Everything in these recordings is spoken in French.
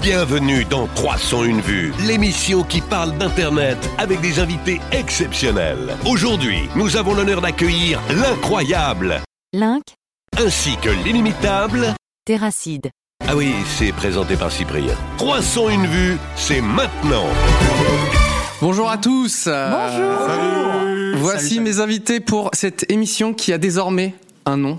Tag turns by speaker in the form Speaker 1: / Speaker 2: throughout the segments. Speaker 1: Bienvenue dans 301 vues, l'émission qui parle d'Internet avec des invités exceptionnels. Aujourd'hui, nous avons l'honneur d'accueillir l'incroyable
Speaker 2: Link,
Speaker 1: ainsi que l'inimitable.
Speaker 2: Terracide.
Speaker 1: Ah oui, c'est présenté par Cyprien. 301 vues, c'est maintenant.
Speaker 3: Bonjour à tous Bonjour Voici
Speaker 4: Salut, salut.
Speaker 3: mes invités pour cette émission qui a désormais un nom.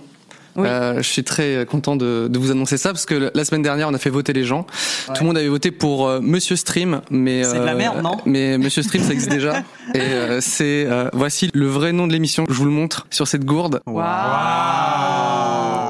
Speaker 4: Oui.
Speaker 3: Euh, je suis très content de, de vous annoncer ça parce que la semaine dernière on a fait voter les gens. Tout le monde avait voté pour euh, Monsieur Stream, mais euh,
Speaker 4: C'est de la merde, non
Speaker 3: Mais Monsieur Stream ça existe déjà. Et euh, c'est euh, voici le vrai nom de l'émission. Je vous le montre sur cette gourde.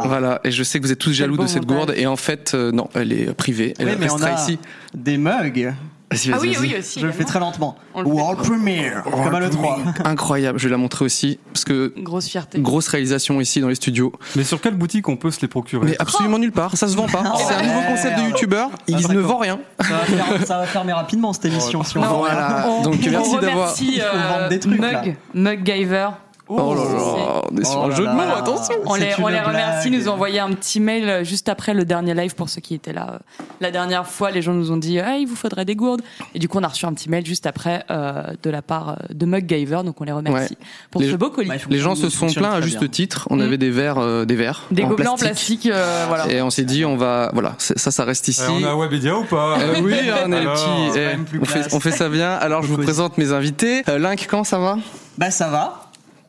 Speaker 3: Voilà. Et je sais que vous êtes tous jaloux
Speaker 4: beau
Speaker 3: de cette
Speaker 4: montage.
Speaker 3: gourde. Et en fait, euh, non, elle est privée. Elle
Speaker 4: Oui, mais on
Speaker 3: restera
Speaker 4: a
Speaker 3: ici.
Speaker 4: des mugs.
Speaker 3: Vas-y,
Speaker 5: Ah
Speaker 3: vas-y, vas-y.
Speaker 5: oui,
Speaker 3: Oh,
Speaker 5: oui, aussi.
Speaker 4: Je le fais très lentement. World Premiere, comme E à l'E3.
Speaker 3: Incroyable. Je vais la montrer aussi parce que
Speaker 5: Grosse fierté.
Speaker 3: grosse réalisation ici dans les studios.
Speaker 6: Mais sur quelle boutique on peut se les procurer
Speaker 3: Mais absolument nulle part, ça se vend pas. C'est un nouveau concept de youtubeur, il
Speaker 4: Ah,
Speaker 3: ne
Speaker 4: d'accord.
Speaker 3: vend rien.
Speaker 4: Ça va, faire- ça va fermer rapidement cette émission si on
Speaker 5: Non,
Speaker 4: veut.
Speaker 3: Voilà.
Speaker 5: On-
Speaker 3: Donc
Speaker 5: on
Speaker 3: merci d'avoir.
Speaker 5: remercie,
Speaker 4: Il faut
Speaker 5: euh,
Speaker 4: vendre des trucs, là.
Speaker 5: Mug, Mug Giver.
Speaker 3: Oh là là, on est sur
Speaker 4: Oh
Speaker 3: un
Speaker 4: là
Speaker 3: jeu de
Speaker 4: là.
Speaker 3: mots, attention.
Speaker 5: On
Speaker 4: C'est
Speaker 5: les,
Speaker 4: une
Speaker 5: on les remercie, ils
Speaker 4: blague.
Speaker 5: nous ont envoyé un petit mail euh, juste après le dernier live pour ceux qui étaient là. euh, La dernière fois, les gens nous ont dit Ah, il vous faudrait des gourdes. Et du coup, on a reçu un petit mail juste après euh, de la part euh, de Mug Giver. Donc, on les remercie pour
Speaker 3: Les-
Speaker 5: ce beau colis.
Speaker 4: Bah, il faut-
Speaker 3: Les gens se
Speaker 4: il
Speaker 3: sont
Speaker 4: fonctionne
Speaker 3: plaints à
Speaker 4: très
Speaker 3: juste
Speaker 4: bien.
Speaker 3: titre. On
Speaker 5: Mm.
Speaker 3: avait des verres, euh, des verres
Speaker 5: Des
Speaker 3: en
Speaker 5: gobelets
Speaker 3: plastique.
Speaker 5: en plastique, euh, voilà.
Speaker 3: Et on s'est dit, on va, voilà, c'est- ça, ça reste ici.
Speaker 6: Eh, On a Webedia ou pas
Speaker 3: Euh, oui, on est les
Speaker 6: Alors,
Speaker 3: petits.
Speaker 4: c'est
Speaker 3: eh,
Speaker 4: quand même plus
Speaker 3: on, fait,
Speaker 4: classe.
Speaker 3: on fait ça bien. Alors, je vous
Speaker 4: Cosy.
Speaker 3: présente mes invités. Euh, Link, comment ça va
Speaker 4: Bah ça va.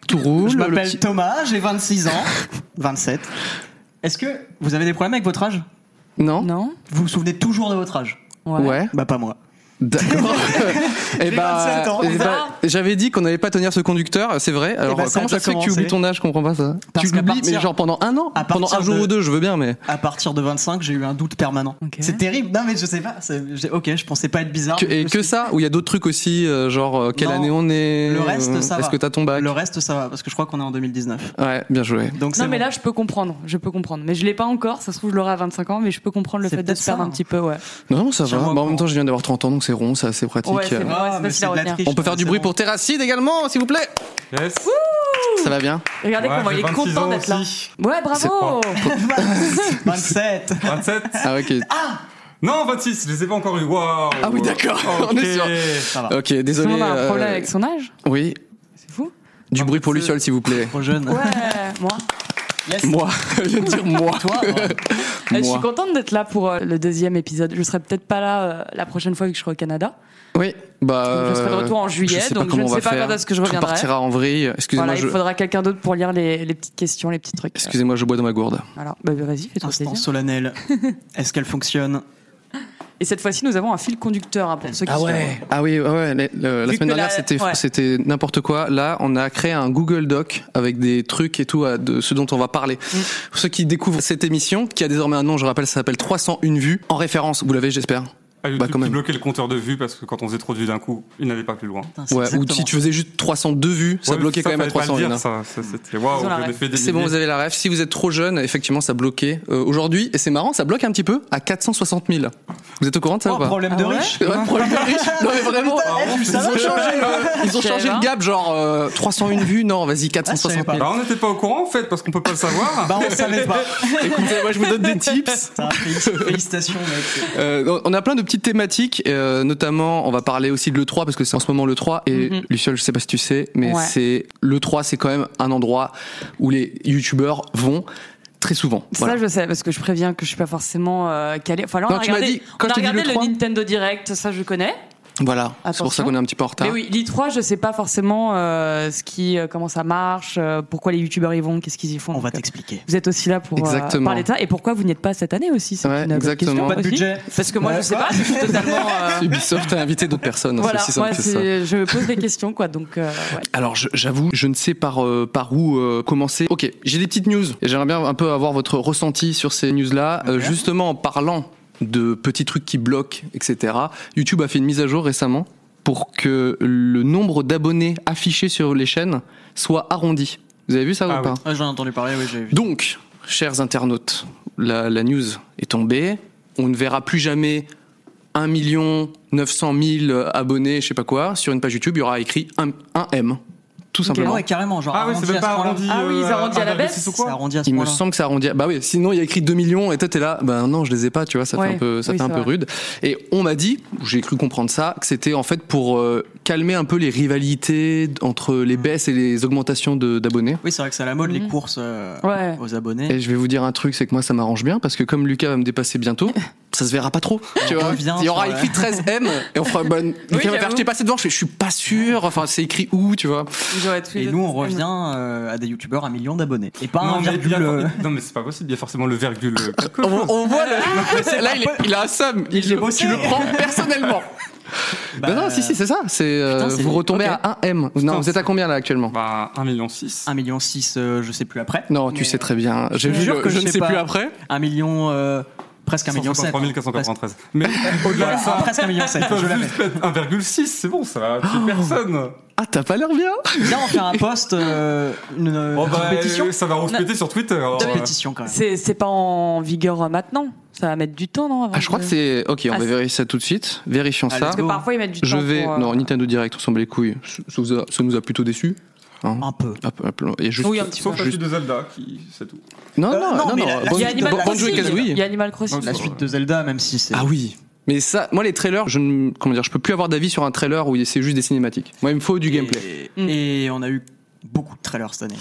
Speaker 3: Tout roule.
Speaker 4: Je
Speaker 3: le
Speaker 4: m'appelle
Speaker 3: petit-
Speaker 4: Thomas, j'ai 26 ans. 27. Est-ce que vous avez des problèmes avec votre âge
Speaker 3: Non.
Speaker 5: Non
Speaker 4: Vous vous souvenez toujours de votre âge
Speaker 5: Ouais.
Speaker 3: Ouais.
Speaker 4: Bah pas moi.
Speaker 3: D'accord. Eh et
Speaker 4: J'ai 27 ans.
Speaker 3: ben, j'avais dit qu'on n'allait pas tenir ce conducteur, c'est vrai. Alors
Speaker 4: ben, ça a
Speaker 3: comment ça
Speaker 4: déjà
Speaker 3: se fait que tu
Speaker 4: commencé.
Speaker 3: oublies ton âge Je comprends pas ça.
Speaker 4: Parce
Speaker 3: tu
Speaker 4: qu'à
Speaker 3: l'oublies, mais
Speaker 4: partir-
Speaker 3: genre pendant un an,
Speaker 4: à
Speaker 3: pendant un
Speaker 4: partir
Speaker 3: jour
Speaker 4: de-
Speaker 3: ou deux, je veux bien, mais
Speaker 4: À partir de 25, j'ai eu un doute permanent.
Speaker 5: Ok.
Speaker 4: C'est terrible. Non mais je sais pas. c'est- j'ai- Ok, je pensais pas être bizarre.
Speaker 3: que,
Speaker 4: mais Ah, je
Speaker 3: et
Speaker 4: me
Speaker 3: que
Speaker 4: suis-
Speaker 3: ça. Ou il y a d'autres trucs aussi, euh, genre euh, quelle
Speaker 4: Non.
Speaker 3: année on est.
Speaker 4: Le reste, ça
Speaker 3: euh, Est-ce
Speaker 4: va.
Speaker 3: que t'as ton bac
Speaker 4: Le reste ça va parce que je crois qu'on est en 2019.
Speaker 3: Ouais, bien joué.
Speaker 4: Donc c'est
Speaker 5: Non, mais
Speaker 4: bon.
Speaker 5: là, je peux comprendre. Je peux comprendre. Mais je l'ai pas encore. Ça se trouve, je l'aurai à 25 ans. Mais je peux comprendre le
Speaker 4: C'est
Speaker 5: fait de
Speaker 4: peut-être
Speaker 5: se perdre
Speaker 4: ça.
Speaker 5: un
Speaker 3: hein.
Speaker 5: petit peu, ouais.
Speaker 3: Non, ça va.
Speaker 4: Tiens-moi au
Speaker 3: Bon, en même
Speaker 4: courant.
Speaker 3: temps, je viens d'avoir 30 ans, donc c'est rond, c'est assez pratique.
Speaker 5: Ouais, c'est
Speaker 3: Euh,
Speaker 5: vrai.
Speaker 4: Ah,
Speaker 5: c'est
Speaker 4: mais
Speaker 5: facile
Speaker 4: c'est
Speaker 5: à
Speaker 4: de la
Speaker 5: retenir.
Speaker 4: triche, hein,
Speaker 3: On peut faire du
Speaker 4: c'est
Speaker 3: bruit
Speaker 4: bon.
Speaker 3: pour Terracide également, s'il vous plaît.
Speaker 6: Yes.
Speaker 3: Ça va bien.
Speaker 5: Regardez
Speaker 6: Ouais,
Speaker 5: comment
Speaker 6: j'ai
Speaker 5: il est
Speaker 6: 26
Speaker 5: content
Speaker 6: ans
Speaker 5: d'être là.
Speaker 6: aussi.
Speaker 5: Ouais,
Speaker 3: C'est
Speaker 5: bravo
Speaker 4: 27
Speaker 6: 27
Speaker 3: Ah ok.
Speaker 6: Non, 26, je les ai pas encore eu. Waouh
Speaker 3: Ah oui, d'accord. On est sur-
Speaker 6: Ok.
Speaker 4: Ça va.
Speaker 3: Ok,
Speaker 5: Tout le
Speaker 3: désolé.
Speaker 5: monde a un problème
Speaker 3: euh,
Speaker 5: avec son âge
Speaker 3: Oui.
Speaker 5: C'est fou
Speaker 3: Du bruit pour
Speaker 6: c'est-
Speaker 3: Luciole, s'il vous plaît.
Speaker 4: Trop jeune.
Speaker 5: Ouais, moi.
Speaker 4: Yes.
Speaker 3: Moi, je viens de dire moi.
Speaker 4: Toi, ouais.
Speaker 5: Eh, Je
Speaker 3: Moi.
Speaker 5: suis contente d'être là pour euh, le deuxième épisode. Je serai peut-être pas là euh, la prochaine fois vu que je serai au Canada.
Speaker 3: Oui, bah.
Speaker 5: Donc, je serai de retour en
Speaker 3: euh,
Speaker 5: juillet, donc je
Speaker 3: comment on
Speaker 5: ne sais
Speaker 3: va
Speaker 5: pas
Speaker 3: faire.
Speaker 5: quand est-ce que je
Speaker 3: Tout
Speaker 5: reviendrai.
Speaker 3: partira en vrille. Excusez-moi,
Speaker 5: Voilà,
Speaker 3: je.
Speaker 5: il faudra quelqu'un d'autre pour lire les, les petites questions, les petits trucs. Euh,
Speaker 3: Excusez-moi, je bois dans ma gourde.
Speaker 5: Voilà, Bah, bah, vas-y, fais-toi
Speaker 4: Instant
Speaker 5: plaisir.
Speaker 4: solennel. Est-ce qu'elle fonctionne
Speaker 5: Et cette fois-ci, nous avons un fil conducteur hein, pour ceux qui sont-
Speaker 3: Ah oui, ouais, ouais, le- le- la
Speaker 5: Vu
Speaker 3: semaine
Speaker 5: que
Speaker 3: dernière
Speaker 5: la-
Speaker 3: c'était
Speaker 5: ouais.
Speaker 3: c'était n'importe quoi. Là, on a créé un Google Doc avec des trucs et tout à- de ce dont on va parler.
Speaker 5: Mm.
Speaker 3: Pour ceux qui découvrent cette émission, qui a désormais un nom, je rappelle, ça s'appelle 301 vues en référence. Vous l'avez, j'espère.
Speaker 6: Ah, YouTube
Speaker 3: Bah, quand
Speaker 6: qui
Speaker 3: même.
Speaker 6: bloquait le compteur de vues parce que quand on faisait trop de vues d'un coup, il n'allait pas plus loin.
Speaker 4: Putain, c'est
Speaker 3: Ouais. Ou
Speaker 4: exactement
Speaker 3: si tu faisais juste 302 vues, ça
Speaker 6: Ouais, mais
Speaker 3: bloquait quand même à
Speaker 6: fallait pas le
Speaker 3: 301.
Speaker 6: dire,
Speaker 3: hein.
Speaker 6: ça, ça, c'était waouh,
Speaker 5: Ils ont la
Speaker 6: je l'ai
Speaker 5: ref.
Speaker 6: fait des
Speaker 3: C'est bon, vous
Speaker 6: milliers.
Speaker 3: avez la ref. Si vous êtes trop jeune, effectivement, ça bloquait. Euh, Aujourd'hui, et c'est marrant, ça bloque un petit peu à 460 000. Vous êtes au courant de ça bah.
Speaker 4: Oh,
Speaker 3: ou pas
Speaker 4: problème de
Speaker 5: Ah ouais
Speaker 4: riche.
Speaker 3: Ouais, problème de riche. Non mais vraiment,
Speaker 4: Putain, eh, tu
Speaker 3: ils
Speaker 4: savais
Speaker 3: ont changé le, ils ont
Speaker 5: Ah, Je savais
Speaker 3: changé le
Speaker 5: pas.
Speaker 3: gap, genre euh, 301 vues, non, vas-y 460
Speaker 4: Ah,
Speaker 3: 000.
Speaker 6: Bah, on n'était pas au courant en fait parce qu'on peut pas le savoir.
Speaker 4: Bah, on savait pas.
Speaker 3: Écoutez, moi je vous donne des tips.
Speaker 4: Putain, félici- Félicitations, mec.
Speaker 3: Euh, on a plein de petites thématiques, euh, notamment on va parler aussi de l'E3 parce que c'est en ce moment l'E3 et
Speaker 5: Mhm.
Speaker 3: Luciole, je sais pas si tu sais, mais
Speaker 5: Ouais.
Speaker 3: c'est l'E3 c'est quand même un endroit où les youtubeurs vont très souvent. Voilà.
Speaker 5: Ça, je sais, parce que je préviens que je suis pas forcément euh, calée. Enfin, là, on
Speaker 3: Non,
Speaker 5: a
Speaker 3: tu m'as
Speaker 5: regardé,
Speaker 3: dit, quand
Speaker 5: on a
Speaker 3: je t'ai dit
Speaker 5: regardé
Speaker 3: le
Speaker 5: le
Speaker 3: 3.
Speaker 5: Nintendo Direct, ça je connais.
Speaker 3: Voilà, c'est pour ça
Speaker 5: Attention.
Speaker 3: qu'on est un petit peu en retard.
Speaker 5: Mais oui, l'I3, je sais pas forcément euh, ce qui, euh, comment ça marche, euh, pourquoi les youtubeurs y vont, qu'est-ce qu'ils y font.
Speaker 4: On va
Speaker 5: Donc, euh,
Speaker 4: t'expliquer.
Speaker 5: Vous êtes aussi là pour euh,
Speaker 3: Exactement.
Speaker 5: parler de ça. Et pourquoi vous n'y êtes pas cette année aussi C'est
Speaker 3: Ouais,
Speaker 5: une bonne
Speaker 3: exactement.
Speaker 5: question
Speaker 4: Pas de
Speaker 5: aussi.
Speaker 4: budget.
Speaker 5: Parce que moi, je sais pas, je suis totalement. euh,
Speaker 3: Ubisoft a invité d'autres personnes,
Speaker 5: voilà,
Speaker 3: c'est aussi simple
Speaker 5: moi,
Speaker 3: que ça.
Speaker 5: c'est- je pose des questions, quoi. Donc, euh, ouais.
Speaker 3: Alors je- j'avoue, je ne sais par euh, par où euh, commencer. Ok, j'ai des petites news. Et J'aimerais bien un peu avoir votre ressenti sur ces news là.
Speaker 4: Ok.
Speaker 3: justement en parlant de petits trucs qui bloquent, etc. YouTube a fait une mise à jour récemment pour que le nombre d'abonnés affichés sur les chaînes soit arrondi. Vous avez vu ça
Speaker 6: Ah
Speaker 3: ou pas
Speaker 6: oui.
Speaker 4: Ah, j'en ai entendu parler, oui, j'ai vu.
Speaker 3: Donc, chers internautes, la, la news est tombée. On ne verra plus jamais 1 900 000 abonnés, je sais pas quoi, sur une page YouTube. Il y aura écrit 1, M, tout
Speaker 4: Ah
Speaker 3: simplement.
Speaker 4: ouais, carrément, genre.
Speaker 6: Ah oui,
Speaker 4: arrondi
Speaker 6: c'est même
Speaker 4: à ce
Speaker 6: pas
Speaker 4: point-là. Ah,
Speaker 5: Ah
Speaker 6: arrondi.
Speaker 5: oui, ils
Speaker 6: euh,
Speaker 5: arrondissent à la
Speaker 6: 1,6 ou
Speaker 5: baisse.
Speaker 6: quoi
Speaker 4: C'est arrondi à ce
Speaker 3: Il me
Speaker 4: point-là.
Speaker 3: semble que ça arrondit. à- Bah oui, sinon il y a écrit 2 millions et toi t'es là. Bah non, je les ai pas, tu vois, ça fait
Speaker 5: Ouais,
Speaker 3: un peu, ça
Speaker 5: oui,
Speaker 3: fait un
Speaker 5: c'est
Speaker 3: peu
Speaker 5: vrai.
Speaker 3: rude. Et on m'a dit, j'ai cru comprendre ça, que c'était en fait pour euh, calmer un peu les rivalités entre les baisses et les augmentations de- d'abonnés.
Speaker 4: Oui, c'est vrai que c'est à la mode, les courses euh,
Speaker 5: Ouais.
Speaker 4: aux abonnés.
Speaker 3: Et je vais vous dire un truc, c'est que moi ça m'arrange bien parce que comme Lucas va me dépasser bientôt, ça se verra pas trop. Tu vois,
Speaker 4: revient
Speaker 3: il y aura
Speaker 4: sur,
Speaker 3: écrit 13 M et on fera. bah, Lucas va faire,
Speaker 5: j'avoue.
Speaker 3: je t'ai passé devant. Je fais, je suis pas sûr. Enfin, c'est écrit où, tu vois.
Speaker 5: Ils auraient tous les
Speaker 4: Et
Speaker 5: deux
Speaker 4: nous, on
Speaker 5: systèmes.
Speaker 4: revient euh, à des youtubeurs à un million d'abonnés. Et pas un
Speaker 6: Non, mais il y
Speaker 4: virgule.
Speaker 6: a-
Speaker 4: euh,
Speaker 6: non, mais c'est pas possible, il y a forcément le virgule.
Speaker 3: On, on voit le. Là, il, est- il a un somme. Il,
Speaker 4: j'ai
Speaker 3: tu
Speaker 4: bossé.
Speaker 3: le prends personnellement.
Speaker 4: bah,
Speaker 3: non, non, si, si, c'est ça. C'est euh,
Speaker 4: Putain, c'est-
Speaker 3: vous retombez
Speaker 4: ok.
Speaker 3: à 1 M. Non,
Speaker 6: Putain,
Speaker 3: vous êtes à combien là actuellement
Speaker 6: Bah, 1,6 million. 6.
Speaker 4: 1 million 6, euh, je sais plus après.
Speaker 3: Non, tu
Speaker 4: Mais,
Speaker 3: sais très bien. J'ai
Speaker 4: je
Speaker 3: vu.
Speaker 4: jure
Speaker 3: le-
Speaker 4: que
Speaker 3: Je
Speaker 4: je
Speaker 3: ne
Speaker 4: sais
Speaker 3: sais plus
Speaker 4: pas.
Speaker 3: après.
Speaker 4: 1 million. euh, presque 1 million 7.
Speaker 6: 493. Mais au-delà
Speaker 4: Voilà,
Speaker 6: de ça,
Speaker 4: presque 1 million 7,
Speaker 6: ils
Speaker 4: je
Speaker 6: peuvent
Speaker 4: l'avais. Oh.
Speaker 6: juste mettre 1,6, c'est bon, ça va tuer personne.
Speaker 3: Ah, t'as pas l'air bien.
Speaker 4: Viens, on fait un post, euh, une, une
Speaker 6: Oh, bah,
Speaker 4: pétition.
Speaker 6: euh, ça va rouspéter sur Twitter.
Speaker 4: Une
Speaker 6: euh,
Speaker 4: pétition quand même.
Speaker 5: C'est c'est pas en vigueur euh, maintenant. Ça va mettre du temps, non avant
Speaker 3: Ah, je crois
Speaker 5: de-
Speaker 3: que c'est. Ok, on
Speaker 5: Ah,
Speaker 3: va
Speaker 5: c'est-
Speaker 3: vérifier ça tout de suite. Vérifions
Speaker 4: Ah,
Speaker 3: ça.
Speaker 4: let's
Speaker 5: Parce que
Speaker 4: Bon.
Speaker 5: parfois, ils mettent du
Speaker 3: Je
Speaker 5: temps.
Speaker 3: vais.
Speaker 5: pour, euh,
Speaker 3: Non, Nintendo Direct, on s'en bat les couilles. Ça- Ça vous a- ça nous a plutôt déçus. hein.
Speaker 4: Un peu.
Speaker 3: Hop, hop, là. Il y a juste-
Speaker 5: Oui, hein. un petit peu.
Speaker 6: Sauf la
Speaker 3: Juste-
Speaker 6: suite de Zelda, qui c'est tout.
Speaker 3: Non,
Speaker 4: Euh,
Speaker 3: non,
Speaker 4: non,
Speaker 3: non,
Speaker 4: mais
Speaker 3: non.
Speaker 4: la- la
Speaker 3: Bon-
Speaker 5: Il y a
Speaker 4: suite
Speaker 3: bon-
Speaker 5: Animal
Speaker 4: la
Speaker 3: Banjo et
Speaker 4: suite de-
Speaker 5: Crossing. Il y
Speaker 3: Kazooie.
Speaker 5: a Animal Crossing.
Speaker 4: La suite de Zelda, même si c'est.
Speaker 3: Ah oui. Mais ça, moi, les trailers, je ne, comment dire, je peux plus avoir d'avis sur un trailer où c'est juste des cinématiques. Moi, il me faut du gameplay.
Speaker 4: Et, et on a eu beaucoup de trailers cette année.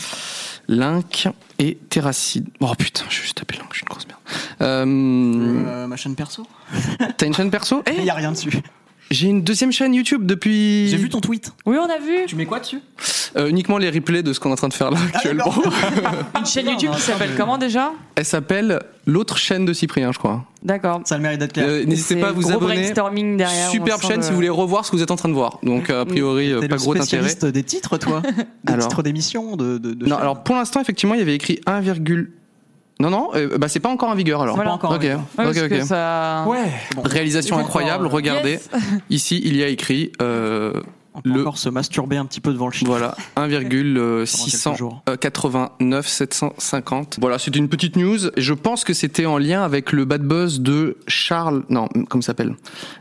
Speaker 3: Link et Terracid. Oh putain, je suis juste tapé Link, je suis une grosse merde. Euh,
Speaker 4: Euh, ma chaîne perso
Speaker 3: T'as une chaîne perso Eh,
Speaker 4: Il n'y a rien dessus.
Speaker 3: J'ai une deuxième chaîne YouTube depuis.
Speaker 4: J'ai vu ton tweet.
Speaker 5: Oui, on a vu
Speaker 4: Tu mets quoi dessus
Speaker 3: Euh, uniquement les replays de ce qu'on est en train de faire là actuellement.
Speaker 5: une chaîne YouTube
Speaker 4: non,
Speaker 5: qui s'appelle
Speaker 4: attends,
Speaker 5: comment déjà
Speaker 3: Elle s'appelle l'autre chaîne de Cyprien, je crois.
Speaker 5: D'accord.
Speaker 4: Ça a le mérite d'être clair.
Speaker 3: Euh, N'hésitez
Speaker 5: C'est
Speaker 3: pas à vous
Speaker 5: gros
Speaker 3: abonner.
Speaker 5: brainstorming derrière. on
Speaker 3: Superbe
Speaker 5: sent
Speaker 3: chaîne
Speaker 5: le-
Speaker 3: si vous voulez revoir ce que vous êtes en train de voir. Donc a priori, euh,
Speaker 4: T'es
Speaker 3: pas
Speaker 4: le
Speaker 3: gros intérêt.
Speaker 4: spécialiste des titres, toi Des
Speaker 3: Alors.
Speaker 4: titres d'émissions de, de, de
Speaker 3: Non,
Speaker 4: chaînes.
Speaker 3: alors pour l'instant, effectivement, il y avait écrit 1, virgule- non, non, euh, bah, c'est pas encore en vigueur alors.
Speaker 4: C'est
Speaker 5: voilà.
Speaker 4: pas encore.
Speaker 3: Ok,
Speaker 4: arrivé.
Speaker 5: Ouais,
Speaker 3: ok,
Speaker 5: Ah parce que
Speaker 3: ok.
Speaker 5: ça-
Speaker 6: Ouais.
Speaker 4: Bon,
Speaker 3: Réalisation
Speaker 4: Il faut
Speaker 3: incroyable,
Speaker 4: encore, euh,
Speaker 3: regardez.
Speaker 5: Yes.
Speaker 3: Ici, il y a écrit, euh,
Speaker 4: On peut
Speaker 3: Le-
Speaker 4: encore se masturber un petit peu devant le chiffre.
Speaker 3: voilà,
Speaker 4: pendant quelques
Speaker 3: 1,600.
Speaker 4: jours.
Speaker 3: euh, 89 750. Voilà, c'est une petite news. Et Je pense que c'était en lien avec le bad buzz de Charles. Non, comment il s'appelle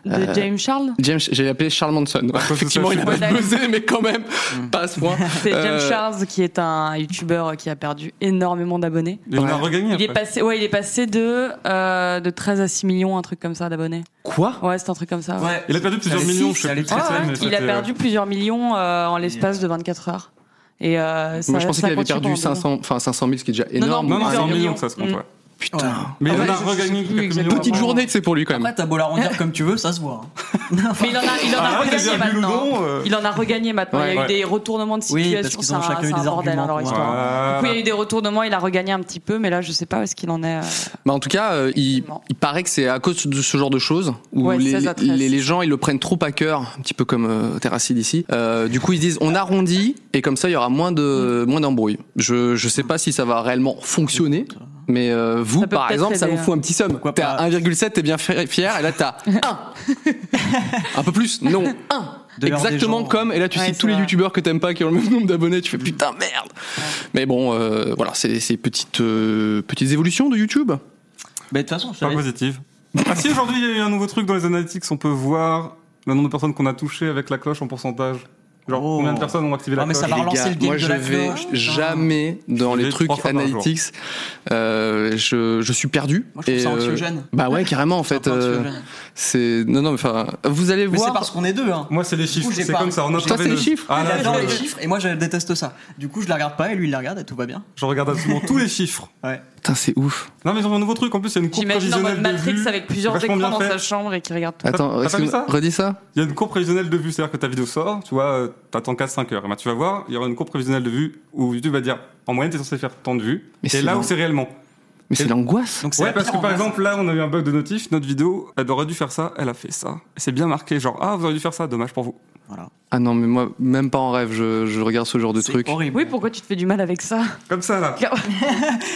Speaker 5: De James Charles
Speaker 3: James. J'ai appelé Charles
Speaker 4: Bah,
Speaker 3: Manson. Effectivement, il a
Speaker 5: Ouais,
Speaker 3: bad buzzé, mais quand même
Speaker 4: Mm.
Speaker 3: pas à ce point.
Speaker 5: C'est James
Speaker 3: Euh,
Speaker 5: Charles qui est un youtubeur qui a perdu énormément d'abonnés.
Speaker 6: Il en a regagné
Speaker 5: Il est
Speaker 6: après.
Speaker 5: passé, ouais, il est passé de, euh, de 13 à 6 millions, un truc comme ça d'abonnés.
Speaker 3: Quoi
Speaker 5: Ouais, c'est un truc comme ça. ouais. Ah,
Speaker 4: Ouais.
Speaker 6: Il a perdu plusieurs
Speaker 4: Ça allait-
Speaker 6: millions,
Speaker 4: si,
Speaker 6: je
Speaker 4: ça
Speaker 6: sais
Speaker 4: allait
Speaker 6: plus très
Speaker 4: très
Speaker 6: bien,
Speaker 4: bien.
Speaker 6: mais euh,
Speaker 5: Il a
Speaker 3: euh,
Speaker 6: c'était,
Speaker 5: perdu plusieurs millions euh, en l'espace de 24 heures. Et euh, ça,
Speaker 3: Moi, je pensais qu'il
Speaker 5: ça
Speaker 3: avait
Speaker 5: continue
Speaker 3: perdu
Speaker 5: pendant deux ans.
Speaker 3: 500, enfin 500 000, ce qui est déjà énorme. Ah,
Speaker 6: Non, non,
Speaker 5: plusieurs
Speaker 6: 100 millions,
Speaker 5: millions.
Speaker 6: ça se compte,
Speaker 5: Mm.
Speaker 6: ouais.
Speaker 4: Mmh. Putain.
Speaker 6: Mais il
Speaker 5: Ouais,
Speaker 6: en a
Speaker 5: je sais
Speaker 6: regagné
Speaker 5: plus
Speaker 6: quelques millions.
Speaker 5: exactement.
Speaker 3: Petite
Speaker 6: avant.
Speaker 3: journée que c'est pour lui quand même.
Speaker 4: Après, t'as beau l'arrondir comme tu veux, ça se voit. hein.
Speaker 5: Mais il en a, il en a
Speaker 6: Ah,
Speaker 5: regagné
Speaker 6: virgule ou
Speaker 5: maintenant.
Speaker 6: non, euh,
Speaker 5: Il en a regagné maintenant. il y a eu
Speaker 6: Ouais.
Speaker 5: des retournements de
Speaker 4: Oui,
Speaker 5: situation.
Speaker 4: parce qu'ils
Speaker 5: c'est
Speaker 4: ont
Speaker 5: un-
Speaker 4: chacun eu
Speaker 5: c'est un
Speaker 4: des
Speaker 5: bordel,
Speaker 4: arguments.
Speaker 5: hein, leur histoire. Du coup, il y a eu des retournements, il a regagné un petit peu, mais là, je sais pas où est-ce qu'il en est. euh.
Speaker 3: Bah en tout cas, euh, il,
Speaker 5: Effectivement.
Speaker 3: il paraît que c'est à cause de ce genre de choses où
Speaker 5: Ouais,
Speaker 3: les,
Speaker 5: 16 à 13.
Speaker 3: les- les gens ils le prennent trop à cœur, un petit peu comme euh, Terracid ici. Euh, du coup, ils se disent on arrondit et comme ça il y aura moins de moins d'embrouilles. Je je sais pas si ça va réellement fonctionner. Mais euh, vous,
Speaker 5: Ça peut
Speaker 3: par
Speaker 5: peut-être
Speaker 3: exemple, ça
Speaker 5: aider,
Speaker 3: vous fout
Speaker 5: hein.
Speaker 3: un petit somme.
Speaker 4: Pourquoi
Speaker 3: T'es
Speaker 4: pas.
Speaker 3: à 1,7, t'es bien fi- fier, et là t'as 1. un peu plus Non, 1.
Speaker 4: De l'heure des
Speaker 3: Exactement
Speaker 4: gens.
Speaker 3: comme, et là tu
Speaker 5: Ouais,
Speaker 3: cites
Speaker 5: c'est
Speaker 3: tous les
Speaker 5: vrai.
Speaker 3: youtubeurs que t'aimes pas qui ont le même nombre d'abonnés, tu fais putain merde. Mais bon, euh, voilà, c'est ces petites, euh, petites évolutions de YouTube.
Speaker 4: Mais Bah, de toute façon, je
Speaker 6: Pas
Speaker 4: savais-
Speaker 6: positive. Ah si, aujourd'hui, il y a eu un nouveau truc dans les analytics, on peut voir le nombre de personnes qu'on a touchées avec la cloche en pourcentage. Genre,
Speaker 4: Oh.
Speaker 6: combien de personnes ont activé la
Speaker 4: Ah, mais ça
Speaker 6: cloche
Speaker 4: va.
Speaker 3: Les
Speaker 4: relancer
Speaker 3: gars,
Speaker 4: le game
Speaker 3: moi
Speaker 4: de
Speaker 3: je
Speaker 4: la
Speaker 3: vais
Speaker 4: cloche. hein.
Speaker 3: jamais dans
Speaker 6: Je
Speaker 3: les
Speaker 6: vais
Speaker 3: trucs
Speaker 6: trois fois par jour.
Speaker 3: analytics. Euh, je, je suis perdu.
Speaker 4: Moi, je trouve
Speaker 3: Et,
Speaker 4: ça
Speaker 3: euh,
Speaker 4: anxiogène.
Speaker 3: bah ouais, carrément en
Speaker 4: C'est un
Speaker 3: fait.
Speaker 4: peu
Speaker 3: euh,
Speaker 4: anxiogène.
Speaker 3: c'est non non mais enfin vous allez
Speaker 4: Mais c'est
Speaker 3: voir.
Speaker 4: parce qu'on est deux, hein.
Speaker 6: Moi, c'est les chiffres,
Speaker 4: Du coup, j'ai
Speaker 6: c'est
Speaker 4: pas.
Speaker 6: comme ça. On a
Speaker 3: Toi,
Speaker 6: trouvé
Speaker 3: c'est les
Speaker 6: le-
Speaker 3: chiffres
Speaker 6: Ah,
Speaker 4: Il
Speaker 6: là,
Speaker 4: adore
Speaker 6: je-
Speaker 4: les chiffres et moi je déteste ça. Du coup, je la regarde pas et lui il la regarde et tout va bien.
Speaker 6: Je regarde absolument tous les chiffres.
Speaker 4: Ouais.
Speaker 3: Putain, c'est ouf.
Speaker 6: Non, mais ils ont fait un nouveau truc. En plus, il y a une courbe
Speaker 5: J'imagine en
Speaker 6: prévisionnelle
Speaker 5: mode
Speaker 6: de
Speaker 5: Matrix
Speaker 6: vues.
Speaker 5: avec plusieurs
Speaker 6: vachement
Speaker 5: écrans dans
Speaker 6: bien fait.
Speaker 5: sa chambre et qui regarde tout.
Speaker 3: Attends,
Speaker 6: t'as pas vu
Speaker 3: excuse-
Speaker 6: ça
Speaker 3: redis ça.
Speaker 6: Il y a une courbe prévisionnelle de vue, c'est-à-dire que ta vidéo sort, tu vois, euh, t'attends 4-5 heures. Et ben, tu vas voir, il y aura une courbe prévisionnelle de vue où YouTube va dire en moyenne, t'es censé faire tant de vues.
Speaker 3: Mais c'est
Speaker 6: et là
Speaker 3: bon.
Speaker 6: où c'est réellement.
Speaker 3: Mais c'est
Speaker 6: Et-
Speaker 3: l'angoisse.
Speaker 4: Donc c'est
Speaker 6: Ouais,
Speaker 4: la
Speaker 6: parce
Speaker 4: pire
Speaker 6: que par
Speaker 4: ambiance.
Speaker 6: exemple, là, on a eu un bug de notif, notre vidéo, elle aurait dû faire ça, elle a fait ça. Et C'est bien marqué, genre, ah, vous auriez dû faire ça, dommage pour vous.
Speaker 4: Voilà.
Speaker 3: Ah non, mais moi, même pas en rêve, je, je regarde ce genre de
Speaker 4: C'est
Speaker 3: truc.
Speaker 4: horrible.
Speaker 5: Oui, pourquoi tu te fais du mal avec ça
Speaker 6: Comme ça, là.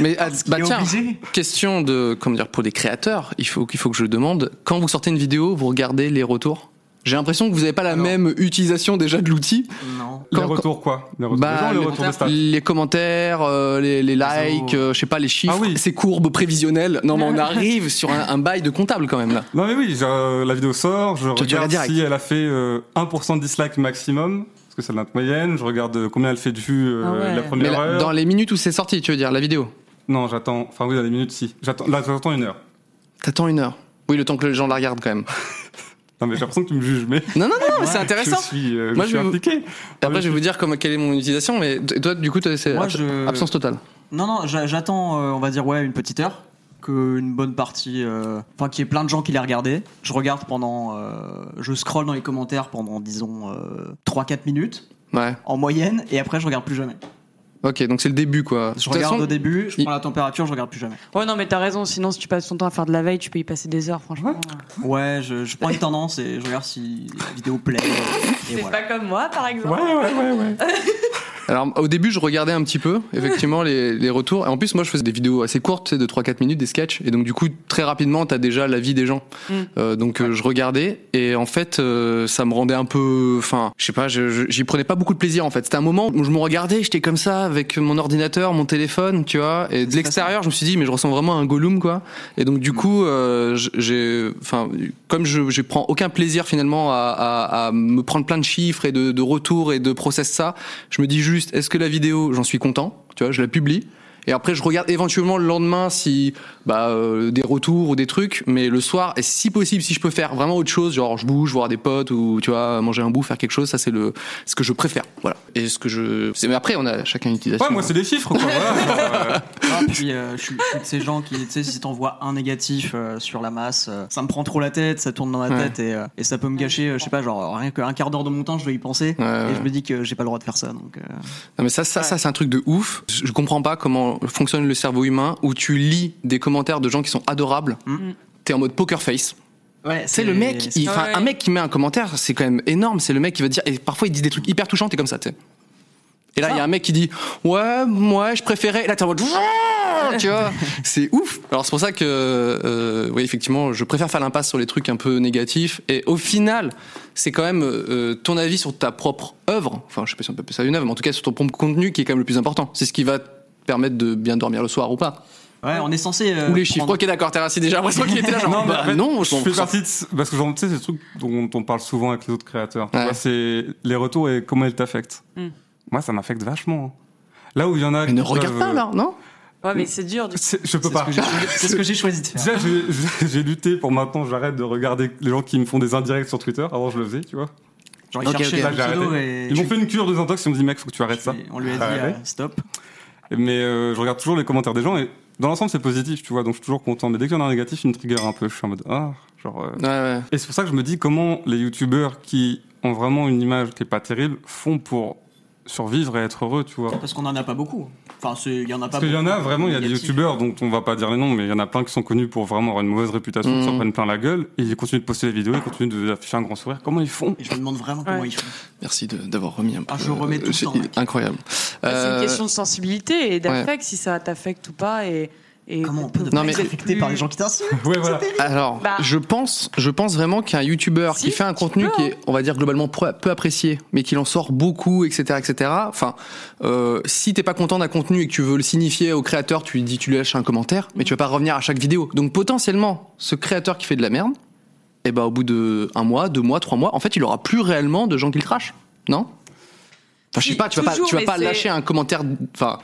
Speaker 3: Mais ah, bah
Speaker 4: Il est
Speaker 3: tiens,
Speaker 4: obligé.
Speaker 3: question de, comment dire, pour les créateurs, il faut, il faut que je le demande. Quand vous sortez une vidéo, vous regardez les retours J'ai l'impression que vous n'avez pas la
Speaker 6: Alors-
Speaker 3: même utilisation déjà de l'outil.
Speaker 4: Non.
Speaker 6: Les
Speaker 3: Quand-
Speaker 6: retours, quoi Les retours,
Speaker 3: Bah,
Speaker 6: des gens, les
Speaker 3: les
Speaker 6: retours des stats.
Speaker 3: Les commentaires, euh, les, les likes, euh, je sais pas, les chiffres,
Speaker 6: Ah oui.
Speaker 3: ces courbes prévisionnelles. Non, mais on arrive sur un, un bail de comptable quand même là.
Speaker 6: Non, mais oui, je- euh, la vidéo sort, je
Speaker 3: Tu- tu regardes
Speaker 6: regarde
Speaker 3: direct.
Speaker 6: si elle a fait euh, 1% de dislike maximum, parce que c'est la moyenne, je regarde euh, combien elle fait de vues euh,
Speaker 5: Ah ouais.
Speaker 6: la
Speaker 3: Mais
Speaker 6: première
Speaker 3: là,
Speaker 6: heure.
Speaker 3: dans les minutes où c'est sorti, tu veux dire, la vidéo
Speaker 6: Non, j'attends, enfin oui, dans les minutes, si. J'attends, là, j'attends une heure.
Speaker 3: T'attends une heure. Oui, le temps que les gens la regardent quand même.
Speaker 6: Non, mais j'ai l'impression que tu me juges, mais.
Speaker 3: Non, non, non, mais c'est intéressant.
Speaker 6: Je suis, euh,
Speaker 3: Moi,
Speaker 6: je
Speaker 3: je
Speaker 6: suis
Speaker 3: vais vous-
Speaker 6: impliqué.
Speaker 3: Après, je vais vous dire comment, quelle est mon utilisation, mais t- toi, du coup, t'as- c'est
Speaker 4: Moi,
Speaker 3: abs-
Speaker 4: je-
Speaker 3: absence totale.
Speaker 4: Non, non, j'a- j'attends, euh, on va dire, ouais, une petite heure. Qu'une bonne partie. euh, Enfin, qu'il y ait plein de gens qui l'aient regardé. Je regarde pendant. euh, je scroll dans les commentaires pendant, disons, euh, 3-4 minutes,
Speaker 3: Ouais.
Speaker 4: en moyenne, et après, je regarde plus jamais.
Speaker 3: Ok, donc c'est le début, quoi.
Speaker 4: Je
Speaker 3: De toute
Speaker 4: regarde
Speaker 3: façon,
Speaker 4: au début, je
Speaker 3: il-
Speaker 4: prends la température, je regarde plus jamais.
Speaker 5: Ouais, non, mais t'as raison. Sinon, si tu passes ton temps à faire de la veille, tu peux y passer des heures, franchement.
Speaker 4: Ouais, je, je prends une tendance et je regarde si la vidéo plaît. euh, Et voilà.
Speaker 5: pas comme moi, par exemple.
Speaker 6: Ouais, ouais, ouais, ouais.
Speaker 3: Alors, au début, je regardais un petit peu, effectivement, les, les retours. Et en plus, moi, je faisais des vidéos assez courtes, tu sais, de 3-4 minutes, des sketchs. Et donc, du coup, très rapidement, t'as déjà l'avis des gens.
Speaker 5: Mm.
Speaker 3: Euh, donc, euh, je regardais. Et en fait, euh, ça me rendait un peu. Enfin, je sais pas, je- je- j'y prenais pas beaucoup de plaisir, en fait. C'était un moment où je me regardais, j'étais comme ça, avec mon ordinateur, mon téléphone, tu vois. Et de
Speaker 4: C'est
Speaker 3: l'extérieur, je me suis dit, mais je ressens vraiment un Gollum, quoi. Et donc, du coup, euh, j- j'ai. Enfin, comme je, je prends aucun plaisir, finalement, à, à- à me prendre plein de chiffres et de, de retours et de process ça, je me dis juste, est-ce que la vidéo, j'en suis content, tu vois, je la publie. Et après, je regarde éventuellement le lendemain si bah, euh, des retours ou des trucs. Mais le soir, et si possible, si je peux faire vraiment autre chose, genre je bouge, voir des potes ou tu vois manger un bout, faire quelque chose, ça c'est le ce que je préfère. Voilà. Et ce que je. c'est- Mais après, on a chacun une utilisation.
Speaker 6: Ouais, moi, c'est des chiffres, quoi. voilà, genre, euh,
Speaker 4: Ah, puis euh, je, suis, je suis de ces gens qui, tu sais, si t'envoies un négatif euh, sur la masse, euh, ça me prend trop la tête, ça tourne dans la
Speaker 3: Ouais.
Speaker 4: tête et, euh, et ça peut me gâcher, euh, je sais pas, genre rien qu'un quart d'heure de mon temps, je vais y penser.
Speaker 3: Ouais, ouais.
Speaker 4: Et je me dis que j'ai pas le droit de faire ça, donc. euh,
Speaker 3: Non, mais ça, ça, ça c'est un truc de ouf. Je je comprends pas comment fonctionne le cerveau humain où tu lis des commentaires de gens qui sont adorables.
Speaker 6: Mm.
Speaker 4: Mhm.
Speaker 3: T'es en mode poker face.
Speaker 4: Ouais,
Speaker 3: C'est le mec, il- enfin,
Speaker 5: Ouais.
Speaker 3: un mec qui met un commentaire, c'est quand même énorme. C'est le mec qui va dire, et parfois il dit des trucs hyper touchants, t'es comme ça, tu sais. Et là, il y a un mec qui dit, ouais, moi, je préférais. Et là, t'es en mode, Ouah tu vois, c'est ouf. Alors, c'est pour ça que, euh, oui, effectivement, je préfère faire l'impasse sur les trucs un peu négatifs. Et au final, c'est quand même euh, ton avis sur ta propre œuvre. Enfin, je sais pas si on peut appeler ça une œuvre, mais en tout cas, sur ton propre contenu qui est quand même le plus important. C'est ce qui va te permettre de bien dormir le soir ou pas.
Speaker 4: Ouais, on est censé. euh,
Speaker 3: ou les chiffres.
Speaker 4: prendre-
Speaker 3: Ok, d'accord, t'as rassis déjà l'impression qu'il était là, genre,
Speaker 6: Non, mais
Speaker 3: bah,
Speaker 6: en fait,
Speaker 3: non,
Speaker 6: je
Speaker 3: on
Speaker 6: fais
Speaker 3: s'en
Speaker 6: partie de ce- parce que genre, tu sais, c'est le truc dont on parle souvent avec les autres créateurs. Tu
Speaker 3: Ouais.
Speaker 6: vois, C'est les retours et comment ils t'affectent.
Speaker 5: Mm.
Speaker 6: Moi, ça m'affecte vachement. hein. Là où il y en a.
Speaker 3: Mais ne
Speaker 6: qui
Speaker 3: regarde
Speaker 6: peuvent- euh,
Speaker 3: pas, là, non
Speaker 5: Ouais, mais c'est dur. Du coup.
Speaker 6: C'est- Je peux
Speaker 4: C'est ce
Speaker 6: pas.
Speaker 4: que j'ai choisi- c'est ce que j'ai choisi de faire.
Speaker 6: Déjà, j'ai- j'ai j'ai lutté pour maintenant, j'arrête de regarder les gens qui me font des indirects sur Twitter. Avant, je le faisais, tu vois.
Speaker 4: Genre,
Speaker 3: Ok,
Speaker 4: il
Speaker 3: ok.
Speaker 4: cherchait le
Speaker 6: Là, j'ai
Speaker 4: pseudo
Speaker 6: arrêté.
Speaker 4: et.
Speaker 6: Ils m'ont fait une cure de désintox, ils m'ont dit, mec, faut que tu arrêtes ça.
Speaker 4: et On lui a dit
Speaker 6: Ah, ouais.
Speaker 4: euh, stop.
Speaker 6: Mais euh, je regarde toujours les commentaires des gens et dans l'ensemble, c'est positif, tu vois. Donc, je suis toujours content. Mais dès qu'il y en a un négatif, il me trigger un peu. Je suis en mode, ah, genre. euh,
Speaker 3: Ouais, ouais.
Speaker 6: Et c'est pour ça que je me dis comment les youtubeurs qui ont vraiment une image qui est pas terrible font pour survivre et être heureux, tu vois.
Speaker 4: Parce qu'on en a pas beaucoup. Enfin, c'est- il y en a pas
Speaker 6: Parce qu'il y en
Speaker 4: beaucoup.
Speaker 6: a vraiment, il y a des
Speaker 4: Négatif.
Speaker 6: youtubeurs dont on va pas dire les noms, mais il y en a plein qui sont connus pour vraiment avoir une mauvaise réputation, qui s'en
Speaker 3: Mhm.
Speaker 6: prennent plein la gueule, et ils continuent de poster des vidéos, ils continuent d'afficher un grand sourire. Comment ils font
Speaker 4: Et je me demande vraiment comment
Speaker 5: Ouais.
Speaker 4: ils font.
Speaker 3: Merci de- d'avoir remis un peu. euh,
Speaker 4: Ah, je remets tout le
Speaker 3: C'est
Speaker 4: temps, mec.
Speaker 3: Incroyable.
Speaker 5: Bah, C'est
Speaker 3: Euh,
Speaker 5: une question de sensibilité et d'affect, si ça t'affecte ou pas. Et, et
Speaker 4: Comment on peut ne
Speaker 3: Non,
Speaker 4: pas
Speaker 3: mais-
Speaker 4: être affecté par les gens qui t'insultent
Speaker 6: Ouais, voilà.
Speaker 3: Alors,
Speaker 5: Bah.
Speaker 3: je pense, je pense vraiment qu'un youtubeur
Speaker 5: Si,
Speaker 3: qui fait un
Speaker 5: tu
Speaker 3: contenu
Speaker 5: peux,
Speaker 3: qui
Speaker 5: hein.
Speaker 3: est, on va dire globalement peu, peu apprécié, mais qu'il en sort beaucoup, etc., etc. Enfin, euh, si t'es pas content d'un contenu et que tu veux le signifier au créateur, tu lui dis, tu lui lâches un commentaire, mais tu vas pas revenir à chaque vidéo. Donc potentiellement, ce créateur qui fait de la merde, eh ben au bout de un mois, deux mois, trois mois, en fait, il aura plus réellement de gens qui le trashent, non Enfin, je sais
Speaker 5: Si,
Speaker 3: pas, tu vas pas,
Speaker 5: toujours,
Speaker 3: tu vas
Speaker 5: mais
Speaker 3: pas
Speaker 5: c'est-
Speaker 3: lâcher un commentaire, enfin.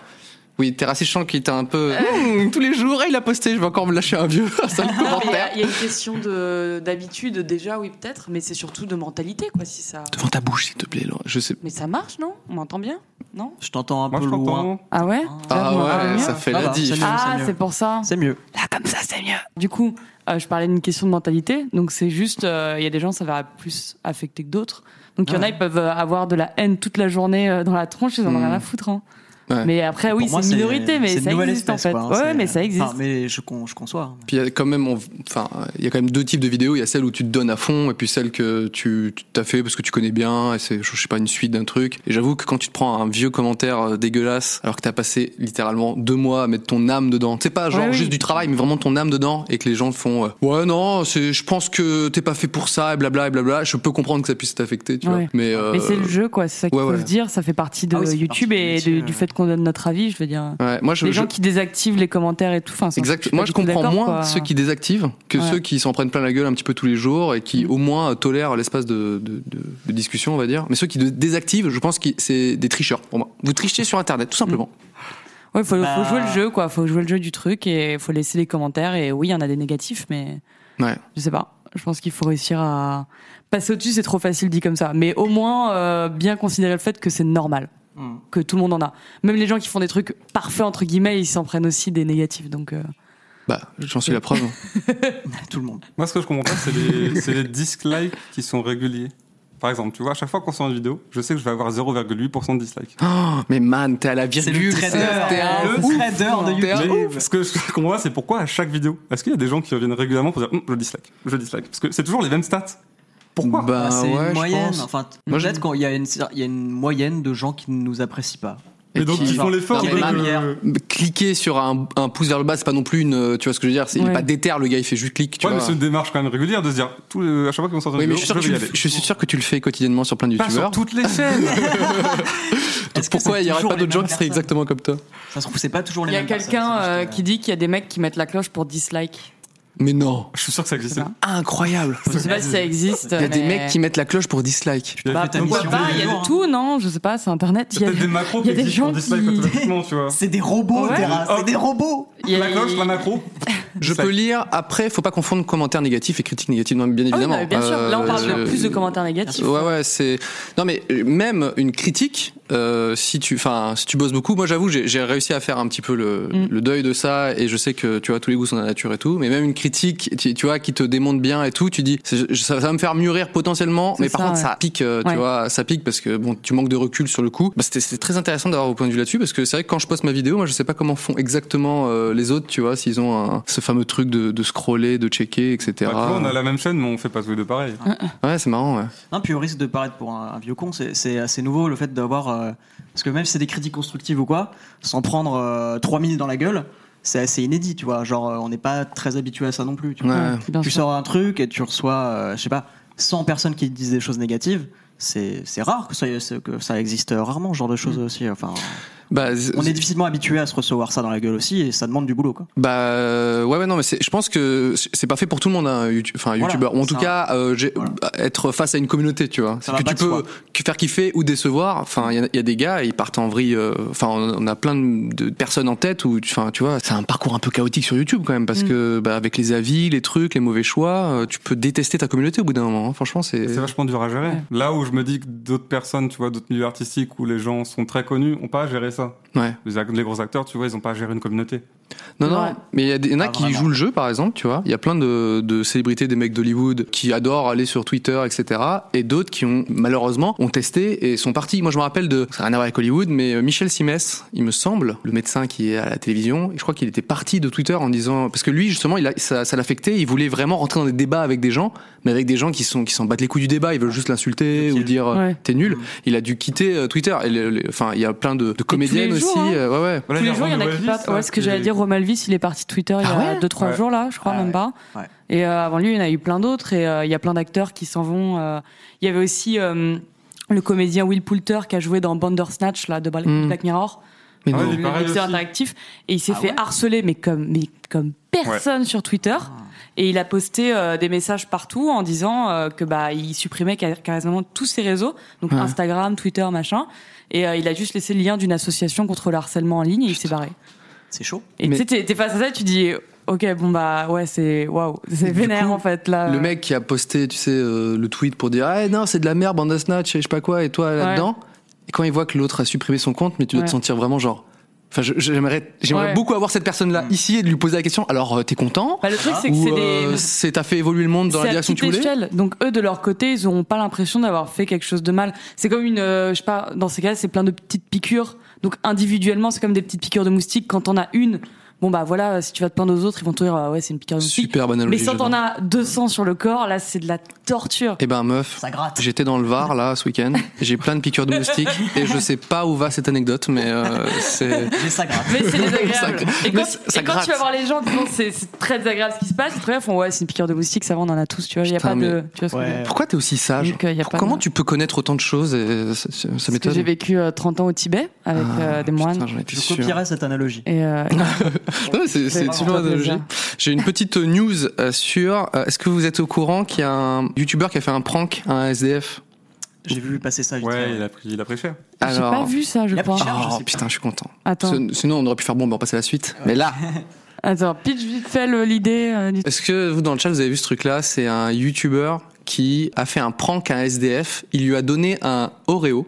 Speaker 3: Oui, Terrasse, je sens qu'il était un peu. Hmm, tous les jours, il a posté, je vais encore me lâcher un vieux, un sale
Speaker 5: Non, mais Ah, il y
Speaker 3: commentaire.
Speaker 5: a- il y, a une question de- d'habitude déjà, oui peut-être, mais c'est surtout de mentalité, quoi, si ça.
Speaker 3: Devant ta bouche, s'il te plaît, Laura. Je sais.
Speaker 5: Mais ça marche, non On m'entend bien Non
Speaker 4: Je t'entends un
Speaker 6: Moi,
Speaker 4: peu
Speaker 6: je
Speaker 4: loin.
Speaker 6: t'entends.
Speaker 5: Ah ouais
Speaker 3: Ah
Speaker 5: Moi,
Speaker 3: ouais,
Speaker 5: mieux.
Speaker 3: ça fait
Speaker 4: Ah
Speaker 3: la
Speaker 4: bah,
Speaker 3: diff.
Speaker 4: c'est mieux,
Speaker 5: Ah,
Speaker 4: c'est mieux.
Speaker 5: c'est pour ça.
Speaker 4: C'est mieux.
Speaker 5: Là, comme ça, c'est mieux. Du coup, euh, je parlais d'une question de mentalité. Donc, c'est juste, euh, il y a des gens, ça va plus affecter que d'autres. Donc, il y en a,
Speaker 4: Ouais.
Speaker 5: ils peuvent euh, avoir de la haine toute la journée euh, dans la tronche, ils en ont
Speaker 3: Hmm.
Speaker 5: rien à foutre. hein.
Speaker 3: Ouais.
Speaker 5: Mais après, oui,
Speaker 4: Pour moi,
Speaker 5: c'est une minorité, mais
Speaker 4: Ah c'est une
Speaker 5: ça
Speaker 4: nouvelle
Speaker 5: existe en
Speaker 4: espèce,
Speaker 5: fait.
Speaker 4: quoi, hein,
Speaker 5: ouais,
Speaker 4: c'est-
Speaker 5: mais ça existe.
Speaker 4: Enfin, mais je, con- je conçois. hein,
Speaker 3: Puis il y a quand même, on- enfin, il y a quand même deux types de vidéos. Il y a celle où tu te donnes à fond, et puis celle que tu tu t'as fait parce que tu connais bien, et c'est, je sais pas, une suite d'un truc. Et j'avoue que quand tu te prends un vieux commentaire euh, dégueulasse, alors que t'as passé littéralement deux mois à mettre ton âme dedans. C'est pas genre
Speaker 5: Ouais, oui.
Speaker 3: juste du travail, mais vraiment ton âme dedans, et que les gens font, euh, ouais non, c'est, je pense que t'es pas fait pour ça, et blabla, et blabla. Je peux comprendre que ça puisse t'affecter, tu vois.
Speaker 5: Ouais.
Speaker 3: Mais, euh,
Speaker 5: Mais c'est le jeu, quoi. C'est ça qu'il
Speaker 3: ouais,
Speaker 5: faut
Speaker 3: ouais.
Speaker 5: se dire. Ça fait partie de
Speaker 4: Ah oui, ça fait partie
Speaker 5: YouTube
Speaker 4: du
Speaker 5: et
Speaker 4: métier,
Speaker 5: de-
Speaker 4: ouais.
Speaker 5: du fait qu'on donne notre avis. Je veux dire,
Speaker 3: ouais, moi je,
Speaker 5: les
Speaker 3: je-
Speaker 5: gens qui désactivent les commentaires et tout. Enfin, ça, suis
Speaker 3: Exact.
Speaker 5: pas
Speaker 3: Moi,
Speaker 5: du
Speaker 3: je
Speaker 5: tout
Speaker 3: comprends
Speaker 5: d'accord,
Speaker 3: moins
Speaker 5: quoi.
Speaker 3: ceux qui désactivent que
Speaker 5: Ouais.
Speaker 3: ceux qui s'en prennent plein la gueule un petit peu tous les jours et qui, au moins, tolèrent l'espace de, de- de- de discussion, on va dire. Mais ceux qui dé- désactivent, je pense que c'est des tricheurs pour moi. Vous trichez sur Internet, tout simplement.
Speaker 5: Ouais, faut,
Speaker 4: Bah-
Speaker 5: faut jouer le jeu, quoi. Faut jouer le jeu du truc et faut laisser les commentaires. Et oui, il y en a des négatifs, mais
Speaker 3: Mm. Ouais.
Speaker 5: je sais pas. Je pense qu'il faut réussir à passer au-dessus. C'est trop facile dit comme ça, mais au moins euh, bien considérer le fait que c'est normal,
Speaker 4: Mm.
Speaker 5: que tout le monde en a. Même les gens qui font des trucs parfaits entre guillemets, ils s'en prennent aussi des négatifs. Donc euh,
Speaker 3: Bah, j'en suis la preuve.
Speaker 4: Tout le monde.
Speaker 6: Moi, ce que je comprends pas, c'est les, c'est les dislikes qui sont réguliers. Par exemple, tu vois, à chaque fois qu'on sort une vidéo, je sais que je vais avoir 0,8% de dislikes.
Speaker 3: Oh, mais man, t'es à la
Speaker 4: C'est le
Speaker 3: virgule.
Speaker 4: trader.
Speaker 3: t'es un
Speaker 4: Le
Speaker 3: ouf.
Speaker 4: trader de
Speaker 3: T'es un
Speaker 4: YouTube.
Speaker 6: Mais ce que je comprends pas, c'est pourquoi à chaque vidéo, est-ce qu'il y a des gens qui reviennent régulièrement pour dire Hum, je dislike, je dislike Parce que c'est toujours les mêmes stats. Pourquoi
Speaker 3: Bah,
Speaker 4: Ah, c'est
Speaker 3: ouais,
Speaker 4: une
Speaker 3: je
Speaker 4: moyenne.
Speaker 3: pense.
Speaker 4: Enfin,
Speaker 3: Moi,
Speaker 4: peut-être qu'il y, a une- il y a une moyenne de gens qui ne nous apprécient pas.
Speaker 3: Et
Speaker 6: Et donc,
Speaker 3: qui-
Speaker 6: ils font l'effort
Speaker 4: qui
Speaker 6: de.
Speaker 4: régulière.
Speaker 3: euh,
Speaker 6: Ouais,
Speaker 3: Cliquer sur un, un pouce vers le bas, c'est pas non plus une. Tu vois ce que je veux dire c'est, Il est
Speaker 5: Ouais.
Speaker 3: pas déter, le gars, il fait juste clic. Tu
Speaker 6: mais
Speaker 3: vois.
Speaker 6: c'est une démarche quand même régulière de se dire tout, à chaque fois qu'on sort une
Speaker 3: Oui, mais
Speaker 6: vidéo,
Speaker 3: je suis, sûr que
Speaker 6: je
Speaker 3: tu
Speaker 6: vais y
Speaker 3: le
Speaker 6: aller.
Speaker 3: fais- je suis sûr que tu le fais quotidiennement sur plein de
Speaker 6: Pas sur
Speaker 3: youtubeurs.
Speaker 6: toutes les chaînes
Speaker 4: Est-ce que
Speaker 3: Pourquoi
Speaker 4: c'est
Speaker 3: il y aurait
Speaker 4: toujours
Speaker 3: pas
Speaker 4: les
Speaker 3: d'autres gens
Speaker 4: mêmes
Speaker 3: qui seraient
Speaker 4: personnes
Speaker 3: exactement comme toi
Speaker 4: Ça se trouve, c'est pas toujours les
Speaker 5: il y a
Speaker 4: mêmes
Speaker 5: quelqu'un
Speaker 4: personnes, c'est
Speaker 5: euh,
Speaker 4: juste,
Speaker 5: qui dit qu'il y a des mecs qui mettent la cloche pour dislike.
Speaker 3: Mais non.
Speaker 6: Je suis sûr que ça existe.
Speaker 5: C'est ça.
Speaker 3: Incroyable.
Speaker 5: Je sais pas si ça existe.
Speaker 3: Il y a des
Speaker 5: mais-
Speaker 3: mecs qui mettent la cloche pour dislike.
Speaker 6: Il y a
Speaker 4: Bah,
Speaker 6: peut-être
Speaker 4: t'as mis
Speaker 5: Pourquoi
Speaker 4: sur
Speaker 5: pas
Speaker 4: tous les
Speaker 5: Il y a
Speaker 4: jours,
Speaker 5: de tout, non Je sais pas. C'est Internet. Il y a-
Speaker 6: peut-être des macros
Speaker 5: il y
Speaker 6: qui
Speaker 5: a des
Speaker 6: existent pour
Speaker 5: gens
Speaker 6: dislike
Speaker 5: qui-
Speaker 6: automatiquement, tu vois.
Speaker 4: C'est des robots,
Speaker 5: Ouais.
Speaker 4: Terra,
Speaker 6: Hop.
Speaker 4: c'est des robots.
Speaker 5: il y a-
Speaker 6: La cloche, la macro.
Speaker 3: Je peux lire après, faut pas confondre commentaires négatifs et critiques négatives, non, mais bien
Speaker 5: Ah oui,
Speaker 3: évidemment.
Speaker 5: bah, bien sûr. Là, on parle
Speaker 3: Euh,
Speaker 5: de plus de commentaires négatifs.
Speaker 3: Ouais ouais c'est non mais euh, même une critique euh, si tu enfin si tu bosses beaucoup moi j'avoue j'ai j'ai réussi à faire un petit peu le,
Speaker 5: Mm.
Speaker 3: le deuil de ça et je sais que tu vois tous les goûts sont la nature et tout mais même une critique tu, tu vois qui te démonte bien et tout tu dis c'est- ça, ça va me faire mûrir potentiellement
Speaker 5: C'est
Speaker 3: mais par
Speaker 5: ça,
Speaker 3: contre
Speaker 5: ouais.
Speaker 3: ça pique euh, tu
Speaker 5: Ouais.
Speaker 3: vois ça pique parce que bon tu manques de recul sur le coup bah, c'était c'était très intéressant d'avoir vos points de vue là-dessus parce que c'est vrai que quand je poste ma vidéo moi je sais pas comment font exactement euh, les autres tu vois s'ils ont un- ce fameux truc de, de scroller de checker etc
Speaker 6: Bah, tu vois, on a la même chaîne, mais on fait pas tous les deux pareil.
Speaker 5: Ah.
Speaker 3: ouais c'est marrant ouais.
Speaker 4: Non, puis au risque de paraître pour un, un vieux con, c'est- c'est assez nouveau le fait d'avoir. euh, parce que même si c'est des critiques constructives ou quoi, s'en prendre euh, trois minutes dans la gueule, c'est assez inédit, tu vois. Genre, euh, on n'est pas très habitué à ça non plus. Tu, vois.
Speaker 3: Ouais.
Speaker 5: Bien
Speaker 4: tu
Speaker 5: sûr.
Speaker 4: sors un truc et tu reçois, euh, je sais pas, 100 personnes qui te disent des choses négatives. C'est c'est rare que ça, que ça existe rarement, ce genre de
Speaker 5: Mm.
Speaker 4: choses aussi. Enfin,
Speaker 3: Bah, z-
Speaker 4: on est difficilement habitué à se recevoir ça dans la gueule aussi, et ça demande du boulot, quoi.
Speaker 3: Bah euh, ouais ouais non mais c'est- je pense que c'est- c'est pas fait pour tout le monde un YouTube, enfin un
Speaker 4: Voilà,
Speaker 3: youtubeur ou en
Speaker 4: c'est
Speaker 3: tout
Speaker 4: un-
Speaker 3: cas euh, j'ai-
Speaker 4: voilà.
Speaker 3: être face à une communauté tu vois
Speaker 4: Ça
Speaker 3: que
Speaker 4: va
Speaker 3: tu
Speaker 4: pas de
Speaker 3: peux
Speaker 4: soi.
Speaker 3: que- faire kiffer ou décevoir enfin il y, a- il y a des gars ils partent en vrille euh, enfin on on a plein de, de personnes en tête ou enfin tu vois c'est un parcours un peu chaotique sur YouTube quand même parce
Speaker 5: Mm.
Speaker 3: que bah, avec les avis les trucs les mauvais choix euh, tu peux détester ta communauté au bout d'un moment hein. franchement c'est
Speaker 6: C'est vachement dur à gérer.
Speaker 5: Ouais.
Speaker 6: Là où je me dis que d'autres personnes, tu vois, d'autres milieux artistiques où les gens sont très connus, ont pas à gérer ça.
Speaker 3: ouais
Speaker 6: Les, ac- les gros acteurs, tu vois, ils ont pas à gérer une communauté.
Speaker 3: Non, non,
Speaker 5: Ouais.
Speaker 3: mais il y, a des- il y en a
Speaker 4: Pas
Speaker 3: qui
Speaker 4: Ah, vraiment.
Speaker 3: jouent le jeu, par exemple, tu vois. Il y a plein de, de célébrités, des mecs d'Hollywood qui adorent aller sur Twitter, etc. Et d'autres qui ont, malheureusement, ont testé et sont partis. Moi, je me rappelle de, ça n'a rien à voir avec Hollywood, mais euh, Michel Simès, il me semble, le médecin qui est à la télévision, et je crois qu'il était parti de Twitter en disant, parce que lui, justement, il a, ça, ça l'affectait, il voulait vraiment rentrer dans des débats avec des gens, mais avec des gens qui sont, qui s'en battent les couilles du débat, ils veulent juste l'insulter
Speaker 4: Ok.
Speaker 3: ou dire, euh,
Speaker 5: Ouais.
Speaker 3: t'es nul.
Speaker 4: Mm.
Speaker 3: Il a dû quitter euh, Twitter. Et le- le- Enfin, il y a plein de, de comédiennes
Speaker 5: jours,
Speaker 3: aussi,
Speaker 5: hein.
Speaker 3: euh, ouais, ouais.
Speaker 6: Voilà,
Speaker 5: Tous les
Speaker 6: il y a
Speaker 5: jours, il y en a
Speaker 6: Romain
Speaker 5: qui
Speaker 6: Elvis,
Speaker 5: partent.
Speaker 6: là,
Speaker 5: Ouais, ce que
Speaker 6: qui-
Speaker 5: j'allais dire, Romalvis, il est parti de Twitter il y
Speaker 3: Ah
Speaker 5: a
Speaker 3: ouais
Speaker 5: 2-3
Speaker 6: Ouais.
Speaker 5: jours, là, je crois,
Speaker 4: Ah
Speaker 5: même
Speaker 4: ouais.
Speaker 5: pas.
Speaker 4: Ouais.
Speaker 5: Et euh, avant lui, il y en a eu plein d'autres. Et euh, il y a plein d'acteurs qui s'en vont. euh. Il y avait aussi euh, le comédien Will Poulter qui a joué dans Bandersnatch, là, de Bla-
Speaker 3: Mm.
Speaker 5: Black Mirror.
Speaker 3: Mais
Speaker 6: Ah
Speaker 3: non.
Speaker 6: ouais, il est pareil
Speaker 5: le
Speaker 6: aussi.
Speaker 5: interactif. Et il s'est
Speaker 4: Ah
Speaker 5: fait
Speaker 4: ouais
Speaker 5: harceler, mais comme, mais comme personne sur Twitter.
Speaker 4: Ah.
Speaker 5: Et il a posté euh, des messages partout en disant euh, que bah il supprimait ca- carrément tous ses réseaux, donc
Speaker 3: Ouais.
Speaker 5: Instagram, Twitter, machin. Et euh, il a juste laissé le lien d'une association contre le harcèlement en ligne et il s'est barré.
Speaker 4: C'est chaud.
Speaker 5: Et
Speaker 3: Mais-
Speaker 5: tu sais, t'es- t'es face à ça, tu dis, ok, bon bah ouais, c'est waouh, c'est
Speaker 3: Et du
Speaker 5: vénère
Speaker 3: coup,
Speaker 5: en fait là.
Speaker 3: Le mec qui euh, eh, a posté, tu sais, euh, le tweet pour dire Ah non, c'est de la merde, bande à snatch, et je sais pas quoi, et toi là-dedans. Et quand ils voient que l'autre a supprimé son compte, mais tu dois
Speaker 5: Ouais.
Speaker 3: te sentir vraiment genre. Enfin, je- j'aimerais, j'aimerais
Speaker 5: Ouais.
Speaker 3: beaucoup avoir cette personne-là
Speaker 4: Mm.
Speaker 3: ici et de lui poser la question. Alors, euh, t'es content
Speaker 5: Bah, le truc, c'est que
Speaker 3: Ou
Speaker 5: c'est
Speaker 3: euh,
Speaker 5: des.
Speaker 3: c'est- t'as fait évoluer le monde dans
Speaker 5: c'est
Speaker 3: la
Speaker 5: à
Speaker 3: direction que tu
Speaker 5: petite
Speaker 3: voulais
Speaker 5: échelle. Donc eux de leur côté, ils n'auront pas l'impression d'avoir fait quelque chose de mal. C'est comme une, euh, je sais pas, dans ces cas-là, c'est plein de petites piqûres. Donc individuellement, c'est comme des petites piqûres de moustiques. Quand on a une, bon bah voilà, si tu vas te plaindre aux autres, ils vont te dire ah ouais c'est une piqûre de moustique.
Speaker 3: Super banal.
Speaker 5: Mais si t'en as 200 sur le corps, là c'est de la torture.
Speaker 3: Eh ben meuf,
Speaker 4: Ça gratte.
Speaker 3: j'étais dans le Var là ce week-end. J'ai plein de piqûres de moustiques et je sais pas où va cette anecdote, mais euh, c'est.
Speaker 4: J'ai ça grave.
Speaker 5: Mais c'est désagréable.
Speaker 3: Ça-
Speaker 5: et quand,
Speaker 3: mais ça- ça
Speaker 5: et quand
Speaker 3: gratte.
Speaker 5: tu vas voir les gens, qui disent, c'est c'est très désagréable ce qui se passe. Ils te regardent, ils font ouais c'est une piqûre de moustique, ça va, on en a tous. Tu vois, il y a
Speaker 3: Putain,
Speaker 5: pas
Speaker 3: mais-
Speaker 5: de. Tu vois ce que je veux dire
Speaker 4: Ouais.
Speaker 3: Pourquoi t'es aussi sage
Speaker 5: Donc, euh, y a pas
Speaker 3: Comment
Speaker 5: de-
Speaker 3: tu peux connaître autant de choses et ça- ça- Ça
Speaker 5: Parce que
Speaker 3: m'étonne.
Speaker 5: j'ai vécu euh, 30 ans au Tibet avec
Speaker 3: Ah,
Speaker 5: euh, des moines.
Speaker 3: Putain, j'en étais
Speaker 4: Je
Speaker 3: sûr.
Speaker 4: copierais cette analogie.
Speaker 5: Et, euh,
Speaker 3: Ouais, c'est c'est
Speaker 5: C'est
Speaker 3: une super
Speaker 5: vraiment
Speaker 3: analogie.
Speaker 5: plaisir.
Speaker 3: J'ai une petite news euh, sur. euh, Est-ce que vous êtes au courant qu'il y a un youtubeur qui a fait un prank à un SDF
Speaker 4: J'ai vu passer ça vite.
Speaker 6: Ouais,
Speaker 4: fait.
Speaker 6: il a pris, il a pris cher.
Speaker 5: J'ai pas vu ça, je
Speaker 4: La
Speaker 5: crois. Ah,
Speaker 4: piqûre. je
Speaker 3: Oh
Speaker 4: sais
Speaker 3: putain, je suis content.
Speaker 5: Attends,
Speaker 3: Ce- Sinon, on aurait pu faire bon, ben, on passe à la suite. Mais là,
Speaker 5: attends, pitch vite fait le- l'idée. euh, du-
Speaker 3: Est-ce que vous dans le chat vous avez vu ce truc là C'est un youtubeur qui a fait un prank à un SDF. Il lui a donné un Oreo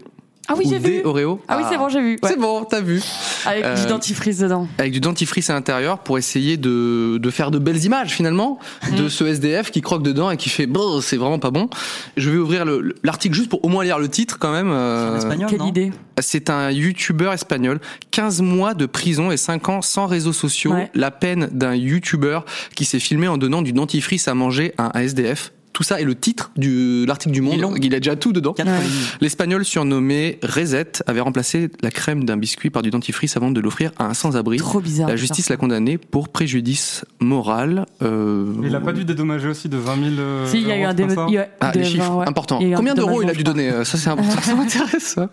Speaker 5: Ah oui,
Speaker 3: ou
Speaker 5: j'ai
Speaker 3: des
Speaker 5: vu.
Speaker 3: Oreo.
Speaker 5: Ah oui, c'est bon, j'ai vu. ouais.
Speaker 3: C'est bon, t'as vu.
Speaker 5: Avec
Speaker 3: Euh,
Speaker 5: du dentifrice dedans.
Speaker 3: Avec du dentifrice à l'intérieur pour essayer de, de faire de belles images finalement
Speaker 4: Mm.
Speaker 3: de ce SDF qui croque dedans et qui fait brr, c'est vraiment pas bon. Je vais ouvrir le- l'article juste pour au moins lire le titre quand même.
Speaker 4: C'est en
Speaker 3: euh,
Speaker 4: espagnol,
Speaker 5: Quelle
Speaker 4: non
Speaker 5: idée.
Speaker 3: C'est un youtubeur espagnol. 15 mois de prison et 5 ans sans réseaux sociaux.
Speaker 5: Ouais.
Speaker 3: La peine d'un youtubeur qui s'est filmé en donnant du dentifrice à manger à un SDF. Tout ça est le titre de l'article du
Speaker 4: long.
Speaker 3: Monde. Il a déjà tout dedans.
Speaker 4: Quatre
Speaker 5: Ouais.
Speaker 4: lignes.
Speaker 3: L'espagnol surnommé Rezette avait remplacé la crème d'un biscuit par du dentifrice avant de l'offrir à un sans-abri.
Speaker 5: Trop bizarre.
Speaker 3: La
Speaker 5: de faire
Speaker 3: justice
Speaker 5: ça.
Speaker 3: l'a condamné pour préjudice moral. Euh...
Speaker 6: Mais il a pas dû dédommager aussi de 20 000. euh,
Speaker 5: Si, il y a eu
Speaker 6: euros,
Speaker 5: un
Speaker 6: je pense,
Speaker 5: débat.
Speaker 6: hein.
Speaker 5: il y a-
Speaker 3: Ah,
Speaker 5: de-
Speaker 3: les chiffres,
Speaker 5: ben, ouais.
Speaker 3: important.
Speaker 5: Il y a eu un
Speaker 3: Combien d'euros il a
Speaker 5: dommage,
Speaker 3: dû
Speaker 5: je crois.
Speaker 3: donner euh, Ça, c'est important, ça m'intéresse. ça.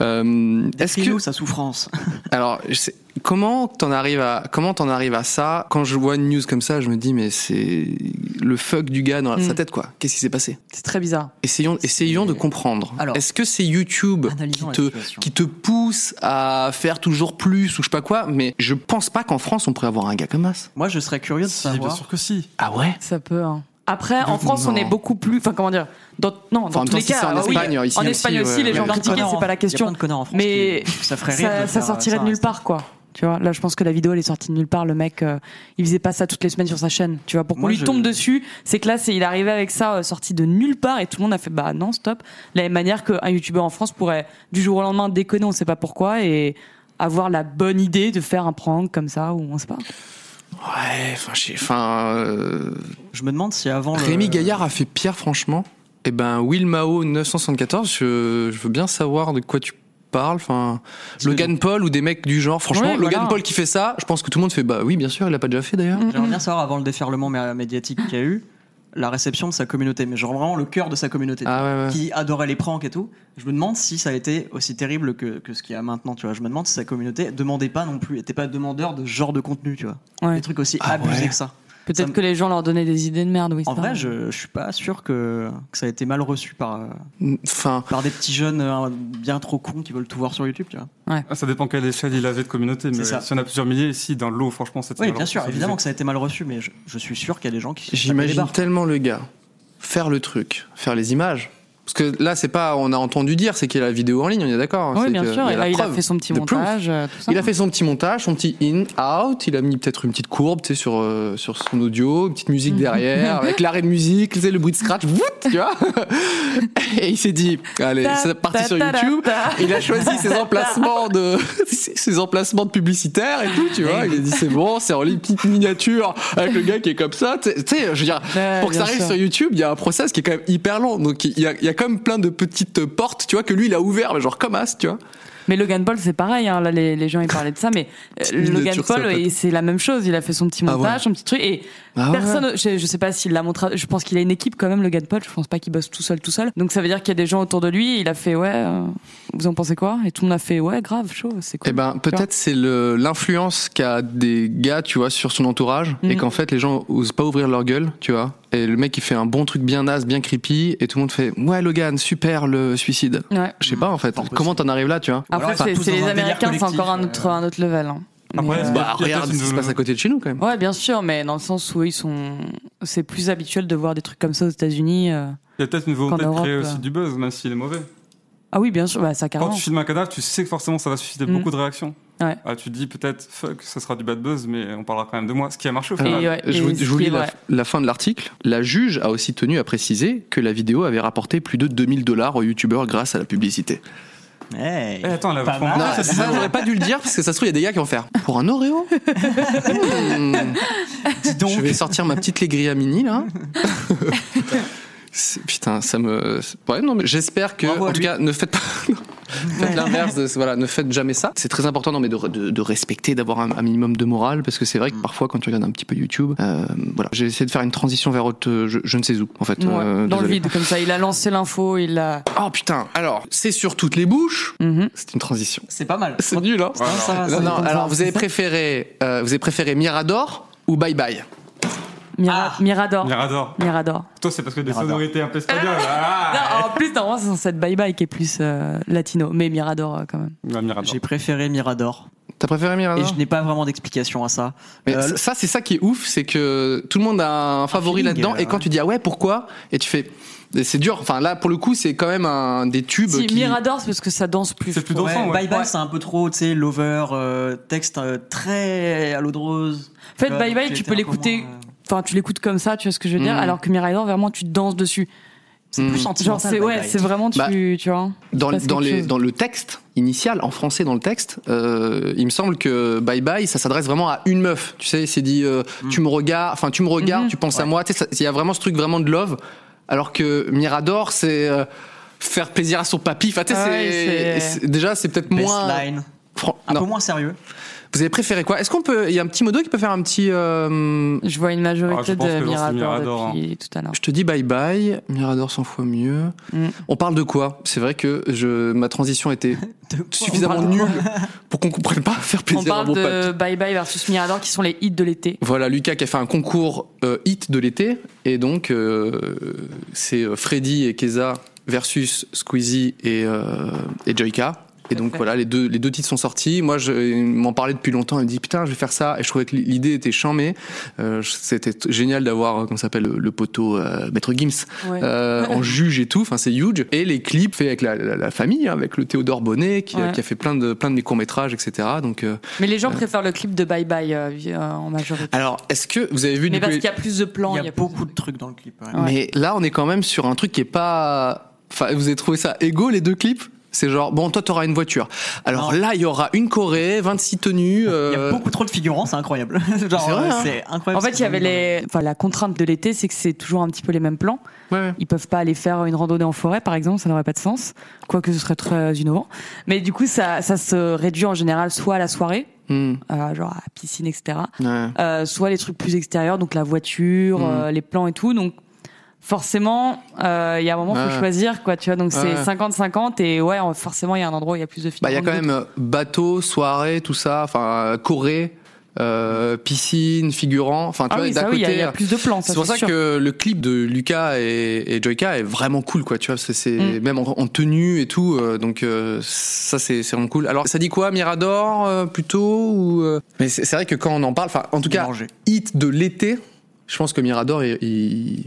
Speaker 3: Euh, Est-ce que
Speaker 4: Décris-nous sa souffrance
Speaker 5: Bah,
Speaker 3: Alors, je sais- comment t'en arrives à comment t'en arrives à ça Quand je vois une news comme ça, je me dis mais c'est le fuck du gars dans
Speaker 5: Mm.
Speaker 3: sa tête quoi. Qu'est-ce qui s'est passé
Speaker 5: C'est très bizarre.
Speaker 3: Essayons essayons de comprendre.
Speaker 4: Alors-
Speaker 3: Est-ce que c'est YouTube
Speaker 4: Analysons la
Speaker 3: qui te
Speaker 4: situation.
Speaker 3: qui te pousse à faire toujours plus ou je sais pas quoi Mais je pense pas qu'en France on pourrait avoir un gars comme ça.
Speaker 4: Moi, je serais curieux de
Speaker 6: Si, bien
Speaker 4: savoir.
Speaker 6: sûr que si.
Speaker 3: Ah ouais
Speaker 5: Ça peut. hein. Après, en
Speaker 3: Non.
Speaker 5: France, on est beaucoup plus. Enfin, comment dire dans, Non,
Speaker 3: en
Speaker 5: dans
Speaker 3: même
Speaker 5: tous
Speaker 3: temps,
Speaker 5: les
Speaker 3: si
Speaker 5: cas.
Speaker 3: c'est en
Speaker 5: ah oui,
Speaker 3: Espagne, ici
Speaker 5: en
Speaker 3: aussi,
Speaker 5: Espagne aussi,
Speaker 3: ouais, ouais.
Speaker 5: les gens
Speaker 4: Il y a plein de
Speaker 5: critiquaient,
Speaker 4: connards
Speaker 5: c'est
Speaker 4: en-
Speaker 5: pas la
Speaker 4: Il y a plein
Speaker 5: question.
Speaker 4: de connards en France
Speaker 5: Mais
Speaker 4: qui- ça ferait rire.
Speaker 5: ça,
Speaker 4: de
Speaker 5: ça
Speaker 4: faire euh,
Speaker 5: sortirait
Speaker 4: ça,
Speaker 5: de nulle
Speaker 4: ça.
Speaker 5: part, quoi. Tu vois, là, je pense que la vidéo, elle est sortie de nulle part. Le mec, euh, il faisait pas ça toutes les semaines sur sa chaîne. Tu vois, pour qu'on
Speaker 4: Moi,
Speaker 5: lui
Speaker 4: je-
Speaker 5: tombe dessus, c'est que là, c'est, il arrivait avec ça euh, sorti de nulle part et tout le monde a fait, bah non, stop. De la même manière qu'un youtubeur en France pourrait, du jour au lendemain, déconner, on sait pas pourquoi, et avoir la bonne idée de faire un prank comme ça, ou on sait pas.
Speaker 3: Ouais, enfin je sais- enfin euh,
Speaker 4: Je me demande si avant. le-
Speaker 3: Rémi Gaillard a fait pire franchement. Eh ben Will Mao 974, je, je veux bien savoir de quoi tu parles. Enfin,
Speaker 4: Dis-le
Speaker 3: Logan Paul ou des mecs du genre. Franchement,
Speaker 5: Ouais,
Speaker 3: Logan
Speaker 5: voilà. Mm.
Speaker 3: Paul qui fait ça, je pense que tout le monde fait bah oui, bien sûr, il l'a pas déjà fait d'ailleurs.
Speaker 4: J'aimerais bien savoir, avant le déferlement mé- médiatique qu'il y a eu, la réception de sa communauté. Mais genre vraiment le cœur de sa communauté.
Speaker 3: Ah ouais, ouais.
Speaker 4: qui adorait les pranks et tout. Je me demande si ça a été aussi terrible que, que ce qu'il y a maintenant, tu vois. Je me demande si sa communauté demandait pas non plus, était pas demandeur de ce genre de contenu, tu vois.
Speaker 5: Ouais.
Speaker 4: Des trucs aussi
Speaker 3: Ah
Speaker 4: abusés
Speaker 3: ouais.
Speaker 4: que ça.
Speaker 5: Peut-être
Speaker 4: Ça me-
Speaker 5: que les gens leur donnaient des idées de merde, oui.
Speaker 4: En
Speaker 5: ça.
Speaker 4: vrai, je, je suis pas sûr que, que ça a été mal reçu par, euh,
Speaker 3: Mm, Enfin,
Speaker 4: par des petits jeunes euh, bien trop cons qui veulent tout voir sur YouTube, tu vois.
Speaker 6: Ah, Ça dépend quelle échelle il avait de communauté, mais
Speaker 4: C'est ça.
Speaker 6: si on a plusieurs milliers, si dans l'eau, franchement, c'est
Speaker 4: Oui,
Speaker 6: alors,
Speaker 4: bien sûr,
Speaker 6: ça
Speaker 4: évidemment
Speaker 6: faisait-
Speaker 4: que ça a été mal reçu, mais je, je suis sûr qu'il y a des gens qui. se tapaient les
Speaker 3: j'imagine
Speaker 4: barres.
Speaker 3: tellement le gars faire le truc, faire les images. Parce que là, c'est pas, on a entendu dire, c'est qu'il y a la vidéo en ligne, on est d'accord. hein,
Speaker 5: Oui,
Speaker 3: c'est
Speaker 5: bien
Speaker 3: que
Speaker 5: sûr.
Speaker 3: il y a
Speaker 5: Et
Speaker 3: la
Speaker 5: là, il a
Speaker 3: preuve,
Speaker 5: fait son petit
Speaker 3: the proof.
Speaker 5: montage. euh, tout ça.
Speaker 3: Il a fait son petit montage, son petit in, out. Il a mis peut-être une petite courbe, tu sais, sur, euh, sur son audio, une petite
Speaker 5: Mhm.
Speaker 3: musique derrière, avec l'arrêt de musique, tu sais, le bruit de scratch, voûte, tu vois. Et il s'est dit, allez,
Speaker 5: Ta-
Speaker 3: c'est parti
Speaker 5: ta-
Speaker 3: sur
Speaker 5: ta- ta-
Speaker 3: YouTube.
Speaker 5: ta.
Speaker 3: Il a choisi ses emplacements de, ses emplacements de publicitaires et tout, tu vois. Il a dit, c'est bon, c'est en ligne, petite miniature avec le gars qui est comme ça. Tu sais- tu sais, je veux dire,
Speaker 5: Ouais,
Speaker 3: pour que ça
Speaker 5: bien
Speaker 3: arrive
Speaker 5: sûr.
Speaker 3: sur YouTube, il y a un process qui est quand même hyper long. Donc, il y a, il y a quand même plein de petites portes, tu vois, que lui, il a ouvert, mais genre comme as, tu vois.
Speaker 5: Mais Logan Paul, c'est pareil. hein, là, les, les gens ils parlaient de ça, mais euh,
Speaker 3: Petite
Speaker 5: Logan
Speaker 3: miniature, ça,
Speaker 5: Paul,
Speaker 3: peut-être.
Speaker 5: et c'est la même chose. Il a fait son petit
Speaker 3: Ah
Speaker 5: montage,
Speaker 3: ouais.
Speaker 5: son petit truc, et
Speaker 3: Ah ouais.
Speaker 5: personne. Je, je sais pas s'il l'a montré. Je pense qu'il a une équipe quand même, Logan Paul. Je pense pas qu'il bosse tout seul, tout seul. Donc ça veut dire qu'il y a des gens autour de lui. et il a fait ouais. euh, vous en pensez quoi Et tout le monde a fait ouais, grave, chaud. C'est cool.
Speaker 3: Eh ben, peut-être c'est le- l'influence qu'a des gars, tu vois, sur son entourage, et
Speaker 5: Mhm.
Speaker 3: qu'en fait les gens osent pas ouvrir leur gueule, tu vois. Et le mec il fait un bon truc bien naze, bien creepy, et tout le monde fait ouais Logan, super le suicide.
Speaker 5: Ouais.
Speaker 3: Je sais pas en fait,
Speaker 4: Pas possible.
Speaker 3: comment t'en arrives là, tu vois
Speaker 4: Ou alors,
Speaker 5: Après,
Speaker 4: ils sont
Speaker 5: c'est-
Speaker 4: tous
Speaker 5: c'est
Speaker 4: dans
Speaker 5: les
Speaker 4: un délire
Speaker 5: Américains, c'est
Speaker 4: collectif,
Speaker 5: encore un autre,
Speaker 4: euh.
Speaker 5: un autre level. hein. Mais,
Speaker 6: Après,
Speaker 5: euh,
Speaker 6: c'est-
Speaker 3: Bah
Speaker 6: Il y a
Speaker 3: regarde
Speaker 6: peut-être
Speaker 3: ce qui
Speaker 6: une-
Speaker 3: se passe à côté de chez nous quand même.
Speaker 5: Ouais, bien sûr, mais dans le sens où ils sont, c'est plus habituel de voir des trucs comme ça aux États-Unis. euh.
Speaker 6: Il y a peut-être une volonté
Speaker 5: Qu'en
Speaker 6: de créer
Speaker 5: Europe,
Speaker 6: aussi
Speaker 5: euh.
Speaker 6: du buzz, même s'il est mauvais.
Speaker 5: Ah oui, bien sûr, bah, ça
Speaker 6: Quand
Speaker 5: carrément.
Speaker 6: tu filmes un cadavre, tu sais que forcément ça va susciter
Speaker 5: Mm.
Speaker 6: beaucoup de réactions.
Speaker 5: Ouais.
Speaker 6: Ah, tu te dis peut-être, fuck, ça sera du bad buzz, mais on parlera quand même de moi. Ce qui a marché au
Speaker 5: Et
Speaker 6: final.
Speaker 5: ouais,
Speaker 3: je
Speaker 5: et
Speaker 3: vous,
Speaker 5: ce
Speaker 3: je vous
Speaker 5: qui est
Speaker 3: lis la,
Speaker 5: vrai.
Speaker 3: la fin de l'article. La juge a aussi tenu à préciser que la vidéo avait rapporté plus de 2000 dollars aux youtubeurs grâce à la publicité.
Speaker 4: Hey,
Speaker 3: Ah,
Speaker 6: Eh, attends, elle a
Speaker 4: pas
Speaker 6: vraiment-
Speaker 4: mal.
Speaker 3: Non, ça, ça, j'aurais pas dû le dire parce que ça se trouve, il y a des gars qui vont faire. Pour un Oreo Hmm,
Speaker 4: Dis donc.
Speaker 3: Je vais sortir ma petite Legria Mini là. C'est- Putain, ça me. Ouais, non, mais j'espère que.
Speaker 4: Bravo à
Speaker 3: en tout
Speaker 4: lui.
Speaker 3: cas, ne faites pas. Faites l'inverse, de- voilà, ne faites jamais ça. C'est très important non, mais de, de- de respecter, d'avoir un, un minimum de morale, parce que c'est vrai que parfois, quand tu regardes un petit peu YouTube, euh, voilà. J'ai essayé de faire une transition vers autre, je, je ne sais où, en fait.
Speaker 5: Ouais,
Speaker 3: euh,
Speaker 5: dans le
Speaker 3: désolé.
Speaker 5: vide, comme ça. Il a lancé l'info, il a.
Speaker 3: Oh putain, alors, c'est sur toutes les bouches.
Speaker 5: Mhm.
Speaker 3: C'est une transition.
Speaker 4: C'est pas mal.
Speaker 3: C'est nul, hein
Speaker 4: Non, ça va,
Speaker 3: Non,
Speaker 4: ça
Speaker 3: non,
Speaker 4: dépend de
Speaker 3: alors
Speaker 4: ça.
Speaker 3: vous avez préféré, euh, vous avez préféré Mirador ou Bye Bye
Speaker 5: Mira-
Speaker 4: Ah.
Speaker 5: Mirador.
Speaker 6: Mirador.
Speaker 5: Mirador.
Speaker 6: Toi, c'est parce que des
Speaker 4: Mirador.
Speaker 6: sonorités un peu espagnoles. Ah
Speaker 5: Non, en plus, normalement, c'est cette bye bye qui est plus euh, latino, mais Mirador euh, quand même.
Speaker 6: Ouais, Mirador.
Speaker 4: J'ai préféré Mirador.
Speaker 3: T'as préféré
Speaker 4: Et
Speaker 3: Mirador
Speaker 4: je n'ai pas vraiment d'explication à ça.
Speaker 3: Ah Mais
Speaker 4: Euh,
Speaker 3: ça, c'est ça qui est ouf, c'est que tout le monde a un favori
Speaker 4: feeling,
Speaker 3: là-dedans.
Speaker 4: euh,
Speaker 3: et quand
Speaker 4: ouais.
Speaker 3: tu dis ah ouais, pourquoi Et tu fais, et c'est dur. Enfin là, pour le coup, c'est quand même un des tubes
Speaker 5: Si,
Speaker 3: qui.
Speaker 5: Mirador, c'est parce que ça danse plus.
Speaker 6: C'est
Speaker 5: je
Speaker 6: plus
Speaker 5: trouve.
Speaker 6: dansant, ouais.
Speaker 4: Bye bye,
Speaker 5: Ouais.
Speaker 4: c'est un peu trop, tu sais, lover, euh, texte euh, très à l'eau de rose.
Speaker 5: En fait,
Speaker 4: Tu vois,
Speaker 5: Bye
Speaker 4: donc
Speaker 5: Bye,
Speaker 4: j'ai
Speaker 5: tu
Speaker 4: été un
Speaker 5: peux
Speaker 4: peu
Speaker 5: l'écouter.
Speaker 4: moins, euh,
Speaker 5: Enfin, tu l'écoutes comme ça, tu vois ce que je veux dire.
Speaker 3: Mm.
Speaker 5: Alors que Mirador, vraiment, tu danses dessus.
Speaker 4: C'est
Speaker 3: Hmm.
Speaker 4: plus
Speaker 5: Genre,
Speaker 4: sentimental.
Speaker 5: c'est
Speaker 4: Bye
Speaker 5: ouais,
Speaker 4: Bye.
Speaker 5: c'est vraiment tu,
Speaker 3: Bah,
Speaker 5: tu vois. hein.
Speaker 3: Dans,
Speaker 5: il se passe
Speaker 3: dans,
Speaker 5: quelque
Speaker 3: les,
Speaker 5: chose.
Speaker 3: dans le texte initial, en français dans le texte, euh, il me semble que Bye Bye, ça s'adresse vraiment à une meuf. Tu sais, c'est dit euh,
Speaker 4: Mm.
Speaker 3: tu me regardes, enfin tu me regardes,
Speaker 5: Mm-hmm.
Speaker 3: tu penses à moi. Tu sais, ça- il y a vraiment ce truc vraiment de love. Alors que Mirador, c'est euh, faire plaisir à son papy. Enfin, tu sais,
Speaker 5: Ah ouais,
Speaker 3: c'est-
Speaker 5: c'est-
Speaker 3: c'est- déjà c'est peut-être
Speaker 4: Best
Speaker 3: moins.
Speaker 4: line.
Speaker 3: Fran-
Speaker 4: Un
Speaker 3: non.
Speaker 4: peu moins sérieux.
Speaker 3: Vous avez préféré quoi Est-ce qu'on peut Il y a un petit modo qui peut faire un petit. euh,
Speaker 5: Je vois une
Speaker 6: Ah, je
Speaker 5: majorité
Speaker 6: pense que
Speaker 5: de
Speaker 6: genre, c'est
Speaker 5: Mirador,
Speaker 6: Mirador,
Speaker 5: depuis tout à l'heure.
Speaker 3: Je te dis bye bye, Mirador 100 fois mieux.
Speaker 5: Mm.
Speaker 3: On parle de quoi C'est vrai que je, ma transition était
Speaker 4: De quoi
Speaker 3: suffisamment
Speaker 5: parle de
Speaker 3: nulle pour qu'on comprenne pas faire
Speaker 5: On
Speaker 3: plaisir à
Speaker 5: parle
Speaker 3: mon
Speaker 5: de
Speaker 3: papy.
Speaker 5: Bye Bye versus Mirador qui sont les hits de l'été.
Speaker 3: Voilà, Lucas qui a fait un concours euh, hit de l'été. Et donc, euh, c'est euh, Freddy et Keza versus Squeezie et, euh, et Joyka. Et donc
Speaker 5: fait.
Speaker 3: voilà, les deux, les deux titres sont sortis. Moi, je il m'en parlais depuis longtemps. Il me dit putain, je vais faire ça. Et je trouvais que l'idée était chamée. Euh, je- C'était t- génial d'avoir, euh, comment ça s'appelle, le, le poteau euh, Maître Gims
Speaker 5: Ouais.
Speaker 3: euh, en juge et tout. Enfin, c'est huge. Et les clips faits avec la, la- la famille, hein, avec le Théodore Bonnet qui,
Speaker 5: Ouais.
Speaker 3: qui a fait plein de plein de mes courts métrages, etc. Donc, euh,
Speaker 5: Mais les gens préfèrent le clip de Bye Bye euh, vi- euh, en majorité.
Speaker 3: alors, est-ce que vous avez vu
Speaker 5: Mais
Speaker 3: du coup,
Speaker 5: parce
Speaker 3: les-
Speaker 5: qu'il y a plus de plans.
Speaker 4: Il y a
Speaker 5: plus
Speaker 4: beaucoup de trucs dans le clip. ouais.
Speaker 5: Ouais.
Speaker 3: Mais là, on est quand même sur un truc qui est pas. Enfin, vous avez trouvé ça égaux les deux clips C'est genre, bon, toi, t'auras une voiture. Alors
Speaker 4: Non.
Speaker 3: là, il y aura une Corée, 26 tenues.
Speaker 4: Il y
Speaker 3: euh,
Speaker 4: a beaucoup trop de figurants, c'est incroyable. Genre,
Speaker 3: C'est vrai,
Speaker 4: euh,
Speaker 3: hein.
Speaker 4: c'est incroyable.
Speaker 5: En fait, il y avait les. Enfin, la contrainte de l'été, c'est que c'est toujours un petit peu les mêmes plans.
Speaker 3: Ouais, ouais.
Speaker 5: Ils peuvent pas aller faire une randonnée en forêt, par exemple, ça n'aurait pas de sens. Quoique ce serait très innovant. Mais du coup, ça, ça se réduit en général soit à la soirée,
Speaker 3: Hmm,
Speaker 5: euh, genre à la piscine, etc.
Speaker 3: ouais.
Speaker 5: Euh, soit les trucs plus extérieurs, donc la voiture,
Speaker 3: Mhm.
Speaker 5: euh, les plans et tout. Donc forcément, euh, il y a un moment, faut
Speaker 3: Ouais.
Speaker 5: choisir, quoi, tu vois. Donc
Speaker 3: Ouais.
Speaker 5: c'est 50-50 et ouais, on- forcément, il y a un endroit où il y a plus de films.
Speaker 3: Bah, il y a quand même euh, bateau, soirée, tout ça. Enfin, euh, Corée, euh, piscine, figurant. Enfin, tu
Speaker 5: Ah
Speaker 3: vois,
Speaker 5: oui,
Speaker 3: d'un
Speaker 5: ça, oui, il y, a- il y
Speaker 3: côté.
Speaker 5: a plus de plans.
Speaker 3: C'est pour ça
Speaker 5: sûr.
Speaker 3: que le clip de Lucas et, et Joyka est vraiment cool, quoi. Tu vois, c'est- c'est
Speaker 5: Mm.
Speaker 3: même en, en tenue et tout. euh, donc euh, ça, c'est c'est vraiment cool. Alors ça dit quoi, Mirador euh, plutôt ou euh, Mais c'est c'est vrai que quand on en parle, enfin, en tout cas,
Speaker 4: Mélangé.
Speaker 3: hit de l'été. Je pense que Mirador, il, il,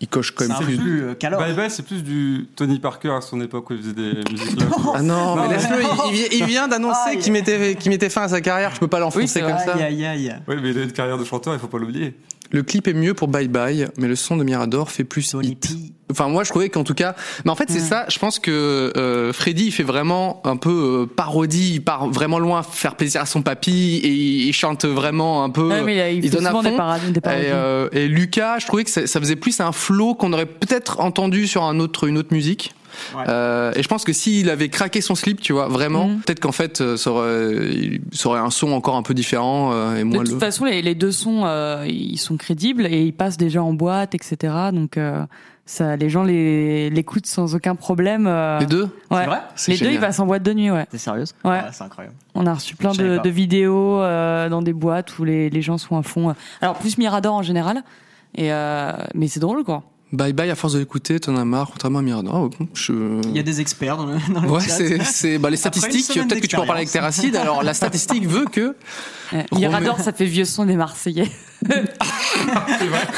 Speaker 3: il coche quand
Speaker 4: C'est
Speaker 3: même
Speaker 4: un
Speaker 3: plus.
Speaker 4: peu plus euh, calore.
Speaker 6: Bye Bye, c'est plus du Tony Parker à son époque où il faisait des musiques. là.
Speaker 3: Ah non, mais
Speaker 6: Non,
Speaker 3: laisse-le. il- Il, vient- il vient d'annoncer
Speaker 4: Aïe.
Speaker 3: qu'il mettait qu'il mettait fin à sa carrière. Je peux pas l'enfoncer
Speaker 5: c'est
Speaker 3: comme ça.
Speaker 4: Aïe, aïe, aïe.
Speaker 6: Oui, mais il a une carrière de chanteur, il faut pas l'oublier.
Speaker 3: Le clip est mieux pour Bye Bye, mais le son de Mirador fait plus
Speaker 4: Tony
Speaker 3: hit.
Speaker 4: P.
Speaker 3: Enfin, moi, je trouvais qu'en tout cas, mais en fait, c'est ça. Je pense que euh, Freddy il fait vraiment un peu euh, parodie. Il part vraiment loin, faire plaisir à son papy, et il, il chante vraiment un peu.
Speaker 5: Ouais, mais il, y a- il
Speaker 3: il
Speaker 5: fait
Speaker 3: donne à
Speaker 5: souvent
Speaker 3: fond.
Speaker 5: des parades, des parades.
Speaker 3: Et, euh, et Lucas, je trouvais que ça, ça faisait plus un flow qu'on aurait peut-être entendu sur un autre, une autre musique.
Speaker 4: Ouais.
Speaker 3: Euh, et je pense que s'il avait craqué son slip, tu vois, vraiment,
Speaker 5: Mhm.
Speaker 3: peut-être qu'en fait, euh, ça aurait, il- ça aurait un son encore un peu différent euh, et
Speaker 5: de
Speaker 3: moins
Speaker 5: toute
Speaker 3: le.
Speaker 5: façon, les, les deux sons, euh, ils sont crédibles et ils passent déjà en boîte, etc. Donc, euh, ça, les gens les- l'écoutent sans aucun problème. euh,
Speaker 3: Les deux.
Speaker 5: ouais.
Speaker 4: C'est vrai
Speaker 3: C'est
Speaker 5: Les deux,
Speaker 3: génial.
Speaker 5: ils passent en boîte de nuit, ouais.
Speaker 4: T'es sérieuse
Speaker 5: Ouais.
Speaker 4: Ah, C'est incroyable.
Speaker 5: On a reçu plein
Speaker 4: Je savais
Speaker 5: de,
Speaker 4: pas.
Speaker 5: de vidéos euh, dans des boîtes où les, les gens sont à fond. euh. Alors plus Mirador en général. Et euh, mais c'est drôle quoi.
Speaker 3: Bye bye, à force de l'écouter, t'en as marre, contrairement à Miranda. Ah, ok, je...
Speaker 4: Il y a des experts dans le, dans le
Speaker 3: Ouais,
Speaker 4: chat.
Speaker 3: c'est, c'est- bah, les
Speaker 4: Après une
Speaker 3: statistiques,
Speaker 4: semaine
Speaker 3: peut-être que tu peux en parler avec Terracide. Alors, la statistique veut que.
Speaker 5: Ouais.
Speaker 3: Romain-
Speaker 5: Euh, Mirador, ça fait vieux son des Marseillais.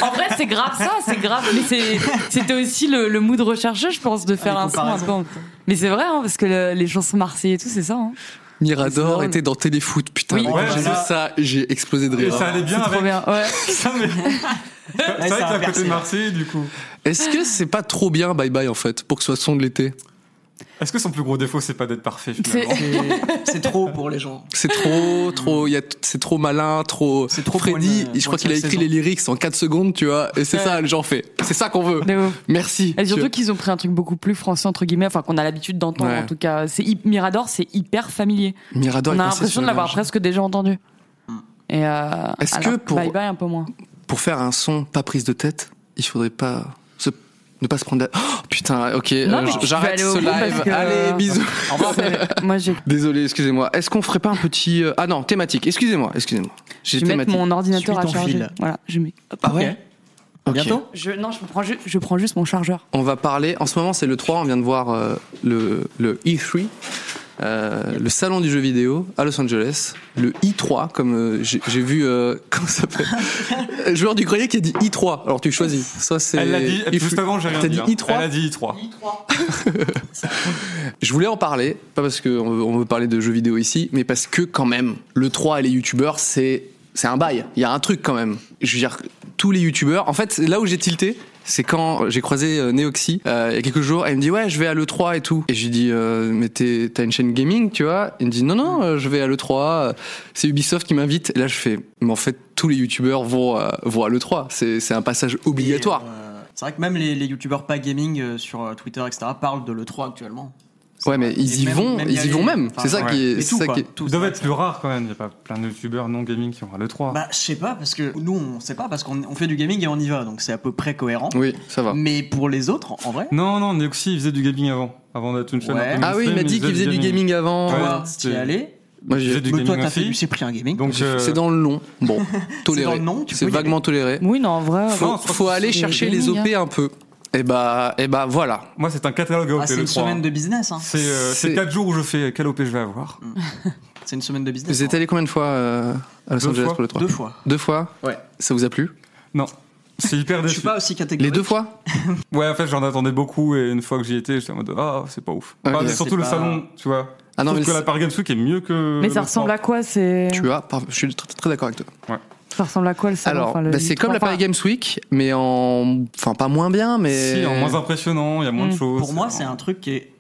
Speaker 5: en vrai, c'est grave ça, c'est grave. Mais c'est- c'était aussi le, le mood recherché, je pense, de faire
Speaker 3: Ah,
Speaker 4: les
Speaker 5: un son un peu.
Speaker 4: comparaisons.
Speaker 5: Mais c'est vrai, hein, parce que le- les chansons marseillais et tout, c'est ça. hein. C'est
Speaker 3: Mirador
Speaker 5: drôle.
Speaker 3: était dans Téléfoot, putain.
Speaker 5: Oui.
Speaker 3: mais quand
Speaker 6: Ouais,
Speaker 3: j'ai
Speaker 4: voilà.
Speaker 3: vu ça, j'ai explosé de
Speaker 6: Et
Speaker 3: rire.
Speaker 6: ça allait bien
Speaker 5: C'est trop
Speaker 6: avec
Speaker 5: bien. Ouais.
Speaker 6: ça, mais.
Speaker 4: ça
Speaker 6: C'est vrai que
Speaker 4: a
Speaker 6: c'est à côté
Speaker 4: percé.
Speaker 6: de Marseille, du coup.
Speaker 3: Est-ce que c'est pas trop bien Bye Bye en fait pour que ce soit son de l'été
Speaker 6: Est-ce que son plus gros défaut, c'est pas d'être parfait, finalement
Speaker 4: C'est- C'est trop pour les gens.
Speaker 3: C'est trop, trop, il y a t- c'est trop malin, trop.
Speaker 4: C'est trop
Speaker 3: Freddy,
Speaker 4: pour une-
Speaker 3: je crois
Speaker 4: pour une
Speaker 3: qu'il a
Speaker 4: seule
Speaker 3: écrit les
Speaker 4: saison.
Speaker 3: lyrics en 4 secondes, tu vois, et c'est
Speaker 5: Ouais.
Speaker 3: ça le genre fait. C'est ça qu'on veut.
Speaker 5: De ouf.
Speaker 3: Merci.
Speaker 5: Et
Speaker 3: tu vois.
Speaker 5: surtout qu'ils ont pris un truc beaucoup plus français, entre guillemets, enfin qu'on a l'habitude d'entendre
Speaker 3: Ouais.
Speaker 5: en tout cas. C'est hy- Mirador, c'est hyper familier.
Speaker 3: Mirador
Speaker 5: On
Speaker 3: est
Speaker 5: a
Speaker 3: passé sur
Speaker 5: l'impression de
Speaker 3: la
Speaker 5: l'avoir
Speaker 3: marge.
Speaker 5: presque déjà entendu. Et euh,
Speaker 3: Est-ce
Speaker 5: alors
Speaker 3: que pour-
Speaker 5: Bye Bye un peu moins.
Speaker 3: Pour faire un son pas prise de tête, il faudrait pas se- ne pas se prendre la. Oh, putain, ok,
Speaker 5: Non,
Speaker 3: euh,
Speaker 5: mais
Speaker 3: j-
Speaker 5: tu vas
Speaker 3: j'arrête
Speaker 5: aller au
Speaker 3: ce
Speaker 5: bout parce
Speaker 3: live.
Speaker 5: que-
Speaker 3: Allez, bisous.
Speaker 5: Moi, j'ai
Speaker 3: Désolé, excusez-moi. Est-ce qu'on ferait pas un petit. euh, Ah non, thématique, excusez-moi, excusez-moi. J'ai
Speaker 5: je vais mettre
Speaker 3: thématique.
Speaker 5: mon ordinateur
Speaker 4: Suis
Speaker 5: à
Speaker 4: ton
Speaker 5: charger.
Speaker 4: fil.
Speaker 5: Voilà, je mets.
Speaker 3: Ah ouais
Speaker 4: Ok.
Speaker 3: Ok.
Speaker 4: Bientôt
Speaker 5: Je, non, je prends, juste, je prends juste mon chargeur.
Speaker 3: On va parler, en ce moment c'est le 3, on vient de voir euh, le, le E3, euh, le salon du jeu vidéo à Los Angeles, le I3, comme euh, j'ai j'ai vu, euh, comment ça s'appelle Un Joueur du grenier qui a dit I3, alors tu choisis. Soit c'est
Speaker 6: Elle l'a dit,
Speaker 3: I3.
Speaker 6: juste avant, j'ai rien
Speaker 3: T'as
Speaker 6: dit.
Speaker 3: dit I3
Speaker 6: hein. Elle a dit I3.
Speaker 3: Je voulais en parler, pas parce qu'on veut, on veut parler de jeux vidéo ici, mais parce que quand même, le 3 et les youtubeurs, c'est, c'est un bail. Il y a un truc quand même. Je veux dire, tous les youtubeurs. En fait, là où j'ai tilté, c'est quand j'ai croisé euh, Neoxy euh, il y a quelques jours. Elle me dit Ouais, je vais à l'E3 et tout. Et je lui dis euh, Mais t'es- t'as une chaîne gaming, tu vois Il me dit Non, non, euh, je vais à l'E3. euh, C'est Ubisoft qui m'invite. Et là, je fais Mais en fait, tous les youtubeurs vont, euh, vont à l'E3. C'est, c'est un passage obligatoire.
Speaker 4: Et, euh, C'est vrai que même les, les youtubeurs pas gaming euh, sur euh, Twitter, etc., parlent de l'E3 actuellement. C'est
Speaker 3: Ouais, mais
Speaker 4: vrai.
Speaker 3: ils
Speaker 4: Et
Speaker 3: y
Speaker 4: même-
Speaker 3: vont,
Speaker 4: même
Speaker 3: ils y
Speaker 4: aller-
Speaker 3: vont même.
Speaker 4: enfin,
Speaker 3: c'est ça
Speaker 4: ouais.
Speaker 3: qui est,
Speaker 4: Mais
Speaker 3: c'est
Speaker 4: tout,
Speaker 3: ça
Speaker 4: quoi.
Speaker 3: qui est-
Speaker 4: Tout,
Speaker 6: Ils
Speaker 4: c'est
Speaker 6: doivent
Speaker 4: vrai.
Speaker 6: être plus rares quand même. Il y a pas plein de youtubeurs non gaming qui aura le 3.
Speaker 4: Bah, je sais pas, parce que nous, on sait pas, parce qu'on on fait du gaming et on y va, donc c'est à peu près cohérent.
Speaker 3: Oui, ça va.
Speaker 4: Mais pour les autres, en vrai,
Speaker 6: Non, non, Neoxy, il faisait du gaming avant. Avant d'être une chaîne.
Speaker 4: Ouais.
Speaker 6: un peu
Speaker 3: Ah oui, il m'a dit
Speaker 6: mainstream,
Speaker 3: qu'il faisait du gaming avant.
Speaker 6: Ouais.
Speaker 4: toi,
Speaker 6: c'est-
Speaker 4: t'y es allé.
Speaker 3: Moi, j'ai-
Speaker 6: Il faisait du
Speaker 4: Mais toi,
Speaker 6: gaming
Speaker 4: t'as fait du
Speaker 6: aussi.
Speaker 4: j'ai pris un gaming.
Speaker 6: Donc, euh,
Speaker 3: C'est dans le nom. Bon, toléré.
Speaker 4: dans le nom, tu
Speaker 3: C'est
Speaker 4: peux y
Speaker 3: vaguement toléré.
Speaker 5: Oui, non, en vrai. euh,
Speaker 3: Faut,
Speaker 6: Non, je crois
Speaker 3: faut
Speaker 6: que
Speaker 3: aller
Speaker 5: c'est
Speaker 3: chercher les
Speaker 5: gaming,
Speaker 3: OP
Speaker 4: hein.
Speaker 3: un peu. Et bah, et bah voilà.
Speaker 6: moi, c'est un catalogue AOP
Speaker 4: Ah, c'est
Speaker 6: le E
Speaker 4: une
Speaker 6: 3.
Speaker 4: semaine de business, hein.
Speaker 6: C'est euh,
Speaker 3: C'est-
Speaker 6: c'est 4 jours où je fais quel OP je vais avoir.
Speaker 4: Mm. C'est une semaine de business.
Speaker 3: Vous êtes
Speaker 4: hein.
Speaker 3: allé combien de fois euh, à Los
Speaker 6: Deux
Speaker 3: Angeles
Speaker 6: fois.
Speaker 3: pour le 3
Speaker 4: deux fois.
Speaker 3: Deux fois
Speaker 4: Ouais.
Speaker 3: Ça vous a plu
Speaker 6: Non. C'est hyper
Speaker 4: Je suis
Speaker 6: déçu.
Speaker 4: pas aussi catégorique.
Speaker 3: Les deux fois
Speaker 6: Ouais, en fait, j'en attendais beaucoup et une fois que j'y étais, j'étais en mode ah, c'est pas ouf.
Speaker 3: Ok.
Speaker 6: Ah, mais
Speaker 3: C'est
Speaker 6: surtout le
Speaker 4: pas-
Speaker 6: salon, tu vois.
Speaker 3: Ah non,
Speaker 6: Sauf
Speaker 3: mais
Speaker 6: que
Speaker 3: le-
Speaker 6: la Paris Games Week est mieux que.
Speaker 5: Mais ça ressemble à quoi c'est
Speaker 3: Tu as, par- je suis très, très d'accord avec toi.
Speaker 5: Ça ressemble à quoi le salon
Speaker 3: Alors,
Speaker 5: Enfin, le-
Speaker 3: bah, c'est
Speaker 5: le-
Speaker 3: comme la
Speaker 5: enfin,
Speaker 3: Paris Games Week, mais en. Enfin, pas moins bien, mais.
Speaker 6: Si, en moins impressionnant, il y a moins de
Speaker 5: Mm.
Speaker 6: choses.
Speaker 4: Pour moi, c'est un truc qui est.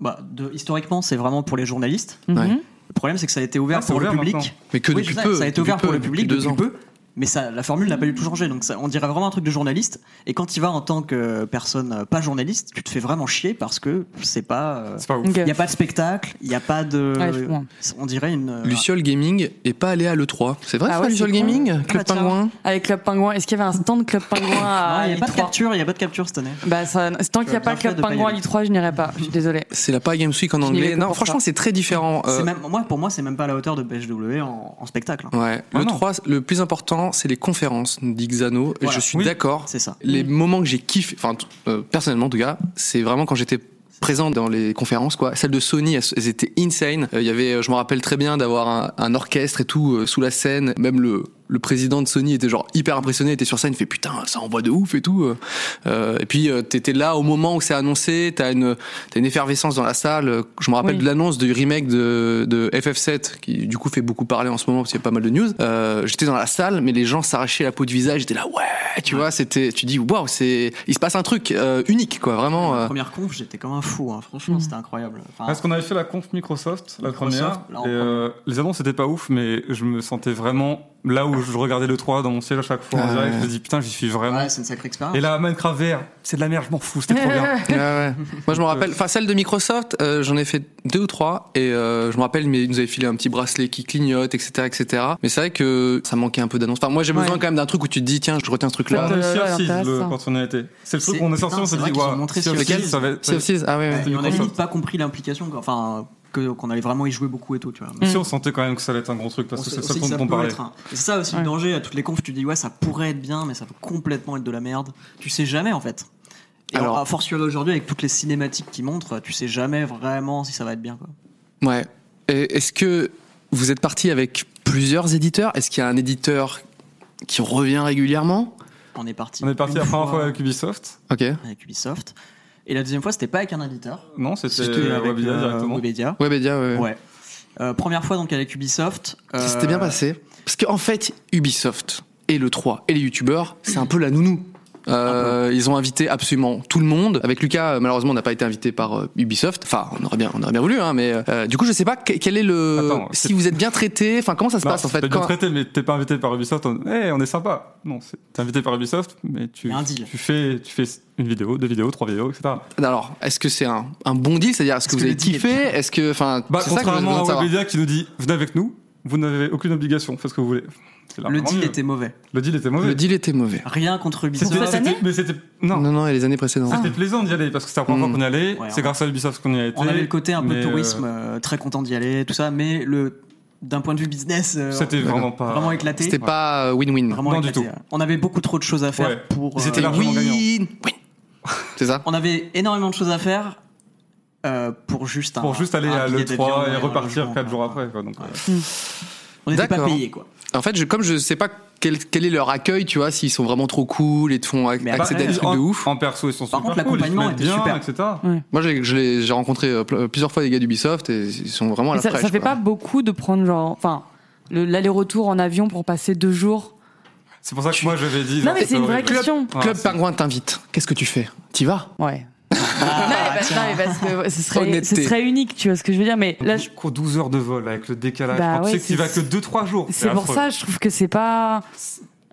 Speaker 4: Bah, de- historiquement, c'est vraiment pour les journalistes.
Speaker 5: mhm.
Speaker 3: Ouais.
Speaker 4: Le problème, c'est que ça a été ouvert
Speaker 6: Ah, c'est
Speaker 4: pour
Speaker 6: ouvert
Speaker 4: le public.
Speaker 6: maintenant.
Speaker 3: Mais que
Speaker 4: Oui,
Speaker 3: depuis
Speaker 4: c'est ça,
Speaker 3: peu.
Speaker 4: ça a été
Speaker 3: depuis
Speaker 4: ouvert pour
Speaker 3: peu,
Speaker 4: le public
Speaker 3: deux
Speaker 4: depuis
Speaker 3: ans.
Speaker 4: peu, mais ça, la formule n'a pas du tout changé. Donc ça, on dirait vraiment un truc de journaliste. Et quand tu vas en tant que euh, personne euh, pas journaliste, tu te fais vraiment chier parce que c'est pas. euh,
Speaker 6: C'est pas ouf.
Speaker 5: mhm, Ok.
Speaker 4: Il n'y a pas de spectacle, il n'y a pas de.
Speaker 5: Ouais, je comprends.
Speaker 4: on dirait une. euh,
Speaker 3: Luciole Gaming est pas allé à l'E3. C'est vrai,
Speaker 5: Ah
Speaker 3: ça,
Speaker 5: ouais,
Speaker 3: Luciole
Speaker 5: c'est con.
Speaker 3: Gaming
Speaker 4: Ah
Speaker 3: Club
Speaker 4: bah tiens.
Speaker 3: Pingouin
Speaker 5: Avec Club Pingouin, est-ce qu'il y avait un stand Club Pingouin
Speaker 4: non,
Speaker 5: à
Speaker 4: il n'y a pas de
Speaker 5: l'I3
Speaker 4: capture, il n'y a pas de capture cette année.
Speaker 5: Bah, ça- Tant qu'il
Speaker 4: Tu
Speaker 5: n'y a
Speaker 4: as
Speaker 5: pas
Speaker 4: bien fait
Speaker 5: Club
Speaker 4: de pas y
Speaker 5: Pingouin à
Speaker 4: aller.
Speaker 5: l'I3, je n'irai pas. Je suis désolé.
Speaker 3: C'est la Paris Games Week en
Speaker 5: n'y vais
Speaker 3: anglais.
Speaker 5: que
Speaker 3: Non,
Speaker 5: pour
Speaker 3: franchement,
Speaker 5: ça.
Speaker 3: c'est très différent.
Speaker 4: C'est
Speaker 3: Euh,
Speaker 4: même, moi, pour moi, c'est même pas à la hauteur de BHW en, en spectacle. hein.
Speaker 3: Ouais.
Speaker 6: Ah
Speaker 3: le
Speaker 6: non.
Speaker 3: 3, le plus important, c'est les conférences, nous dit Xano. Et
Speaker 4: Voilà.
Speaker 3: Je suis
Speaker 6: Oui.
Speaker 3: d'accord.
Speaker 4: C'est ça.
Speaker 3: Les moments que j'ai kiffé, enfin, t- euh, personnellement, en tout cas, c'est vraiment quand j'étais présent dans les conférences, quoi. Celles de Sony, elles, elles étaient insane. Euh, Il y avait, euh, je me rappelle très bien d'avoir un, un orchestre et tout euh, sous la scène. Même le, le président de Sony était genre hyper impressionné, était sur scène, il fait putain, ça envoie de ouf et tout. Euh, Euh, et puis euh, t'étais là au moment où c'est annoncé, t'as une t'as une effervescence dans la salle. euh, Je me rappelle
Speaker 5: Oui.
Speaker 3: de l'annonce du remake de, de FF7 qui du coup fait beaucoup parler en ce moment parce qu'il y a pas mal de news. Euh, j'étais dans la salle, mais les gens s'arrachaient la peau du visage. J'étais là ouais, tu vois, c'était tu dis waouh, c'est il se passe un truc euh, unique quoi, vraiment.
Speaker 4: La
Speaker 3: euh.
Speaker 4: première conf, j'étais comme un fou, hein. franchement, c'était incroyable. Enfin,
Speaker 6: Parce qu'on avait fait la conf Microsoft, la
Speaker 4: Ah. Microsoft,
Speaker 6: première.
Speaker 4: là, en
Speaker 6: et, euh, les annonces étaient pas ouf, mais je me sentais vraiment là où je regardais le 3 dans mon siège à chaque fois.
Speaker 5: Euh.
Speaker 3: Ah
Speaker 6: en direct,
Speaker 3: ouais.
Speaker 6: je me dis putain, j'y suis vraiment.
Speaker 4: ouais, c'est une sacrée expérience.
Speaker 6: euh, et là, Minecraft VR, c'est de la merde, je m'en fous, c'était trop bien.
Speaker 3: Ouais, ouais. Moi je me rappelle, enfin celle de Microsoft, euh, j'en ai fait deux ou trois et euh, je me rappelle, mais ils nous avaient filé un petit bracelet qui clignote, etc., etc. Mais c'est vrai que ça manquait un peu d'annonce. Enfin moi j'ai besoin
Speaker 5: Ouais.
Speaker 3: quand même d'un truc où tu te dis tiens, je retiens ce truc
Speaker 6: On
Speaker 3: là.
Speaker 5: Ouais,
Speaker 6: a eu Sea
Speaker 5: ouais,
Speaker 6: of Thieves, le-
Speaker 5: intéressant.
Speaker 6: quand on y était. C'est le truc
Speaker 4: C'est-
Speaker 6: qu'on est sorti,
Speaker 4: putain,
Speaker 6: on
Speaker 4: c'est
Speaker 6: s'est
Speaker 4: vrai
Speaker 6: dit,
Speaker 4: qu'ils ont
Speaker 6: waouh,
Speaker 4: montré
Speaker 6: Sea of
Speaker 4: Sea of
Speaker 6: Thieves,
Speaker 4: Thieves.
Speaker 6: ça va être-
Speaker 3: Sea of Thieves, ah ouais. ouais.
Speaker 4: Ouais, et on avait
Speaker 6: Microsoft.
Speaker 4: limite pas compris l'implication, quoi. enfin, que- qu'on allait vraiment y jouer beaucoup et tout, tu vois.
Speaker 6: Si on sentait quand même que ça allait être un gros truc parce
Speaker 4: On
Speaker 6: que
Speaker 4: sait-
Speaker 6: c'est
Speaker 4: on
Speaker 6: le
Speaker 4: sait que
Speaker 6: seul
Speaker 4: ça
Speaker 6: truc dont on
Speaker 4: peut
Speaker 6: parlait.
Speaker 4: être un- et C'est ça aussi
Speaker 5: Ouais.
Speaker 4: le danger à toutes les confs. Tu dis ouais, ça pourrait être bien, mais ça peut complètement être de la merde. Tu sais jamais en fait. Et
Speaker 3: Alors-
Speaker 4: Alors, à fortiori aujourd'hui, avec toutes les cinématiques qui montrent, tu sais jamais vraiment si ça va être bien. Quoi.
Speaker 3: Ouais. Et Est-ce que vous êtes parti avec plusieurs éditeurs Est-ce qu'il y a un éditeur qui revient régulièrement
Speaker 4: On est parti.
Speaker 6: On est parti
Speaker 4: une
Speaker 6: la première fois
Speaker 4: euh,
Speaker 6: avec Ubisoft.
Speaker 3: Ok.
Speaker 4: avec Ubisoft. Et la deuxième fois, c'était pas avec un éditeur.
Speaker 6: Non, c'était
Speaker 4: C'était avec
Speaker 6: Webedia
Speaker 4: euh,
Speaker 6: directement.
Speaker 4: Webedia.
Speaker 3: Webedia, bah, ouais.
Speaker 4: Ouais. Euh, première fois donc avec Ubisoft.
Speaker 3: Ça
Speaker 4: euh,
Speaker 3: s'était bien passé. Parce qu'en fait, Ubisoft et le 3 et les youtubeurs, c'est un peu la nounou. Euh, ils ont invité absolument tout le monde. Avec Lucas, euh, malheureusement, on n'a pas été invité par euh, Ubisoft. Enfin, on aurait bien, on aurait bien voulu, hein, mais euh, du coup, je sais pas que- quel est le.
Speaker 6: Attends,
Speaker 3: si
Speaker 6: c'est-
Speaker 3: vous êtes bien traité, enfin, comment ça se
Speaker 6: Non,
Speaker 3: passe en fait
Speaker 6: T'es bien
Speaker 3: quand-
Speaker 6: traité, mais t'es pas invité par Ubisoft. On... Eh, on est sympa. Non, c'est- t'es invité par Ubisoft, mais tu,
Speaker 4: Il y a un deal.
Speaker 6: tu fais, tu fais une vidéo, deux vidéos, trois vidéos, etc.
Speaker 3: Alors, est-ce que c'est un, un bon deal C'est-à-dire, est-ce que
Speaker 4: Est-ce
Speaker 3: vous
Speaker 4: que
Speaker 3: avez
Speaker 4: le deal est
Speaker 3: kiffé Est-ce que, enfin,
Speaker 6: Bah,
Speaker 3: c'est ça que j'ai besoin
Speaker 6: contrairement
Speaker 3: de
Speaker 6: à
Speaker 3: savoir.
Speaker 6: Webedia qui nous dit venez avec nous, vous n'avez aucune obligation, faites ce que vous voulez. C'est
Speaker 4: Le
Speaker 6: largement
Speaker 4: deal
Speaker 6: mieux.
Speaker 4: était mauvais.
Speaker 6: Le deal était mauvais.
Speaker 3: Le deal était mauvais.
Speaker 4: Rien contre Ubisoft.
Speaker 6: C'était-
Speaker 5: Pour cette
Speaker 6: c'était-
Speaker 5: année
Speaker 6: mais c'était non,
Speaker 3: Non, non, et les années précédentes.
Speaker 6: c'était plaisant d'y aller parce que c'était la première
Speaker 3: Mm.
Speaker 6: fois qu'on y allait.
Speaker 4: Ouais,
Speaker 6: c'est
Speaker 4: on-
Speaker 6: grâce à Ubisoft qu'on y a été.
Speaker 4: On avait le côté un peu
Speaker 6: mais, euh,
Speaker 4: tourisme, euh, très content d'y aller, tout ça, mais le d'un point de vue business, euh,
Speaker 6: C'était vraiment pas.
Speaker 4: vraiment éclaté.
Speaker 3: C'était pas euh, win-win.
Speaker 4: vraiment
Speaker 6: Non,
Speaker 4: éclaté,
Speaker 6: du tout.
Speaker 4: ouais. On avait beaucoup trop de choses à faire
Speaker 6: Ouais.
Speaker 4: pour.
Speaker 6: Ils étaient
Speaker 4: euh,
Speaker 6: là. largement gagnant.
Speaker 3: Win-win. C'est ça
Speaker 4: on avait énormément de choses à faire euh, pour juste un-
Speaker 6: Pour juste aller
Speaker 4: un
Speaker 6: à
Speaker 4: billet d'avion
Speaker 6: l'E3 et
Speaker 4: un
Speaker 6: repartir
Speaker 4: logement,
Speaker 6: 4 jours
Speaker 4: quoi.
Speaker 6: après. quoi, donc,
Speaker 3: Ah,
Speaker 4: Ouais.
Speaker 6: euh,
Speaker 4: On n'était pas
Speaker 3: D'accord.
Speaker 4: payé quoi.
Speaker 3: En fait, je, comme je sais pas quel, quel est leur accueil, tu vois, s'ils sont vraiment trop cool et te font ac-
Speaker 4: Mais
Speaker 6: bah,
Speaker 3: accéder à des
Speaker 6: ils-
Speaker 3: trucs
Speaker 6: en,
Speaker 3: de ouf.
Speaker 6: En perso, ils sont
Speaker 4: Par contre,
Speaker 6: super cool, ils se
Speaker 4: l'accompagnement
Speaker 6: mettent
Speaker 4: était
Speaker 6: bien,
Speaker 4: super.
Speaker 6: etc.
Speaker 3: Moi, j'ai- je l'ai- j'ai rencontré euh, ple- plusieurs fois des gars d'Ubisoft et ils sont vraiment à la
Speaker 5: ça,
Speaker 3: fraîche,
Speaker 5: ça fait
Speaker 3: quoi.
Speaker 5: pas beaucoup de prendre genre, enfin, le- l'aller-retour en avion pour passer deux jours.
Speaker 6: C'est pour ça que moi j'avais dit.
Speaker 5: Non,
Speaker 6: genre,
Speaker 5: mais c'est une vraie
Speaker 6: horrible.
Speaker 5: question.
Speaker 6: Ah,
Speaker 3: Club
Speaker 6: c'est-
Speaker 3: Pingouin t'invite. Qu'est-ce que tu fais T'y vas
Speaker 5: Ouais. non, mais parce, non, mais parce que ce serait, ce
Speaker 3: Honnêteté.
Speaker 5: serait unique, tu vois ce que je veux dire. Mais là, je-
Speaker 6: Je cours 12 heures de vol avec le décalage.
Speaker 5: Bah
Speaker 6: quand
Speaker 5: ouais,
Speaker 6: tu sais que tu vas que
Speaker 5: c'est-
Speaker 6: 2-3 jours.
Speaker 5: c'est pour
Speaker 6: affreux.
Speaker 5: ça, je trouve que c'est pas.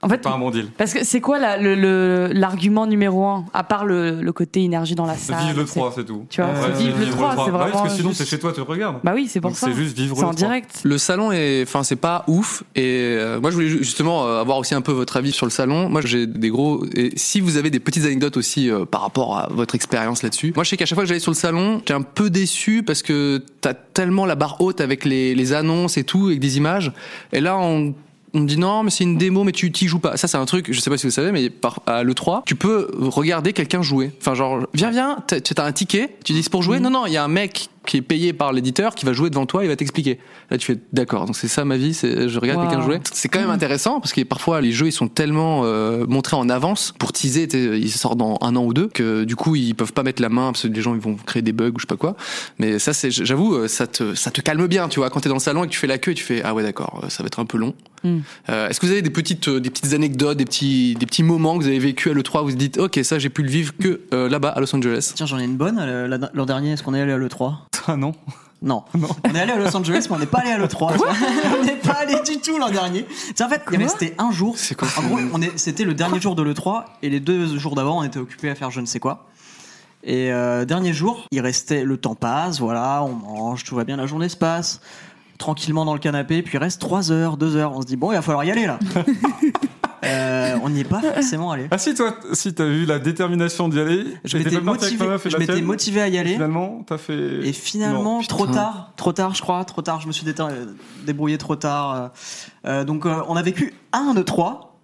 Speaker 5: En fait,
Speaker 6: Pas un bon deal.
Speaker 5: parce que c'est quoi la- le- le- l'argument numéro un, à part le, le côté énergie dans la salle
Speaker 6: Vive le
Speaker 5: c'est-
Speaker 6: 3, c'est tout.
Speaker 5: tu vois,
Speaker 6: Ouais,
Speaker 5: c'est vive le 3, c'est
Speaker 6: Ouais, Bah Parce
Speaker 5: vraiment
Speaker 6: que sinon,
Speaker 5: juste-
Speaker 6: c'est chez toi, tu le regardes.
Speaker 5: Bah oui, c'est pour
Speaker 6: Donc,
Speaker 5: ça.
Speaker 6: c'est juste vivre
Speaker 5: C'est en
Speaker 6: le 3.
Speaker 5: direct.
Speaker 3: Le salon est, enfin, c'est pas ouf. Et euh, moi, je voulais ju- justement euh, avoir aussi un peu votre avis sur le salon. Moi, j'ai des gros. Et si vous avez des petites anecdotes aussi euh, par rapport à votre expérience là-dessus. Moi, je sais qu'à chaque fois que j'allais sur le salon, j'étais un peu déçu parce que t'as tellement la barre haute avec les, les annonces et tout, avec des images. Et là, on on me dit non, mais c'est une démo, mais tu t'y joues pas. Ça, c'est un truc, je sais pas si vous savez, mais par, à l'E3, tu peux regarder quelqu'un jouer. Enfin, genre, viens, viens, t'as- t'as un ticket, tu dis c'est pour jouer. Non, non, il y a un mec qui est payé par l'éditeur qui va jouer devant toi, il va t'expliquer. Là, tu fais d'accord, donc c'est ça ma vie, c'est je regarde
Speaker 5: Wow.
Speaker 3: quelqu'un jouer. C'est quand même intéressant parce que parfois, les jeux, ils sont tellement euh, montrés en avance pour teaser, t'sais, ils sortent dans un an ou deux, que du coup, ils peuvent pas mettre la main parce que les gens, ils vont créer des bugs ou je sais pas quoi. Mais ça, c'est, j'avoue, euh, ça te, ça te calme bien, tu vois. Quand t'es dans le salon et que tu fais la queue, tu fais, ah ouais, d'accord, euh, ça va être un peu long.
Speaker 5: Mm.
Speaker 3: Euh, Est-ce que vous avez des petites, euh, des petites anecdotes, des petits, des petits moments que vous avez vécu à l'E3 où vous vous dites, ok, ça, j'ai pu le vivre que euh, là-bas, à Los Angeles
Speaker 4: Tiens, j'en ai une bonne. euh, la- L'an dernier, est-ce qu'on est allé à l'E3
Speaker 6: Ah non.
Speaker 4: Non. On est allé à Los Angeles, mais on n'est pas allé à l'E3. on n'est pas allé du tout l'an dernier. C'est en fait, il restait un jour.
Speaker 3: C'est quoi
Speaker 4: En gros, on est- c'était le dernier jour de l'E3 et les deux jours d'avant, on était occupés à faire je ne sais quoi. Et euh, dernier jour, il restait, le temps passe, voilà, on mange, tout va bien, la journée se passe, tranquillement dans le canapé, puis il reste 3 heures, 2 heures, on se dit, bon, il va falloir y aller là. Euh, on n'y est pas forcément allé.
Speaker 6: Ah si, toi, t- si t'as eu la détermination d'y aller,
Speaker 4: Je
Speaker 6: t'étais
Speaker 4: m'étais
Speaker 6: pas parti avec
Speaker 4: motivé,
Speaker 6: ma meuf et
Speaker 4: je
Speaker 6: la
Speaker 4: m'étais
Speaker 6: tienne,
Speaker 4: motivé à y aller.
Speaker 6: Finalement, t'as fait.
Speaker 4: Et finalement,
Speaker 6: Non.
Speaker 4: trop tard, trop tard, je crois, trop tard, je me suis déter- euh, débrouillé trop tard. euh. Euh, donc, euh, on a vécu un de trois,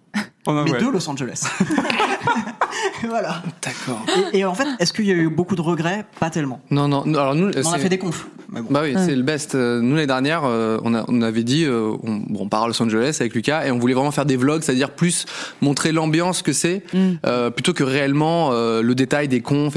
Speaker 6: On a-
Speaker 4: mais
Speaker 6: Oh, ouais.
Speaker 4: deux Los Angeles. voilà.
Speaker 3: D'accord.
Speaker 4: Et, et en fait, est-ce qu'il y a eu beaucoup de regrets Pas tellement.
Speaker 3: Non, non, non, alors nous,
Speaker 4: On a
Speaker 3: c'est-
Speaker 4: fait des confs. Mais bon.
Speaker 3: Bah oui, c'est le best. Euh, Nous, l'année dernière, euh, on, a- on avait dit, euh, on, bon, on part à Los Angeles avec Lucas et on voulait vraiment faire des vlogs, c'est-à-dire plus montrer l'ambiance que c'est,
Speaker 4: Mm.
Speaker 3: euh, plutôt que réellement euh, le détail des confs,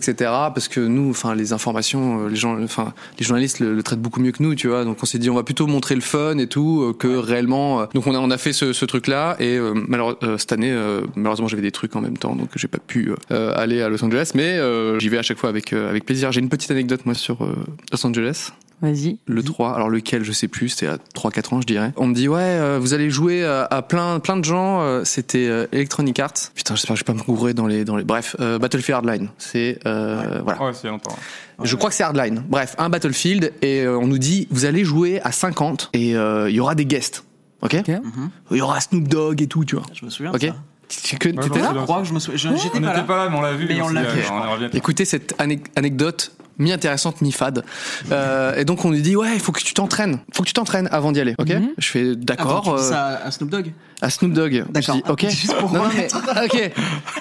Speaker 3: etc. Parce que nous, enfin, les informations, euh, les gens, enfin, les journalistes le, le traitent beaucoup mieux que nous, tu vois. Donc on s'est dit, on va plutôt montrer le fun et tout euh, que réellement. euh, donc on a on a fait ce, ce truc-là et euh, malheure- euh, cette année, euh, malheureusement, j'avais des trucs en même temps, donc j'ai pas pu euh, euh, aller à Los Angeles, mais euh, j'y vais à chaque fois avec euh, avec plaisir. J'ai une petite anecdote moi sur euh, Los Angeles.
Speaker 5: Vas-y.
Speaker 3: Le
Speaker 6: Mhm.
Speaker 3: 3, alors lequel, je sais plus, c'était à 3-4 ans, je dirais. On me dit, ouais, euh, vous allez jouer euh, à plein, plein de gens, euh, c'était euh, Electronic Arts. Putain, j'espère que je vais pas me gourer dans les, dans les. Bref, euh, Battlefield Hardline. C'est, euh, voilà.
Speaker 6: Ouais, c'est longtemps.
Speaker 3: Je crois que c'est Hardline. Bref, un Battlefield, et euh, on nous dit, vous allez jouer à 50, et euh, il y aura des guests. Ok?
Speaker 5: Ok.
Speaker 6: Mhm.
Speaker 3: Il y aura Snoop Dogg et tout, tu vois.
Speaker 4: Je me souviens. de
Speaker 3: Ok?
Speaker 4: ça.
Speaker 3: Tu- que-
Speaker 6: Ouais,
Speaker 3: T'étais
Speaker 6: ouais.
Speaker 3: là?
Speaker 4: Je crois que je me souviens. je-
Speaker 6: On
Speaker 4: J'étais pas là.
Speaker 6: n'était pas là, mais on l'a vu.
Speaker 4: Mais on
Speaker 6: s'est
Speaker 4: l'a
Speaker 6: dit,
Speaker 4: vu,
Speaker 6: euh,
Speaker 4: je
Speaker 6: On y revient.
Speaker 3: Écoutez cette anec- anecdote mi-intéressante, mi-fade. Euh, et donc on lui dit ouais, il faut que tu t'entraînes, faut que tu t'entraînes avant d'y aller, ok Je fais
Speaker 4: Attends,
Speaker 3: d'accord
Speaker 4: Mhm. Ah, tu dis
Speaker 3: euh,
Speaker 4: ça à Snoop Dogg
Speaker 3: à Snoop Dogg. Je
Speaker 4: D'accord.
Speaker 3: dis, ok.
Speaker 4: Juste pour
Speaker 3: Non, non, mais,
Speaker 4: remettre.
Speaker 3: ok.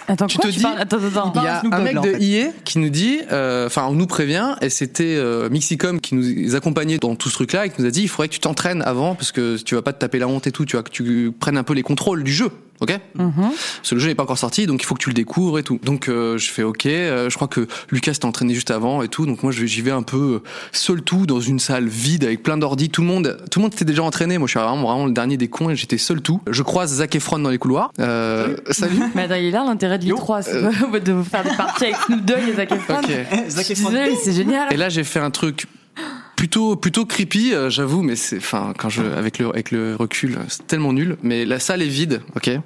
Speaker 5: Attends,
Speaker 3: Tu
Speaker 5: quoi,
Speaker 3: te
Speaker 5: tu
Speaker 3: dis-
Speaker 5: parles- Attends, attends,
Speaker 3: Il
Speaker 5: attends.
Speaker 3: y a
Speaker 4: Snoop
Speaker 3: un
Speaker 4: Dogg,
Speaker 3: mec
Speaker 4: là, en
Speaker 3: de
Speaker 4: fait.
Speaker 3: IE qui nous dit, euh, enfin on nous prévient et c'était euh, Mixicom qui nous accompagnait dans tout ce truc-là et qui nous a dit il faudrait que tu t'entraînes avant parce que tu vas pas te taper la honte et tout, tu vois que tu prennes un peu les contrôles du jeu, ok
Speaker 4: Mhm.
Speaker 3: parce que le jeu n'est pas encore sorti, donc il faut que tu le découvres et tout. Donc euh, je fais ok, euh, je crois que Lucas t'a entraîné juste avant et tout, donc moi je- j'y vais un peu euh, seul tout dans une salle vide avec plein d'ordi, tout le monde, tout le monde était déjà entraîné. Moi je suis vraiment, vraiment le dernier des cons et j'étais seul tout. Je croise Zac Efron dans les couloirs. Euh, salut.
Speaker 5: Mais attends, il est là l'intérêt de l'I3, c'est pas de faire des parties avec Snoop Dogg et Zac Efron.
Speaker 3: euh, Ok. Eh,
Speaker 4: Zac
Speaker 5: Je suis
Speaker 4: Efron.
Speaker 5: désolée, c'est génial.
Speaker 3: Et là j'ai fait un truc plutôt plutôt creepy, euh, j'avoue, mais c'est enfin quand je avec le avec le recul, euh, c'est tellement nul. Mais la salle est vide, ok. Et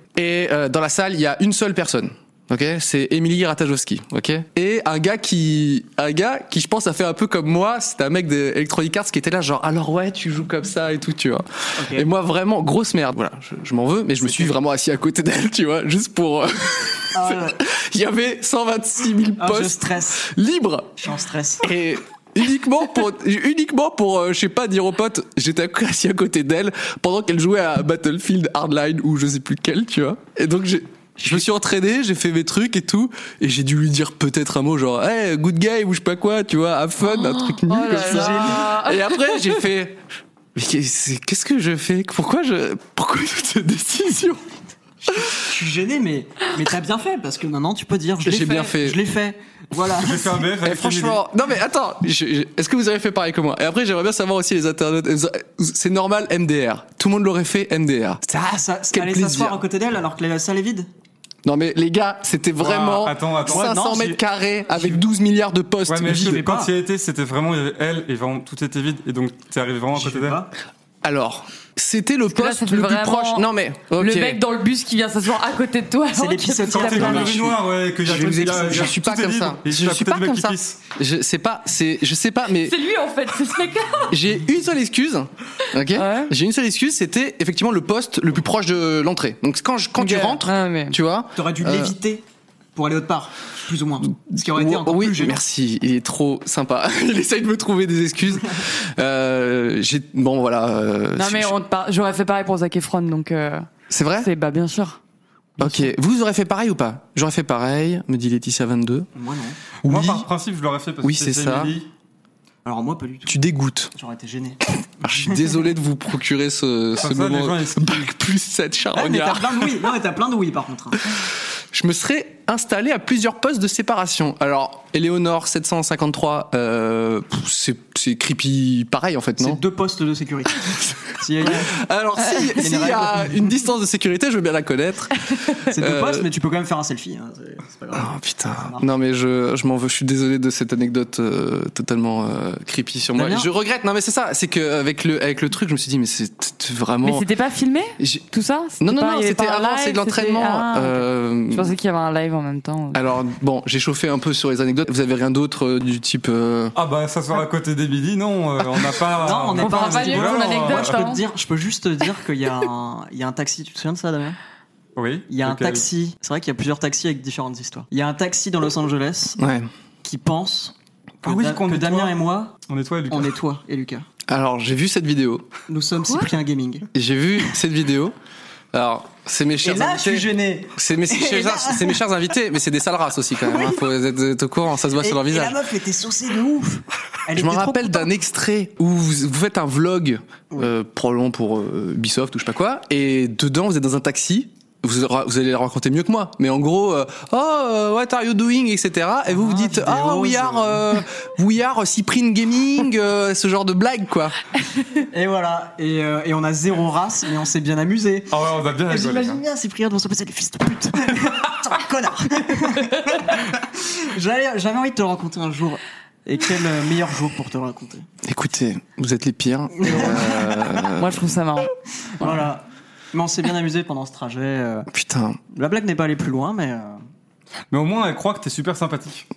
Speaker 3: euh, dans la salle il y a une seule personne. Ok, c'est Émilie Ratajowski, ok, et un gars qui, un gars qui, je pense, a fait un peu comme moi. C'était un mec d'Electronic Arts qui était là, genre, alors ouais, tu joues comme ça et tout, tu vois. Et moi, vraiment, grosse merde. Voilà, je, je m'en veux, mais je me suis vraiment assis à côté d'elle, tu vois, juste pour. euh, Il y avait 126 000
Speaker 4: Ah, je
Speaker 3: postes
Speaker 4: stresse.
Speaker 3: libres
Speaker 4: Je suis en stress.
Speaker 3: et uniquement pour uniquement pour euh, je sais pas dire aux potes j'étais assis à côté d'elle pendant qu'elle jouait à Battlefield Hardline ou je sais plus quel tu vois et donc j'ai je me suis entraîné, j'ai fait mes trucs et tout, et j'ai dû lui dire peut-être un mot genre, hey, good game ou je sais pas quoi, tu vois, have fun, un truc nul
Speaker 5: Oh là
Speaker 3: comme ça.
Speaker 5: là.
Speaker 3: Et après, j'ai fait, mais qu'est- qu'est-ce que je fais? Pourquoi je, pourquoi cette décision?
Speaker 4: Je suis gêné, mais, mais t'as bien fait parce que maintenant tu peux dire je l'ai
Speaker 3: J'ai
Speaker 4: fait.
Speaker 3: bien fait.
Speaker 4: Je l'ai fait. Voilà.
Speaker 6: J'ai fait un BF
Speaker 3: Eh,
Speaker 6: avec Emily.
Speaker 3: franchement, non mais attends, je- je- est-ce que vous avez fait pareil que moi Et après, j'aimerais bien savoir aussi les internautes. C'est normal MDR. Tout le monde l'aurait fait MDR.
Speaker 4: Ah, ça,
Speaker 3: Quel
Speaker 4: aller
Speaker 3: plaisir.
Speaker 4: s'asseoir à côté d'elle alors que la salle est vide.
Speaker 3: Non mais les gars, c'était vraiment
Speaker 6: attends, attends.
Speaker 3: 500
Speaker 6: Ouais, non,
Speaker 3: mètres
Speaker 6: j'ai-
Speaker 3: carrés avec 12 milliards de postes
Speaker 6: Ouais, mais
Speaker 3: vides.
Speaker 4: vais
Speaker 6: quand
Speaker 4: pas.
Speaker 6: il y était, c'était vraiment, il y avait elle, et vraiment, tout était vide, et donc t'es arrivé vraiment à
Speaker 4: Je
Speaker 6: côté
Speaker 4: sais
Speaker 6: d'elle.
Speaker 4: pas.
Speaker 3: Alors, c'était le
Speaker 5: que là,
Speaker 3: poste
Speaker 5: ça fait
Speaker 3: le plus
Speaker 5: vraiment
Speaker 3: proche. Non mais ok.
Speaker 5: Le mec dans le bus qui vient s'asseoir à côté de toi.
Speaker 4: C'est les pissotiers.
Speaker 6: Quand t'es dans
Speaker 4: Non,
Speaker 6: le
Speaker 4: mais je
Speaker 6: noir, ouais, que
Speaker 3: je, vais vous
Speaker 6: il y a-
Speaker 3: expliquer,
Speaker 6: il y
Speaker 3: je
Speaker 6: a-
Speaker 3: suis
Speaker 6: tout
Speaker 3: pas
Speaker 6: est
Speaker 3: comme
Speaker 6: libre,
Speaker 3: ça.
Speaker 6: et
Speaker 3: Je
Speaker 6: t'as
Speaker 3: suis
Speaker 6: peut-être
Speaker 3: pas
Speaker 6: le mec
Speaker 3: comme
Speaker 6: qui
Speaker 3: ça.
Speaker 6: pisse.
Speaker 3: Je sais pas, c'est je sais pas mais
Speaker 5: C'est lui en fait, c'est ce mec-là.
Speaker 3: J'ai une seule excuse, ok
Speaker 5: Ouais.
Speaker 3: J'ai une seule excuse, c'était effectivement le poste le plus proche de l'entrée. Donc quand, je- quand tu
Speaker 5: Ok.
Speaker 3: rentres,
Speaker 5: Ouais, Euh, mais-
Speaker 3: tu vois,
Speaker 4: T'aurais dû
Speaker 3: euh,
Speaker 4: l'éviter pour aller autre part, plus ou moins. Ce qui aurait été
Speaker 3: Ou-
Speaker 4: encore
Speaker 3: oui,
Speaker 4: plus gênant.
Speaker 3: merci. Il est trop sympa. il essaye de me trouver des excuses. Euh, j'ai bon voilà. euh,
Speaker 5: Non
Speaker 3: c'est-
Speaker 5: mais on te par- j'aurais fait pareil pour Zac Efron donc euh,
Speaker 3: c'est vrai.
Speaker 5: c'est bah bien sûr.
Speaker 3: Ok. Vous aurez fait pareil ou pas J'aurais fait pareil. Me dit Laetitia 22.
Speaker 4: Moi non.
Speaker 3: Oui.
Speaker 6: Moi, par principe, je l'aurais fait parce
Speaker 3: Oui,
Speaker 6: que
Speaker 3: c'est ça.
Speaker 6: Emily.
Speaker 4: Alors moi pas du tout.
Speaker 3: Tu dégoûtes.
Speaker 4: J'aurais été gêné.
Speaker 3: Alors, Ah, je suis désolé de vous procurer ce, ce
Speaker 6: Comme ça, les
Speaker 3: moment.
Speaker 6: gens, ils se-
Speaker 3: Bac plus 7
Speaker 4: Ah, mais t'as
Speaker 3: charognard.
Speaker 4: plein de oui. Non, mais t'as plein de oui par contre. hein.
Speaker 3: Je me serais installé à plusieurs postes de séparation. Alors, Eleonore 753, euh, pff, c'est c'est creepy pareil en fait, non Euh,
Speaker 4: C'est deux postes de sécurité. S'il y a-
Speaker 3: Alors, si- s'il y a une distance de sécurité, je veux bien la connaître.
Speaker 4: C'est deux
Speaker 3: Euh,
Speaker 4: postes, mais tu peux quand même faire un selfie. hein, c'est- c'est pas grave.
Speaker 3: Oh putain. Non mais je, je m'en veux, je suis désolé de cette anecdote euh, totalement euh, creepy sur moi.
Speaker 4: Damien
Speaker 3: Je regrette. Non mais c'est ça, c'est que avec le avec le truc, je me suis dit mais c'est c'est
Speaker 5: Mais
Speaker 3: vraiment
Speaker 5: c'était pas filmé
Speaker 3: J'ai-
Speaker 5: tout ça
Speaker 3: Non non
Speaker 5: pas-
Speaker 3: non,
Speaker 5: il y avait
Speaker 3: c'était
Speaker 5: pas un
Speaker 3: avant,
Speaker 5: live,
Speaker 3: c'est de l'entraînement.
Speaker 5: c'était- Ah, ok.
Speaker 3: Euh,
Speaker 5: Je pensais qu'il y avait un live en même temps.
Speaker 3: alors bon, j'ai chauffé un peu sur les anecdotes. Vous avez rien d'autre euh, du type euh,
Speaker 6: Ah bah, s'asseoir à côté d'Emily, non, euh, on n'a pas.
Speaker 4: Non, on n'est
Speaker 5: on
Speaker 4: pas
Speaker 5: fera
Speaker 4: un
Speaker 5: pas
Speaker 4: petit
Speaker 5: mieux
Speaker 4: peu-
Speaker 5: pour
Speaker 6: Non,
Speaker 4: Moi,
Speaker 5: l'anecdote,
Speaker 4: je
Speaker 6: euh,
Speaker 4: peux
Speaker 5: hein.
Speaker 4: te dire, je peux juste te dire qu'il y a un, il y a un taxi. Tu te souviens de ça, Damien
Speaker 6: Oui.
Speaker 4: Il y a un
Speaker 6: lequel
Speaker 4: taxi. C'est vrai qu'il y a plusieurs taxis avec différentes histoires. Il y a un taxi dans Los Angeles
Speaker 3: Ouais.
Speaker 4: qui pense que,
Speaker 6: Ah oui,
Speaker 4: Da-
Speaker 6: qu'on
Speaker 4: que
Speaker 6: est
Speaker 4: Damien
Speaker 6: toi.
Speaker 4: et moi,
Speaker 6: On est toi, Lucas.
Speaker 4: on est toi et Lucas.
Speaker 3: Alors, j'ai vu cette vidéo.
Speaker 4: Nous sommes Cyprien Gaming.
Speaker 3: J'ai vu cette vidéo. Alors, c'est mes
Speaker 4: Et
Speaker 3: chers
Speaker 4: là, je
Speaker 3: invités.
Speaker 4: suis gêné.
Speaker 3: C'est mes, chers- c'est mes chers invités, mais c'est des sales races aussi quand même. hein. Faut être, être au courant, ça se voit
Speaker 4: Et,
Speaker 3: sur leur
Speaker 4: et
Speaker 3: visage.
Speaker 4: la meuf était saucée de ouf. Elle
Speaker 3: Je me
Speaker 4: était trop
Speaker 3: rappelle d'un
Speaker 4: contente.
Speaker 3: extrait où vous, vous faites un vlog, euh, probablement pour euh, Ubisoft ou je sais pas quoi, et dedans vous êtes dans un taxi. Vous, aura- vous allez le raconter mieux que moi, mais en gros, euh, oh, euh, what are you doing, etc. Et vous vous dites,
Speaker 4: vidéos,
Speaker 3: ah, we
Speaker 4: ça.
Speaker 3: are, euh, we are Cyprine Gaming, euh, ce genre de blague, quoi.
Speaker 4: Et voilà. Et, euh, et on a zéro race, mais on s'est bien amusé.
Speaker 6: Ah ouais, on a bien
Speaker 4: Et
Speaker 6: rigolé.
Speaker 4: J'imagine bien Cyprien devant son PC, les fils de pute. T'es un connard. J'avais j'avais envie de te le raconter un jour. Et quel euh, meilleur jour pour te raconter
Speaker 3: Écoutez, vous êtes les pires. Euh,
Speaker 5: Moi, je trouve ça marrant.
Speaker 4: Voilà. Mais on s'est bien amusé pendant ce trajet. euh.
Speaker 3: Putain.
Speaker 4: La blague n'est pas allée plus loin, mais. euh,
Speaker 6: Mais au moins, elle croit que t'es super sympathique.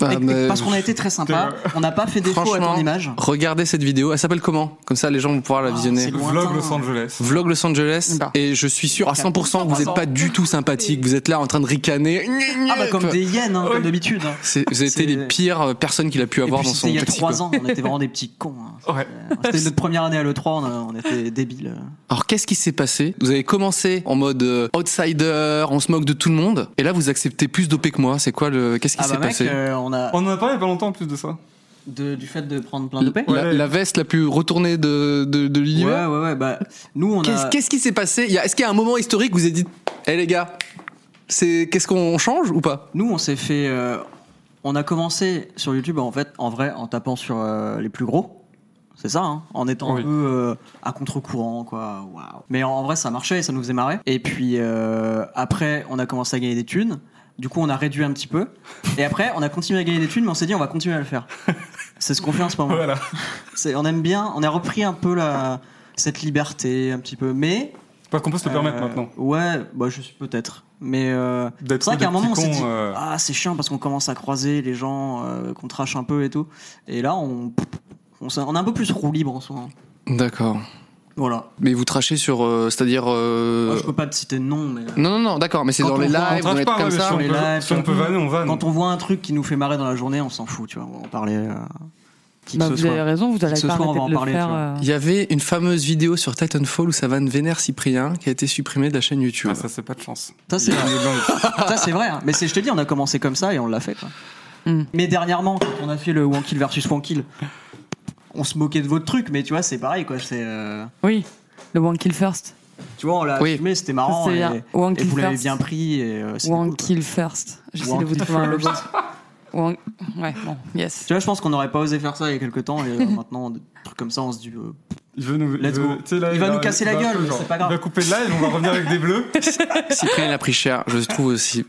Speaker 3: Ah,
Speaker 4: et- et
Speaker 3: mais-
Speaker 4: parce qu'on a été très sympa, on n'a pas fait défaut à
Speaker 3: Franchement,
Speaker 4: ton image.
Speaker 3: regardez cette vidéo. Elle s'appelle comment Comme ça, les gens vont pouvoir la
Speaker 4: Ah,
Speaker 3: visionner.
Speaker 4: c'est loin.
Speaker 6: Vlog
Speaker 4: Lointain.
Speaker 6: Los Angeles.
Speaker 3: Vlog Los Angeles.
Speaker 5: Bah.
Speaker 3: Et je suis sûr à 100% que vous n'êtes pas du tout sympathique. Vous êtes là en train de ricaner.
Speaker 4: Ah bah comme des hyènes, hein, comme d'habitude. hein.
Speaker 3: C'est- Vous avez été
Speaker 4: C'est-
Speaker 3: les pires euh, personnes qu'il a pu
Speaker 4: Et
Speaker 3: avoir
Speaker 4: puis
Speaker 3: dans son
Speaker 4: c'était il y a
Speaker 3: petit
Speaker 4: 3 ans, on était vraiment des petits cons. hein.
Speaker 6: Ouais.
Speaker 4: C'était notre première année à l'E3, on, a- on était débiles.
Speaker 3: Alors qu'est-ce qui s'est passé Vous avez commencé en mode euh, outsider, on se moque de tout le monde, et là vous acceptez plus d'OP que moi. C'est quoi le Qu'est-ce qui
Speaker 4: Ah
Speaker 3: s'est
Speaker 4: bah mec,
Speaker 3: passé
Speaker 4: euh, on a
Speaker 6: On en a parlé il y a pas longtemps en plus de ça.
Speaker 4: de- du fait de prendre plein de paix.
Speaker 3: la,
Speaker 6: Ouais.
Speaker 3: la veste la plus retournée de de, de
Speaker 4: Ouais,
Speaker 3: l'univers.
Speaker 4: euh, ouais, ouais. Bah, nous, on
Speaker 3: Qu'est-ce
Speaker 4: a.
Speaker 3: qu'est-ce qui s'est passé Il y a- Est-ce qu'il y a un moment historique où vous avez dit, hé les gars, c'est qu'est-ce qu'on change ou pas
Speaker 4: Nous, on s'est fait. euh, on a commencé sur YouTube en fait, en vrai, en tapant sur euh, les plus gros. C'est ça, hein, en étant
Speaker 6: Oui.
Speaker 4: un peu euh, à contre-courant, quoi. Waouh. Mais en, en vrai, ça marchait, ça nous faisait marrer. Et puis euh, après, on a commencé à gagner des thunes. Du coup, on a réduit un petit peu. Et après, on a continué à gagner des thunes, mais on s'est dit, on va continuer à le faire. C'est ce qu'on fait en ce moment.
Speaker 6: Voilà.
Speaker 4: C'est- On aime bien, on a repris un peu la, cette liberté, un petit peu. Mais
Speaker 6: Parce qu'on peut se le permettre
Speaker 4: euh,
Speaker 6: maintenant.
Speaker 4: Ouais, bah je suis peut-être. Mais euh,
Speaker 6: D'être
Speaker 4: c'est vrai qu'à un
Speaker 6: des
Speaker 4: moment on
Speaker 6: petits
Speaker 4: s'est
Speaker 6: cons,
Speaker 4: dit
Speaker 6: euh.
Speaker 4: ah c'est chiant parce qu'on commence à croiser les gens euh, qu'on trache un peu et tout. Et là on on, s'est- on est un peu plus roue libre en ce moment.
Speaker 3: D'accord.
Speaker 4: Voilà.
Speaker 3: Mais vous trachez sur, euh, c'est-à-dire. euh,
Speaker 4: Moi, je peux pas te citer de nom mais euh,
Speaker 3: Non, non, non, d'accord, mais c'est
Speaker 4: Quand
Speaker 3: dans
Speaker 4: on
Speaker 3: les
Speaker 4: voit- on
Speaker 3: lives,
Speaker 6: trache
Speaker 3: vous êtes
Speaker 6: pas,
Speaker 3: comme
Speaker 6: ouais,
Speaker 3: ça.
Speaker 6: mais
Speaker 4: sur les
Speaker 6: peut-
Speaker 4: lives,
Speaker 6: si on peut vanner, on vanne.
Speaker 4: Quand on voit un truc qui nous fait marrer dans la journée, on s'en fout, tu vois. On va en parler euh, qui que
Speaker 5: Bah,
Speaker 4: ce
Speaker 5: vous
Speaker 4: soit.
Speaker 5: avez raison, vous allez
Speaker 4: ce
Speaker 5: pas
Speaker 4: soir, on
Speaker 5: arrêter
Speaker 4: va en
Speaker 5: de le
Speaker 4: parler,
Speaker 5: faire.
Speaker 4: tu vois.
Speaker 5: euh.
Speaker 3: Il y avait une fameuse vidéo sur Titanfall où ça vanne Vénère Cyprien qui a été supprimée de la chaîne YouTube.
Speaker 6: Ah, ça, c'est pas de chance.
Speaker 4: Ça c'est ça c'est vrai. hein. Mais c'est je te dis, on a commencé comme ça et on l'a fait. Quoi.
Speaker 5: Mm.
Speaker 4: Mais dernièrement, quand on a fait le one kill versus one kill, on se moquait de votre truc, mais tu vois, c'est pareil quoi. C'est euh,
Speaker 5: Oui, le one kill first.
Speaker 4: tu vois, on l'a
Speaker 3: Oui.
Speaker 4: filmé, c'était marrant
Speaker 5: Ça, c'est
Speaker 4: et,
Speaker 5: bien. One
Speaker 4: et
Speaker 5: kill
Speaker 4: vous l'avez
Speaker 5: first.
Speaker 4: bien pris et euh, c'était
Speaker 5: One
Speaker 4: cool, quoi.
Speaker 5: kill first. J'essaie
Speaker 4: One
Speaker 5: de vous
Speaker 4: kill
Speaker 5: trouver un logo.
Speaker 4: first.
Speaker 5: One- Ouais, bon, yes.
Speaker 4: Tu vois, je pense qu'on n'aurait pas osé faire ça il y a quelques temps et euh, maintenant, des trucs comme ça, on se dit. euh,
Speaker 6: Il veut nous,
Speaker 4: Let's
Speaker 6: il veut-
Speaker 4: go.
Speaker 6: tu sais, là,
Speaker 4: Il va nous
Speaker 6: a-
Speaker 4: casser la
Speaker 6: il va-
Speaker 4: gueule, mais
Speaker 6: genre,
Speaker 4: c'est pas grave.
Speaker 6: Il va couper le live, on va revenir avec des bleus.
Speaker 3: Cyprien l'a pris cher, je trouve aussi.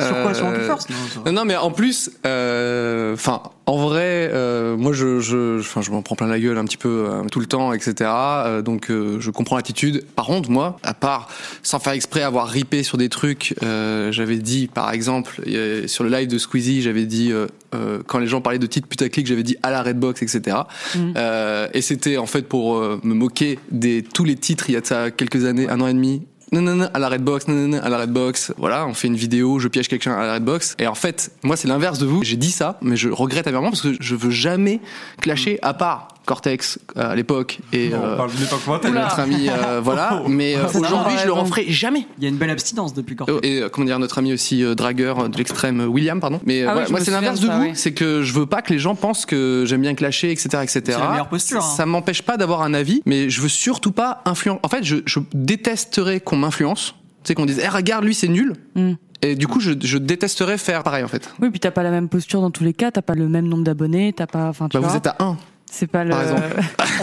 Speaker 4: sur quoi Sur One kill
Speaker 3: Euh,
Speaker 4: first non, sur-
Speaker 3: Non, non, mais en plus, euh, enfin, en vrai, euh, moi, je, je, enfin, je m'en prends plein la gueule un petit peu euh, tout le temps, etc. Euh, donc, euh, je comprends l'attitude. Par contre, moi, à part sans faire exprès avoir ripé sur des trucs, euh, j'avais dit, par exemple, euh, sur le live de Squeezie, j'avais dit euh, euh, quand les gens parlaient de titres putaclic, j'avais dit à la Redbox, etc. Euh, et c'était en fait pour euh, me moquer des tous les titres il y a de ça quelques années, un an et demi. Non, non, non, à la Redbox, non, non, non, à la Redbox. Voilà, on fait une vidéo, je piège quelqu'un à la Redbox. Et en fait, moi, c'est l'inverse de vous. J'ai dit ça, mais je regrette amèrement parce que je veux jamais clasher, à part Cortex euh, à l'époque et
Speaker 6: Bon,
Speaker 3: euh,
Speaker 6: on parle de l'époque lointaine.
Speaker 3: notre ami, euh, voilà. Mais euh,
Speaker 4: Ça, ça
Speaker 3: aujourd'hui,
Speaker 5: va,
Speaker 3: je le
Speaker 5: raison.
Speaker 3: referai jamais.
Speaker 4: Il y a une belle abstinence depuis quand
Speaker 3: Euh, et euh, comment dire notre ami aussi euh, dragueur euh, de l'extrême euh, William pardon mais euh,
Speaker 5: Ah oui,
Speaker 3: voilà,
Speaker 5: je
Speaker 3: moi
Speaker 5: me
Speaker 3: c'est
Speaker 5: souviens
Speaker 3: l'inverse
Speaker 5: de
Speaker 3: de
Speaker 5: ça,
Speaker 3: vous
Speaker 5: oui.
Speaker 3: c'est que je veux pas que les gens pensent que j'aime bien clasher etc etc
Speaker 4: C'est la meilleure posture, hein.
Speaker 3: ça m'empêche pas d'avoir un avis mais je veux surtout pas influencer en fait je, je détesterais qu'on m'influence tu sais qu'on dise Eh, regarde lui c'est nul
Speaker 4: Hmm.
Speaker 5: Mm.
Speaker 3: et du coup je, je détesterais faire pareil en fait
Speaker 5: Oui, puis t'as pas la même posture dans tous les cas, t'as pas le même nombre d'abonnés, t'as pas. Enfin, tu
Speaker 3: bah, vous
Speaker 5: vois,
Speaker 3: êtes à 1
Speaker 5: c'est pas le.
Speaker 3: par exemple.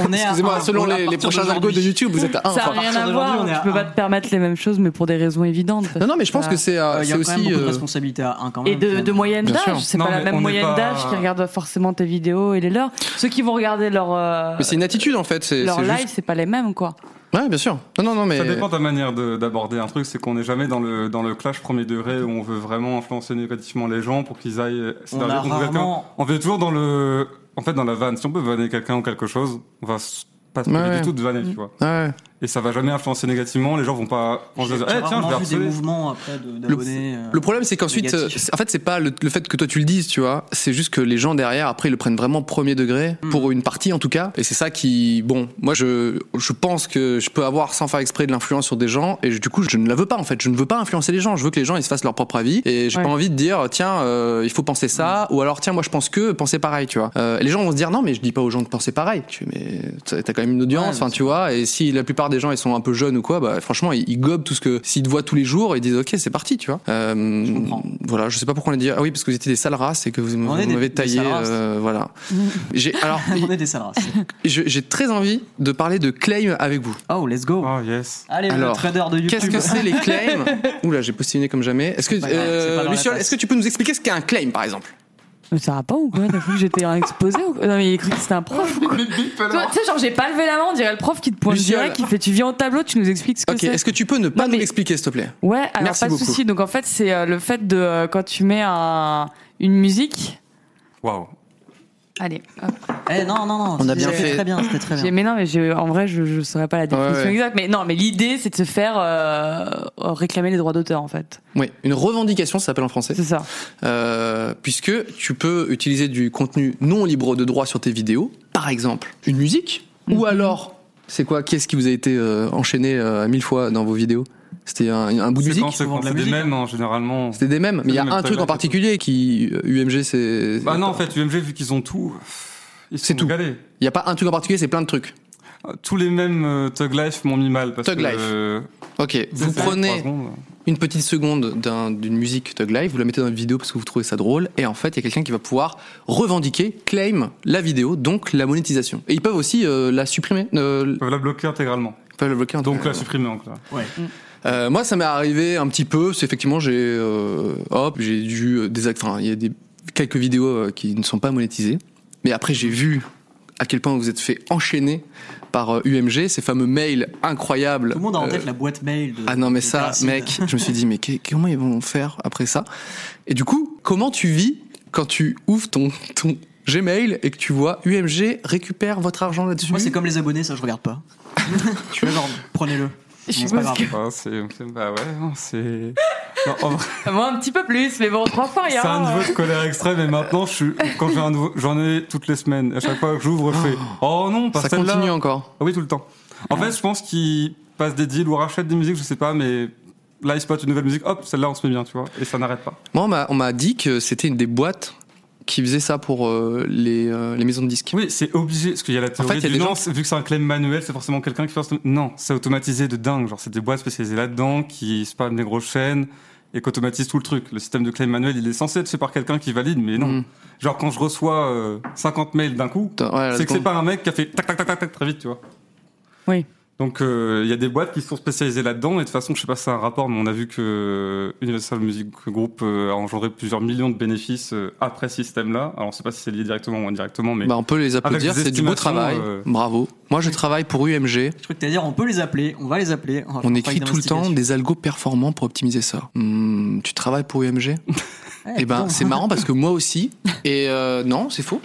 Speaker 4: On est à
Speaker 3: excusez-moi
Speaker 4: un,
Speaker 3: selon
Speaker 4: on est à
Speaker 3: les, les
Speaker 4: partir
Speaker 3: prochains algos de
Speaker 4: d'aujourd'hui.
Speaker 3: YouTube vous êtes à 1
Speaker 5: Ça
Speaker 4: Enfin,
Speaker 5: n'a
Speaker 4: à partir
Speaker 5: rien à
Speaker 4: d'aujourd'hui,
Speaker 5: voir.
Speaker 4: on est à
Speaker 5: Tu peux pas
Speaker 4: un.
Speaker 5: te permettre les mêmes choses, mais pour des raisons évidentes.
Speaker 3: non non mais je pense
Speaker 5: Ça-
Speaker 3: que c'est euh,
Speaker 4: Euh, Il y
Speaker 3: c'est
Speaker 4: a quand même
Speaker 3: aussi
Speaker 4: beaucoup de
Speaker 3: euh,
Speaker 4: responsabilités à un quand même.
Speaker 5: Et de, de moyenne
Speaker 3: Bien sûr.
Speaker 5: d'âge, c'est
Speaker 6: Non,
Speaker 5: pas la
Speaker 6: mais
Speaker 5: même
Speaker 6: on est
Speaker 5: moyenne
Speaker 6: pas-
Speaker 5: d'âge qui regarde forcément tes vidéos et les leurs. Ceux qui vont regarder leur euh,
Speaker 3: mais c'est une attitude en fait c'est
Speaker 5: leur
Speaker 3: c'est
Speaker 5: live,
Speaker 3: juste
Speaker 5: c'est pas les mêmes quoi.
Speaker 3: ouais bien sûr non non non mais
Speaker 6: Ça dépend de ta manière de- d'aborder un truc, c'est qu'on n'est jamais dans le, dans le clash premier degré où on veut vraiment influencer négativement les gens pour qu'ils aillent. c'est
Speaker 4: On
Speaker 6: dans-
Speaker 4: a
Speaker 6: on regarde
Speaker 4: rarement-
Speaker 6: quelqu'un- on est toujours dans le. En fait, dans la vanne. Si on peut vanner quelqu'un ou quelque chose, on va s- pas se
Speaker 3: Ouais,
Speaker 6: priver
Speaker 3: ouais.
Speaker 6: du tout de vanner, tu vois.
Speaker 3: Ouais.
Speaker 6: Et ça va jamais influencer négativement, les gens vont pas. On se
Speaker 4: J'ai
Speaker 6: dire, Eh, tiens, je vais
Speaker 4: rarement vu des
Speaker 6: harceler.
Speaker 4: mouvements après de- d'abonnés. euh,
Speaker 3: Le problème, c'est qu'ensuite,
Speaker 4: négatif.
Speaker 3: euh, c'est- en fait, c'est pas le, le fait que toi tu le dises, tu vois. C'est juste que les gens derrière, après, ils le prennent vraiment premier degré
Speaker 4: Hmm.
Speaker 3: pour une partie, en tout cas. Et c'est ça qui, bon, moi, je, je pense que je peux avoir sans faire exprès de l'influence sur des gens. Et je- du coup, je ne la veux pas, en fait. Je ne veux pas influencer les gens. Je veux que les gens ils se fassent leur propre avis. Et j'ai
Speaker 5: Ouais.
Speaker 3: pas envie de dire, tiens, euh, il faut penser ça,
Speaker 4: Hmm.
Speaker 3: ou alors tiens, moi, je pense que pensez pareil, tu vois. Euh, et les gens vont se dire, non, mais je dis pas aux gens de penser pareil. Tu fais, mais t'as t'as quand même une
Speaker 4: Ouais,
Speaker 3: audience,
Speaker 4: mais
Speaker 3: enfin,
Speaker 4: c'est-
Speaker 3: tu vois. Et si la plupart des gens ils sont un peu jeunes ou quoi, bah franchement, ils, ils gobent tout ce que s'ils te voient tous les jours, ils disent, ok, c'est parti, tu vois. Euh,
Speaker 4: Je comprends.
Speaker 3: voilà, je sais pas pourquoi on a dit. Ah oui, parce que vous étiez des sales races et que vous
Speaker 4: On est des-
Speaker 3: m'avez
Speaker 4: des
Speaker 3: taillé.
Speaker 4: sales races.
Speaker 3: euh, voilà. J'ai alors
Speaker 4: On est des sales races.
Speaker 3: je- j'ai très envie de parler de claim avec vous.
Speaker 4: Oh, let's go.
Speaker 6: Oh yes.
Speaker 4: Allez,
Speaker 3: Alors,
Speaker 4: le trader de YouTube.
Speaker 3: Qu'est-ce que c'est les claims Oula, j'ai postillonné comme jamais. Est-ce que
Speaker 4: C'est pas grave, c'est pas
Speaker 3: euh,
Speaker 4: dans la
Speaker 3: Luciole,
Speaker 4: tasse.
Speaker 3: est-ce que tu peux nous expliquer ce qu'est un claim par exemple
Speaker 5: Mais ça va pas ou quoi T'as cru que j'étais un exposé ou quoi Non, mais il a cru que c'était un prof ou quoi Toi, Tu sais, genre, j'ai pas levé la main, on dirait le prof qui te pointe
Speaker 3: Luciole.
Speaker 5: direct, qui fait Tu viens au tableau, tu nous expliques ce que
Speaker 3: Ok,
Speaker 5: c'est.
Speaker 3: est-ce que tu peux ne pas
Speaker 5: Non,
Speaker 3: nous
Speaker 5: mais-
Speaker 3: l'expliquer, s'il te plaît
Speaker 5: Ouais, alors
Speaker 3: Merci
Speaker 5: pas de
Speaker 3: beaucoup.
Speaker 5: souci. Donc en fait, c'est euh, le fait de euh, quand tu mets un- une musique.
Speaker 6: Waouh.
Speaker 5: Allez, hop.
Speaker 4: Eh non, non, non.
Speaker 3: On a
Speaker 4: c'était-
Speaker 3: bien
Speaker 4: c'était
Speaker 3: fait.
Speaker 4: Très bien, c'était très
Speaker 5: J'ai-
Speaker 4: bien.
Speaker 5: Mais non, mais je- en vrai, je, je saurais pas la définition
Speaker 3: ouais.
Speaker 5: exacte. Mais non, mais l'idée, c'est de se faire euh, réclamer les droits d'auteur, en fait.
Speaker 3: Oui, une revendication, ça s'appelle en français.
Speaker 5: C'est ça.
Speaker 3: Euh, puisque tu peux utiliser du contenu non libre de droit sur tes vidéos, par exemple une musique, ou alors, c'est quoi, qu'est-ce qui vous a été euh, enchaîné euh, mille fois dans vos vidéos C'était un, un bout de
Speaker 6: C'est
Speaker 3: musique
Speaker 6: quand c'est
Speaker 4: souvent
Speaker 6: quand
Speaker 4: de la
Speaker 6: c'est des
Speaker 4: musique,
Speaker 6: mêmes, hein, généralement.
Speaker 3: C'était des mêmes, mais il y a
Speaker 6: des
Speaker 3: un
Speaker 6: mêmes
Speaker 3: truc en
Speaker 6: taglines,
Speaker 3: particulier qui, euh, UMG, c'est...
Speaker 6: Bah non, en fait, UMG, vu qu'ils ont tout, ils se
Speaker 3: C'est
Speaker 6: sont
Speaker 3: tout.
Speaker 6: régalés.
Speaker 3: Il n'y a pas un truc en particulier, c'est plein de trucs.
Speaker 6: Tous les mêmes euh, Thug Life m'ont mis mal. Parce
Speaker 3: Thug
Speaker 6: que,
Speaker 3: Life.
Speaker 6: euh,
Speaker 3: Ok, vous
Speaker 6: c'est- trois
Speaker 3: prenez
Speaker 6: secondes.
Speaker 3: une petite seconde d'un- d'une musique Thug Live, vous la mettez dans une vidéo parce que vous trouvez ça drôle, et en fait, il y a quelqu'un qui va pouvoir revendiquer, claim la vidéo, donc la monétisation. Et ils peuvent aussi euh, la supprimer, euh,
Speaker 6: Ils peuvent la bloquer intégralement.
Speaker 3: ils peuvent la bloquer. en-
Speaker 6: Donc la supprimer, donc là.
Speaker 3: Euh, moi, ça m'est arrivé un petit peu. C'est effectivement, j'ai euh, hop, j'ai dû euh, des, enfin, il y a des quelques vidéos euh, qui ne sont pas monétisées. Mais après, j'ai vu à quel point vous êtes fait enchaîner par euh, UMG, ces fameux mails incroyables.
Speaker 4: Tout le monde a en
Speaker 3: Euh,
Speaker 4: tête la boîte mail. de-
Speaker 3: ah non mais
Speaker 4: de
Speaker 3: ça,
Speaker 4: Placide.
Speaker 3: mec, je me suis dit mais qu'est- comment ils vont faire après ça Et du coup, comment tu vis quand tu ouvres ton ton Gmail et que tu vois UMG récupère votre argent là-dessus
Speaker 4: Moi, c'est comme les abonnés, ça, je regarde pas. Je suis énorme. Prenez-le.
Speaker 5: Je
Speaker 4: Bon,
Speaker 5: suppose
Speaker 4: c'est pas grave.
Speaker 5: que-
Speaker 6: Ah, c'est, c'est- bah ouais, non, c'est. Non, en vrai,
Speaker 5: Moi, un petit peu plus, mais bon, trois fois
Speaker 6: c'est
Speaker 5: rien.
Speaker 6: un hein. niveau de colère extrême et maintenant, je suis, quand j'ai un nouveau, j'en ai toutes les semaines. À chaque fois que j'ouvre, je fais Oh non, pas
Speaker 3: ça
Speaker 6: celle-là.
Speaker 3: continue encore.
Speaker 6: Ah oui, tout le temps. En fait, je pense qu'ils passent des deals ou rachètent des musiques, je sais pas, mais là, ils spotent une nouvelle musique, hop, celle-là, on se met bien, tu vois, et ça n'arrête pas.
Speaker 3: Moi, on m'a- on m'a dit que c'était une des boîtes qui faisait ça pour euh, les, euh, les maisons de disques.
Speaker 6: Oui, c'est obligé, parce qu'il y a la
Speaker 3: fait,
Speaker 6: théorie
Speaker 3: il y a
Speaker 6: du
Speaker 3: des
Speaker 6: non,
Speaker 3: gens
Speaker 6: c'est- vu que c'est un claim manuel, c'est forcément quelqu'un qui fait... autom- Non, c'est automatisé de dingue, genre c'est des boîtes spécialisées là-dedans, qui spamment les grosses chaînes, et qu'automatisent tout le truc. Le système de claim manuel, il est censé être fait par quelqu'un qui valide, mais non.
Speaker 3: Mm.
Speaker 6: Genre quand je reçois euh, 50 mails d'un coup,
Speaker 3: Attends, ouais, la
Speaker 6: c'est que c'est
Speaker 3: seconde.
Speaker 6: par un mec qui a fait tac tac tac tac, tac très vite, tu vois.
Speaker 5: Oui.
Speaker 6: Donc euh, il y a des boîtes qui sont spécialisées là-dedans et de toute façon je sais pas si c'est un rapport mais on a vu que euh, Universal Music Group euh, a engendré plusieurs millions de bénéfices euh, après ce système-là. Alors on sait pas si c'est lié directement ou indirectement mais
Speaker 3: Bah, on peut les applaudir,
Speaker 6: des
Speaker 3: c'est du beau
Speaker 6: estimations,
Speaker 3: travail.
Speaker 6: euh,
Speaker 3: Bravo. Moi, je travaille pour UMG.
Speaker 4: Je crois que t'as à dire, on peut les appeler, on va les appeler. Oh, va faire
Speaker 3: On
Speaker 4: une
Speaker 3: écrit tout le temps
Speaker 4: investigation.
Speaker 3: des algos performants pour optimiser ça. Hmm, tu travailles pour UMG
Speaker 4: Eh,
Speaker 3: Eh ben,
Speaker 4: putain.
Speaker 3: c'est marrant parce que moi aussi. Et euh, non, c'est faux.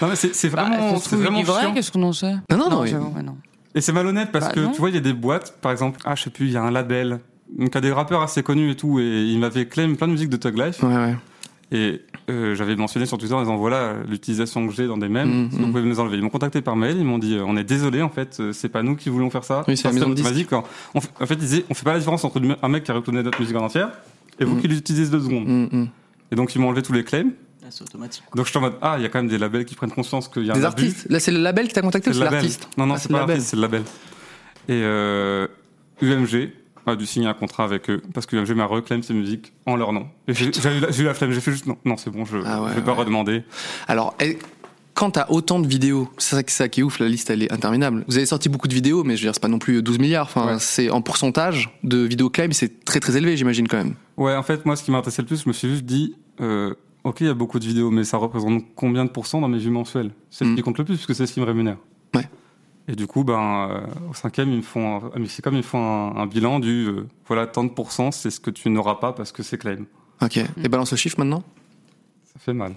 Speaker 6: Non, mais c'est c'est
Speaker 5: Bah,
Speaker 6: vraiment,
Speaker 5: ça se
Speaker 6: c'est
Speaker 5: trouve, il
Speaker 6: Ah, vraiment
Speaker 5: est vrai,
Speaker 6: chiant.
Speaker 5: qu'est-ce qu'on en sait
Speaker 3: Non, non, non, mais-
Speaker 5: j'avoue, ouais, non.
Speaker 6: Et c'est malhonnête parce
Speaker 5: Bah,
Speaker 6: que
Speaker 5: non.
Speaker 6: tu vois, il y a des boîtes, par exemple, ah, je sais plus, il y a un label, donc il y a des rappeurs assez connus et tout, et ils m'avaient claim plein de musique de Tug Life,
Speaker 3: Ouais, ouais.
Speaker 6: et euh, j'avais mentionné sur Twitter en disant voilà euh, l'utilisation que j'ai dans des mêmes,
Speaker 3: Mm,
Speaker 6: si vous
Speaker 3: mm.
Speaker 6: pouvez me les enlever. Ils m'ont contacté par mail, ils m'ont dit euh, on est désolé, en fait, euh, c'est pas nous qui voulons faire ça.
Speaker 3: Oui, c'est la
Speaker 6: Parce
Speaker 3: maison
Speaker 6: que
Speaker 3: de
Speaker 6: t'as dit quand- on fait- En fait, ils disaient on fait pas la différence entre le me- un mec qui a recloné notre musique en entière et
Speaker 3: Mm-hmm.
Speaker 6: vous qui l'utilisez deux secondes.
Speaker 3: Hmm, hmm.
Speaker 6: Et donc ils m'ont enlevé tous les claims.
Speaker 4: Ah, C'est automatique.
Speaker 6: Donc je suis en mode ah, il y a quand même des labels qui prennent conscience qu'il y a un
Speaker 3: Des
Speaker 6: abus.
Speaker 3: artistes. Là, c'est le label qui t'a contacté ou
Speaker 6: le
Speaker 3: c'est
Speaker 6: label.
Speaker 3: l'artiste
Speaker 6: Non, non,
Speaker 3: Ah,
Speaker 6: c'est pas
Speaker 3: le label.
Speaker 6: l'artiste, c'est le label. Et euh, UMG a dû signer un contrat avec eux parce que UMG m'a reclaim ses musiques en leur nom. Et J'ai j'ai eu, la- j'ai eu la flemme, j'ai fait juste non, non c'est bon, je,
Speaker 3: Ah ouais,
Speaker 6: je vais pas
Speaker 3: ouais.
Speaker 6: redemander.
Speaker 3: Alors, eh, quand t'as autant de vidéos, c'est ça, qui- ça qui est ouf, la liste elle est interminable. Vous avez sorti beaucoup de vidéos, mais je veux dire, c'est pas non plus 12 milliards. Enfin,
Speaker 6: Ouais.
Speaker 3: c'est en pourcentage de vidéos claim, c'est très très élevé, j'imagine quand même.
Speaker 6: Ouais, en fait, moi, ce qui m'a intéressé le plus, je me suis juste dit, euh, ok, il y a beaucoup de vidéos, mais ça représente combien de pourcents dans mes vues mensuelles C'est ce
Speaker 3: Mm.
Speaker 6: qui compte le plus, puisque c'est ce qui me rémunère.
Speaker 3: Ouais.
Speaker 6: Et du coup, ben, euh, au cinquième, ils me font, un- ah, à Mexicom, ils me font un, un bilan du, euh, voilà, tant de pourcents, c'est ce que tu n'auras pas parce que c'est claim.
Speaker 3: Ok. Et balance le chiffre maintenant.
Speaker 6: Ça fait mal.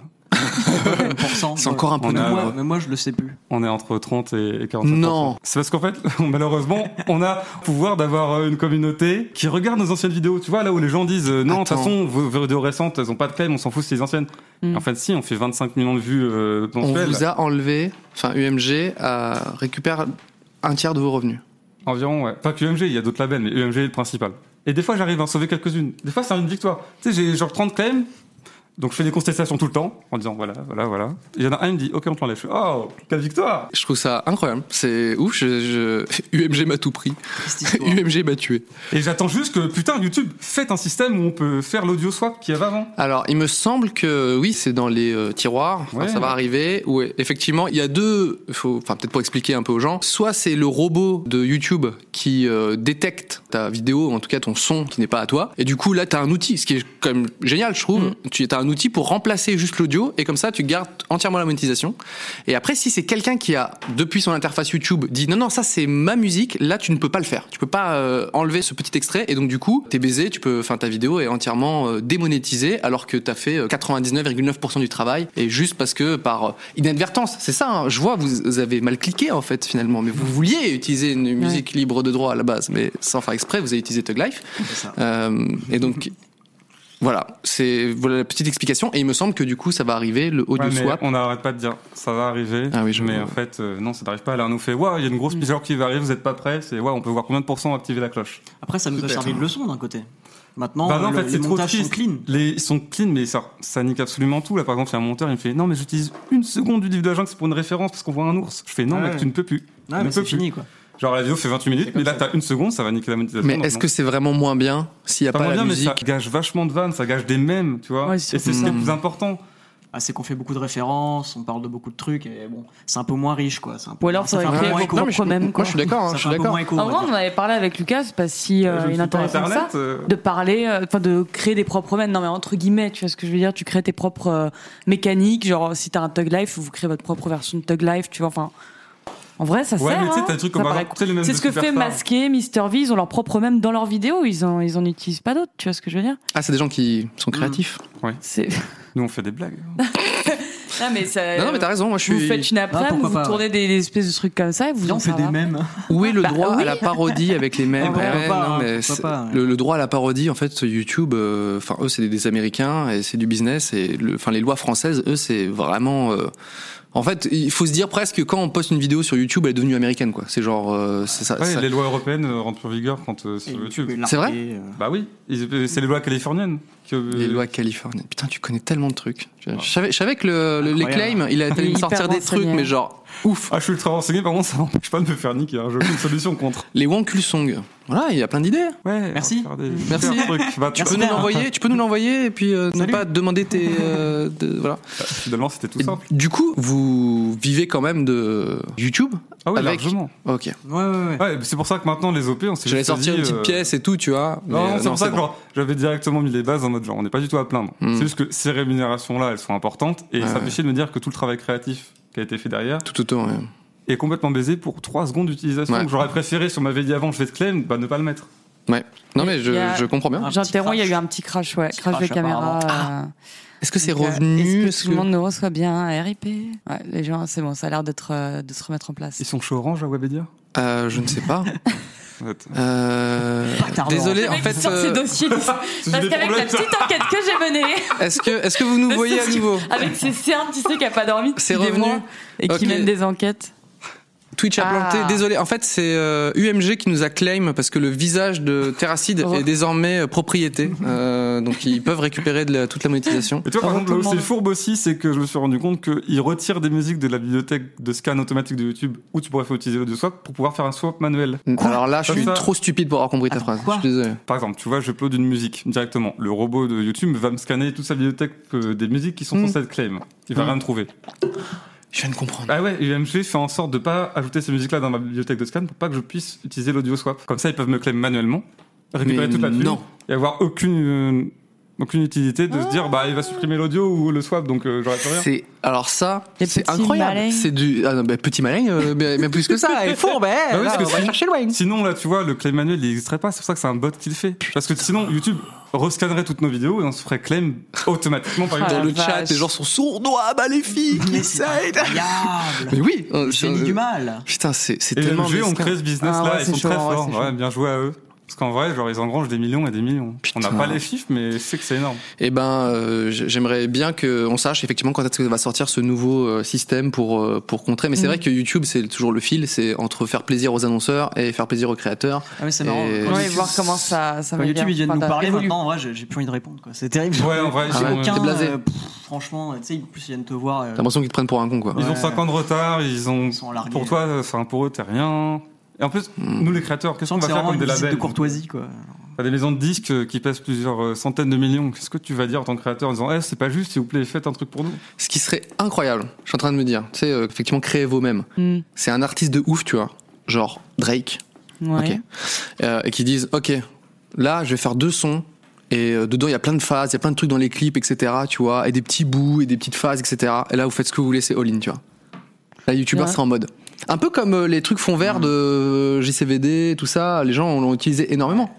Speaker 3: C'est encore un peu
Speaker 6: On
Speaker 4: Mais
Speaker 6: a-
Speaker 4: moi, mais moi, je le sais plus.
Speaker 6: On est entre 30 et 45
Speaker 3: Non.
Speaker 6: C'est parce qu'en fait, malheureusement, on a le pouvoir d'avoir euh, une communauté qui regarde nos anciennes vidéos. Tu vois, là où les gens disent euh, non, de toute
Speaker 3: Attends.
Speaker 6: façon, vos, vos vidéos récentes, elles ont pas de claim, on s'en fout, c'est les anciennes. Et En fait, si, on fait 25 millions de vues euh,
Speaker 3: On
Speaker 6: mensuelles.
Speaker 3: vous a enlevé, enfin UMG a récupère un tiers de vos revenus.
Speaker 6: Environ, ouais. Pas que UMG, il y a d'autres labels, mais UMG est le principal. Et des fois, j'arrive à en sauver quelques-unes. Des fois, c'est une victoire. Tu sais, j'ai genre 30 claims. Donc, je fais des contestations tout le temps en disant voilà, voilà, voilà. Il y en a un, il me dit ok, on te l'enlève. Je fais oh, quelle victoire
Speaker 3: Je trouve ça incroyable. C'est ouf. Je, je- UMG m'a tout pris.
Speaker 4: Triste histoire.
Speaker 3: UMG m'a tué.
Speaker 6: Et j'attends juste que, putain, YouTube, faites un système où on peut faire l'audio swap qu'il y avait avant.
Speaker 3: Alors, il me semble que oui, c'est dans les euh, tiroirs. Enfin,
Speaker 6: Ouais.
Speaker 3: ça va arriver. Où, effectivement, il y a deux. Faut, enfin, peut-être pour expliquer un peu aux gens. Soit c'est le robot de YouTube qui euh, détecte ta vidéo, en tout cas ton son qui n'est pas à toi. Et du coup, là, t'as un outil, ce qui est quand même génial, je trouve. Tu as un outil pour remplacer juste l'audio et comme ça tu gardes entièrement la monétisation. Et après, si c'est quelqu'un qui a depuis son interface YouTube dit non non ça c'est ma musique, là tu ne peux pas le faire. Tu peux pas euh, enlever ce petit extrait et donc du coup t'es baisé, tu peux, enfin ta vidéo est entièrement euh, démonétisée alors que t'as fait euh, 99,9% du travail et juste parce que par euh, inadvertance, c'est ça. hein, je vois vous, vous avez mal cliqué en fait finalement, mais vous vouliez utiliser une musique libre de droit à la base, mais sans faire exprès vous avez utilisé Tug Life. Euh, et donc voilà, c'est voilà la petite explication. Et il me semble que du coup, ça va arriver le audio
Speaker 6: Ouais, mais
Speaker 3: swap.
Speaker 6: on n'arrête pas de dire ça va arriver.
Speaker 3: Ah oui, je
Speaker 6: mais
Speaker 3: vois.
Speaker 6: en fait, euh, non, ça n'arrive pas. Là, on nous fait waouh, il y a une grosse
Speaker 4: Mm.
Speaker 6: pigeon qui va arriver, vous n'êtes pas prêts. C'est waouh, on peut voir combien de pourcents activer la cloche.
Speaker 4: Après, ça nous a servi de leçon d'un côté. Maintenant,
Speaker 6: Bah non,
Speaker 4: Oh, le-
Speaker 6: en fait,
Speaker 4: les
Speaker 6: c'est trop
Speaker 4: montages sont
Speaker 6: triste.
Speaker 4: clean.
Speaker 6: Les, ils sont clean, mais ça, ça nique absolument tout. Là, par exemple, il y a un monteur, il me fait non, mais j'utilise une seconde du livre de la jungle, c'est pour une référence parce qu'on voit un ours. Je fais non,
Speaker 4: Ouais.
Speaker 6: mec, tu ne peux plus. Tu
Speaker 4: Ouais,
Speaker 6: ne
Speaker 4: mais
Speaker 6: peux
Speaker 4: c'est
Speaker 6: plus.
Speaker 4: fini, quoi.
Speaker 6: Genre, la vidéo fait 28 minutes, mais là, t'as une seconde, ça va niquer la monétisation.
Speaker 3: Mais
Speaker 6: donc
Speaker 3: est-ce
Speaker 6: non.
Speaker 3: que c'est vraiment moins bien s'il n'y a
Speaker 6: Pas
Speaker 3: pas
Speaker 6: moins
Speaker 3: la
Speaker 6: bien, mais ça
Speaker 3: musique
Speaker 6: gâche vachement de vannes, ça gâche des mêmes, tu vois.
Speaker 5: Ouais,
Speaker 6: et
Speaker 5: c'est
Speaker 6: c'est
Speaker 5: surtout
Speaker 6: ce qui est
Speaker 5: ça.
Speaker 6: le plus important.
Speaker 4: Ah, c'est qu'on fait beaucoup de références, on parle de beaucoup de trucs, et bon, c'est un peu moins riche, quoi. c'est Un peu,
Speaker 5: Ou alors,
Speaker 4: ça
Speaker 5: ça
Speaker 4: fait
Speaker 5: va
Speaker 4: un peu
Speaker 5: créer
Speaker 4: moins
Speaker 5: vos
Speaker 4: écho.
Speaker 5: propres mèmes,
Speaker 3: Moi,
Speaker 5: quoi.
Speaker 3: je suis d'accord. hein,
Speaker 4: Ça
Speaker 3: je suis
Speaker 4: fait un peu
Speaker 3: d'accord.
Speaker 4: moins écho.
Speaker 5: En
Speaker 4: on va
Speaker 5: vrai,
Speaker 4: dire.
Speaker 5: on en avait parlé avec Lucas, c'est pas si euh,
Speaker 6: Je ne suis pas
Speaker 5: inintéressant que ça,
Speaker 6: Internet, euh.
Speaker 5: de parler, euh, enfin de créer des propres mèmes. Non mais entre guillemets, tu vois ce que je veux dire Tu crées tes propres euh, mécaniques, genre si t'as un Tug Life, vous créez votre propre version de Tug Life, tu vois. Enfin, en vrai, ça
Speaker 6: Ouais,
Speaker 5: sert.
Speaker 6: mais tu sais,
Speaker 5: hein.
Speaker 6: t'as des
Speaker 5: Ça
Speaker 6: trucs comme par
Speaker 5: paraît
Speaker 6: exemple, tu sais, les
Speaker 5: cool.
Speaker 6: mèmes
Speaker 5: C'est
Speaker 6: de
Speaker 5: ce que fait
Speaker 6: Superstar.
Speaker 5: Masqué, Mister V, ils ont leurs propres mèmes dans leurs vidéos, ils en ils en utilisent pas d'autres, tu vois ce que je veux dire
Speaker 3: Ah, c'est des gens qui sont créatifs.
Speaker 4: Mm.
Speaker 5: C'est
Speaker 6: Nous, on fait des blagues.
Speaker 5: Non mais ça
Speaker 3: Non, non, mais t'as raison. Moi, je
Speaker 5: Vous
Speaker 3: suis.
Speaker 5: faites une après,
Speaker 4: pourquoi
Speaker 5: vous
Speaker 4: pas,
Speaker 5: tournez des, des espèces de trucs comme ça et vous
Speaker 4: Viens,
Speaker 5: en
Speaker 4: on fait
Speaker 5: servez
Speaker 4: des
Speaker 5: après.
Speaker 4: mêmes.
Speaker 3: Où
Speaker 4: Bah,
Speaker 3: est le droit
Speaker 5: oui.
Speaker 3: à la parodie avec les mêmes
Speaker 4: Ah ouais,
Speaker 3: Ouais,
Speaker 4: pourquoi pas,
Speaker 3: non,
Speaker 4: hein,
Speaker 3: mais
Speaker 4: pourquoi
Speaker 3: c'est-
Speaker 4: pas, ouais.
Speaker 3: le, le droit à la parodie, en fait, YouTube, euh, enfin, eux, c'est des, des Américains et c'est du business. Et le- enfin, les lois françaises, eux, c'est vraiment. euh, en fait, il faut se dire presque que quand on poste une vidéo sur YouTube, elle est devenue américaine, quoi. C'est genre, euh, c'est ça.
Speaker 6: Ouais,
Speaker 3: ça-
Speaker 6: les lois européennes euh, rentrent en vigueur quand euh, sur
Speaker 4: Et
Speaker 6: YouTube.
Speaker 4: tu peux
Speaker 3: C'est vrai
Speaker 4: larguer, euh,
Speaker 6: Bah oui, ils- euh, c'est les lois californiennes. Que, euh,
Speaker 3: Les lois californiennes. Putain, tu connais tellement de trucs. Je, je savais, je savais que le, le- les
Speaker 4: Incroyable.
Speaker 3: claims, il allait
Speaker 5: Il est
Speaker 3: me sortir
Speaker 5: hyper
Speaker 3: des trucs,
Speaker 5: renseigné.
Speaker 3: mais genre, ouf.
Speaker 6: Ah, je suis ultra renseigné, par contre, ça m'empêche pas de me faire niquer. hein. J'ai aucune solution contre.
Speaker 3: Les Wankulsong. Voilà, il y a plein d'idées.
Speaker 6: Ouais,
Speaker 4: Merci.
Speaker 6: on va faire des-
Speaker 3: Merci.
Speaker 6: faire un truc. Bah,
Speaker 3: Tu peux nous
Speaker 4: Super.
Speaker 3: l'envoyer, tu peux nous l'envoyer, et puis euh, ne
Speaker 4: Salut.
Speaker 3: pas demander tes, euh, de- voilà.
Speaker 6: Finalement, c'était tout
Speaker 3: Et
Speaker 6: simple.
Speaker 3: du coup, vous vivez quand même de YouTube
Speaker 6: Ah oui,
Speaker 3: avec-
Speaker 6: largement.
Speaker 3: Ok.
Speaker 4: Ouais, ouais, ouais.
Speaker 6: Ouais, c'est pour ça que maintenant, les OP, on s'est
Speaker 3: J'allais
Speaker 6: juste
Speaker 3: sortir
Speaker 6: dit,
Speaker 3: une petite
Speaker 6: euh,
Speaker 3: pièce et tout, tu vois. mais,
Speaker 6: Non, non,
Speaker 3: euh,
Speaker 6: c'est pour ça que
Speaker 3: bon.
Speaker 6: genre, j'avais directement mis les bases en mode genre, on n'est pas du tout à plaindre. C'est juste que ces rémunérations-là, elles sont importantes et ça m'empêchait de me dire que tout le travail créatif qui a été fait derrière
Speaker 3: Tout autour, ouais.
Speaker 6: est complètement baisé pour 3 secondes d'utilisation.
Speaker 3: Ouais.
Speaker 6: Donc, J'aurais préféré, si on m'avait dit avant, je vais te claim, bah ne pas le mettre.
Speaker 3: Ouais. Non, mais je,
Speaker 5: Il y a-
Speaker 3: je comprends bien.
Speaker 4: Un
Speaker 5: J'interromps,
Speaker 4: petit
Speaker 5: il y a eu
Speaker 4: crash.
Speaker 5: un petit crash, ouais,
Speaker 4: Petit
Speaker 5: crash, de
Speaker 4: crash, Ah.
Speaker 5: caméra. euh,
Speaker 3: Est-ce que c'est
Speaker 5: Donc, euh,
Speaker 3: revenu
Speaker 5: Est-ce que tout le monde nous reçoit bien RIP Ouais, les gens, c'est bon, ça a l'air d'être euh, de se remettre en place.
Speaker 6: Ils sont chauds orange à Webedia
Speaker 3: Euh, Je ne sais pas. Euh,
Speaker 4: Bâtard,
Speaker 3: Désolé,
Speaker 5: Le
Speaker 3: en
Speaker 5: mec
Speaker 3: fait.
Speaker 5: sort ses
Speaker 3: euh,
Speaker 5: dossiers. Parce qu'avec la petite enquête que j'ai menée,
Speaker 3: Est-ce que, est-ce que vous nous
Speaker 5: de
Speaker 3: voyez
Speaker 5: ce
Speaker 3: à
Speaker 5: qui-
Speaker 3: nouveau
Speaker 5: avec ses cernes, tu sais, qui a pas dormi depuis
Speaker 3: C'est
Speaker 5: des
Speaker 3: revenu.
Speaker 5: mois et qui
Speaker 3: Ok.
Speaker 5: mène des enquêtes.
Speaker 3: Twitch a
Speaker 5: Ah.
Speaker 3: planté. Désolé. En fait, c'est euh, UMG qui nous a claim parce que le visage de Terracide
Speaker 5: Oh.
Speaker 3: est désormais euh,
Speaker 5: Mhm.
Speaker 3: propriété. Euh, donc, ils peuvent récupérer de la- toute la monétisation.
Speaker 6: Et tu vois,
Speaker 5: Au
Speaker 6: par exemple, là où
Speaker 5: retournement.
Speaker 6: c'est fourbe aussi, c'est que je me suis rendu compte qu'ils retirent des musiques de la bibliothèque de scan automatique de YouTube où tu pourrais faire utiliser l'audio swap pour pouvoir faire un swap manuel.
Speaker 3: Alors là, je
Speaker 6: Comme
Speaker 3: suis
Speaker 6: ça.
Speaker 3: trop stupide pour avoir compris ta
Speaker 4: Attends,
Speaker 3: phrase.
Speaker 4: quoi
Speaker 3: je suis désolé.
Speaker 6: Par exemple, tu vois, je upload une musique directement. Le robot de YouTube va me scanner toute sa bibliothèque euh, des musiques qui sont censées être claim. Il va rien me trouver.
Speaker 3: Je viens de comprendre.
Speaker 6: Ah ouais, UMG fait en sorte de pas ajouter ces musiques-là dans ma bibliothèque de scan pour pas que je puisse utiliser l'audio swap. Comme ça, ils peuvent me claim manuellement, récupérer
Speaker 3: Mais
Speaker 6: toute la thune
Speaker 3: non.
Speaker 6: et avoir aucune, euh, aucune utilité de se dire, bah,
Speaker 5: Ah.
Speaker 6: il va supprimer l'audio ou le swap, donc euh, j'aurais plus rien.
Speaker 3: C'est alors ça,
Speaker 5: Les
Speaker 3: c'est
Speaker 5: petits
Speaker 3: incroyable.
Speaker 5: malins.
Speaker 3: C'est du ah non, bah, petit malin, euh, mais, mais plus que ça. Il faut, ben,
Speaker 6: Bah oui,
Speaker 3: là,
Speaker 6: parce que
Speaker 3: on va
Speaker 6: sinon-
Speaker 3: chercher loin.
Speaker 6: Sinon, là, tu vois, le claim manuel, il n'existerait pas. C'est pour ça que c'est un bot qui le fait. Parce que sinon, YouTube rescannerait toutes nos vidéos et on se ferait claim automatiquement par
Speaker 5: Ah,
Speaker 3: Dans
Speaker 6: YouTube.
Speaker 3: le
Speaker 5: vache.
Speaker 3: chat, les gens sont sournois, maléfiques, ils s'aident.
Speaker 4: Incroyable
Speaker 3: Mais oui, euh,
Speaker 4: Génie
Speaker 3: euh,
Speaker 4: du mal
Speaker 3: Putain, c'est c'est
Speaker 6: Et les
Speaker 3: tellement.
Speaker 6: MG, on
Speaker 3: mesquin.
Speaker 6: crée ce business-là.
Speaker 5: Ah ouais,
Speaker 6: ils
Speaker 5: c'est
Speaker 6: sont
Speaker 5: chaud,
Speaker 6: très
Speaker 5: ouais, c'est
Speaker 6: forts.
Speaker 5: chaud.
Speaker 6: Ouais, bien joué à eux. Parce qu'en vrai, genre, ils engrangent des millions et des millions. On n'a
Speaker 3: Putain.
Speaker 6: pas les chiffres, mais je sais que c'est énorme.
Speaker 3: Eh ben, euh, j- j'aimerais bien qu'on sache effectivement quand est-ce que va sortir ce nouveau euh, système pour euh, pour contrer.
Speaker 6: Mm.
Speaker 3: Mais c'est vrai que YouTube, c'est toujours le fil, c'est entre faire plaisir aux annonceurs et faire plaisir aux créateurs.
Speaker 4: Ah mais c'est marrant.
Speaker 3: Et-
Speaker 4: Quand
Speaker 5: Ouais,
Speaker 4: YouTube-
Speaker 5: voir comment ça, ça
Speaker 4: Quand
Speaker 5: m'évient.
Speaker 4: YouTube ils viennent
Speaker 5: Enfin,
Speaker 4: nous parler
Speaker 5: évolue.
Speaker 4: maintenant, en vrai j'ai j'ai plus envie de répondre quoi. C'est terrible.
Speaker 6: Ouais, en vrai,
Speaker 3: Ah
Speaker 4: j'ai
Speaker 3: ouais,
Speaker 4: aucun.
Speaker 3: t'es blasé.
Speaker 4: euh, pff, franchement, tu sais, en plus ils viennent te voir. euh,
Speaker 3: T'as l'impression qu'ils te prennent pour un con, quoi.
Speaker 6: Ils
Speaker 4: Ouais.
Speaker 6: ont 5 ans de retard. Ils ont.
Speaker 4: sont largués.
Speaker 6: pour toi, enfin, pour eux, t'es rien. Et en plus,
Speaker 3: Hmm.
Speaker 6: nous les créateurs,
Speaker 4: je
Speaker 6: qu'est-ce
Speaker 4: sens
Speaker 6: qu'on
Speaker 4: que
Speaker 6: va
Speaker 4: c'est
Speaker 6: faire
Speaker 4: vraiment
Speaker 6: comme
Speaker 4: une
Speaker 6: des
Speaker 4: visite
Speaker 6: labels
Speaker 4: de courtoisie quoi.
Speaker 6: T'as des maisons de disques euh, qui pèsent plusieurs euh, centaines de millions. Qu'est-ce que tu vas dire en tant que créateur en disant, eh, c'est pas juste, s'il vous plaît, faites un truc pour nous
Speaker 3: Ce qui serait incroyable, je suis en train de me dire, tu sais, euh, effectivement, créez vous-même.
Speaker 5: Mm.
Speaker 3: C'est un artiste de ouf, tu vois, genre Drake,
Speaker 5: Hmm. Ouais.
Speaker 3: ok, Euh, et qui disent, ok, là, je vais faire deux sons, Et euh, dedans, il y a plein de phases, il y a plein de trucs dans les clips, etc. Tu vois, et des petits bouts, et des petites phases, etc. Et là, vous faites ce que vous voulez, c'est all-in, tu vois. Là, YouTubeur,
Speaker 5: Ouais.
Speaker 3: c'est en mode. Un peu comme euh, les trucs fonds verts de euh, JCVD, tout ça, les gens on l'ont utilisé énormément.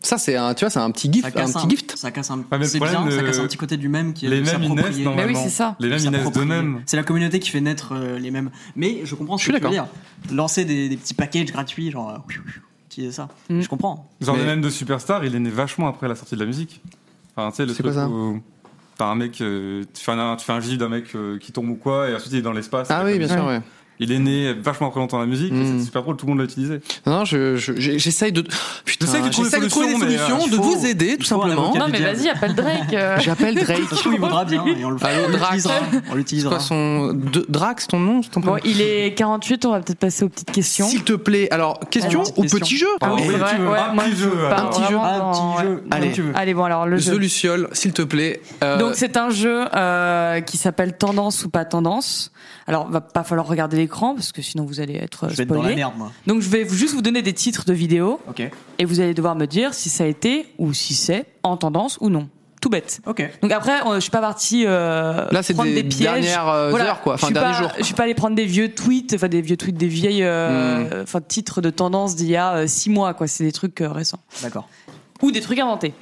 Speaker 3: Ça, c'est un, tu vois, c'est un petit gift,
Speaker 4: Ça
Speaker 3: un
Speaker 4: casse
Speaker 3: petit gift.
Speaker 4: Ça casse un,
Speaker 6: mais le
Speaker 4: c'est
Speaker 6: problème,
Speaker 4: bien, ça
Speaker 6: euh,
Speaker 4: casse un petit côté du même qui est
Speaker 6: les
Speaker 4: de
Speaker 6: mêmes ils naissent
Speaker 4: s'approprier.
Speaker 6: normalement.
Speaker 5: oui, c'est ça.
Speaker 6: Les mêmes ils naissent
Speaker 4: s'approprier.
Speaker 6: d'eux-mêmes.
Speaker 4: C'est la communauté qui fait naître euh, les mêmes. Mais je comprends ce
Speaker 3: Je suis
Speaker 4: que tu veux dire. Lancer des, des petits packages gratuits, genre. euh, qui est ça
Speaker 5: Mm.
Speaker 4: Je comprends.
Speaker 6: Genre
Speaker 3: Mais-
Speaker 6: le même de Superstar, il est né vachement après la sortie de la musique. Enfin, tu sais, le
Speaker 3: C'est
Speaker 6: truc
Speaker 3: quoi ça
Speaker 6: où t'as un mec, euh, tu fais un, tu fais un gif d'un mec euh, qui tombe ou quoi, et ensuite il est dans l'espace.
Speaker 3: Ah oui, bien sûr, ouais.
Speaker 6: Il est né vachement après longtemps la musique, et
Speaker 3: Mm.
Speaker 6: c'est super drôle, tout le monde l'a utilisé.
Speaker 3: Non, je- je- j'ai- j'essaye de. Putain,
Speaker 6: J'essaye de trouver
Speaker 3: j'essaye de trouver des
Speaker 6: solutions, mais, euh,
Speaker 3: solutions,
Speaker 4: il
Speaker 3: de
Speaker 4: faut-
Speaker 3: vous aider,
Speaker 4: il
Speaker 3: tout
Speaker 4: faut un
Speaker 3: simplement.
Speaker 4: avocat.
Speaker 5: Non, mais
Speaker 4: Diable.
Speaker 5: vas-y, appelle Drake. euh.
Speaker 3: J'appelle Drake.
Speaker 4: Ça se trouve, il vaudra bien et on le
Speaker 3: Allô,
Speaker 4: on l'utilisera.
Speaker 3: Drax.
Speaker 4: On
Speaker 3: C'est
Speaker 4: l'utilisera.
Speaker 3: quoi son. De- Drax, ton nom c'est ton
Speaker 5: Bon,
Speaker 3: prénom
Speaker 5: il est 48, on va peut-être passer aux petites questions.
Speaker 3: S'il te plaît, alors, question
Speaker 4: petite
Speaker 3: ou
Speaker 4: question.
Speaker 3: petit jeu
Speaker 5: Ah oui,
Speaker 6: Oh,
Speaker 5: c'est
Speaker 6: oui,
Speaker 5: vrai.
Speaker 6: tu veux.
Speaker 5: ouais,
Speaker 6: Un
Speaker 5: moi,
Speaker 6: petit
Speaker 5: je
Speaker 6: jeu,
Speaker 5: pars
Speaker 6: alors.
Speaker 4: Un petit jeu.
Speaker 5: vraiment
Speaker 4: Un
Speaker 5: dans-
Speaker 4: petit
Speaker 5: ouais.
Speaker 4: jeu.
Speaker 3: Allez.
Speaker 4: Comme tu veux.
Speaker 5: Allez, bon, alors le
Speaker 3: The
Speaker 5: jeu.
Speaker 3: Luciole, s'il te plaît. euh,
Speaker 5: Donc c'est un jeu euh, qui s'appelle Tendance ou pas Tendance. Alors va pas falloir regarder l'écran parce que sinon vous allez être euh,
Speaker 4: Je vais être dans la
Speaker 5: spoilé.
Speaker 4: merde, moi.
Speaker 5: Donc je vais vous- juste vous donner des titres de vidéos
Speaker 4: Ok.
Speaker 5: et vous allez devoir me dire si ça a été ou si c'est en tendance ou non. Tout bête.
Speaker 4: Ok.
Speaker 5: Donc après, on- je suis pas partie euh,
Speaker 3: Là, c'est
Speaker 5: prendre
Speaker 3: des
Speaker 5: des, pièges.
Speaker 3: dernières, euh,
Speaker 5: Voilà.
Speaker 3: heures, quoi. Enfin,
Speaker 5: je suis
Speaker 3: derniers
Speaker 5: pas-
Speaker 3: jours.
Speaker 5: Je suis pas allée prendre des vieux tweets, enfin des vieux tweets, des vieilles,
Speaker 3: Hmm.
Speaker 5: euh, enfin titres de tendance d'il y a euh, six mois, quoi. C'est des trucs euh, récents
Speaker 4: D'accord.
Speaker 5: ou des trucs inventés.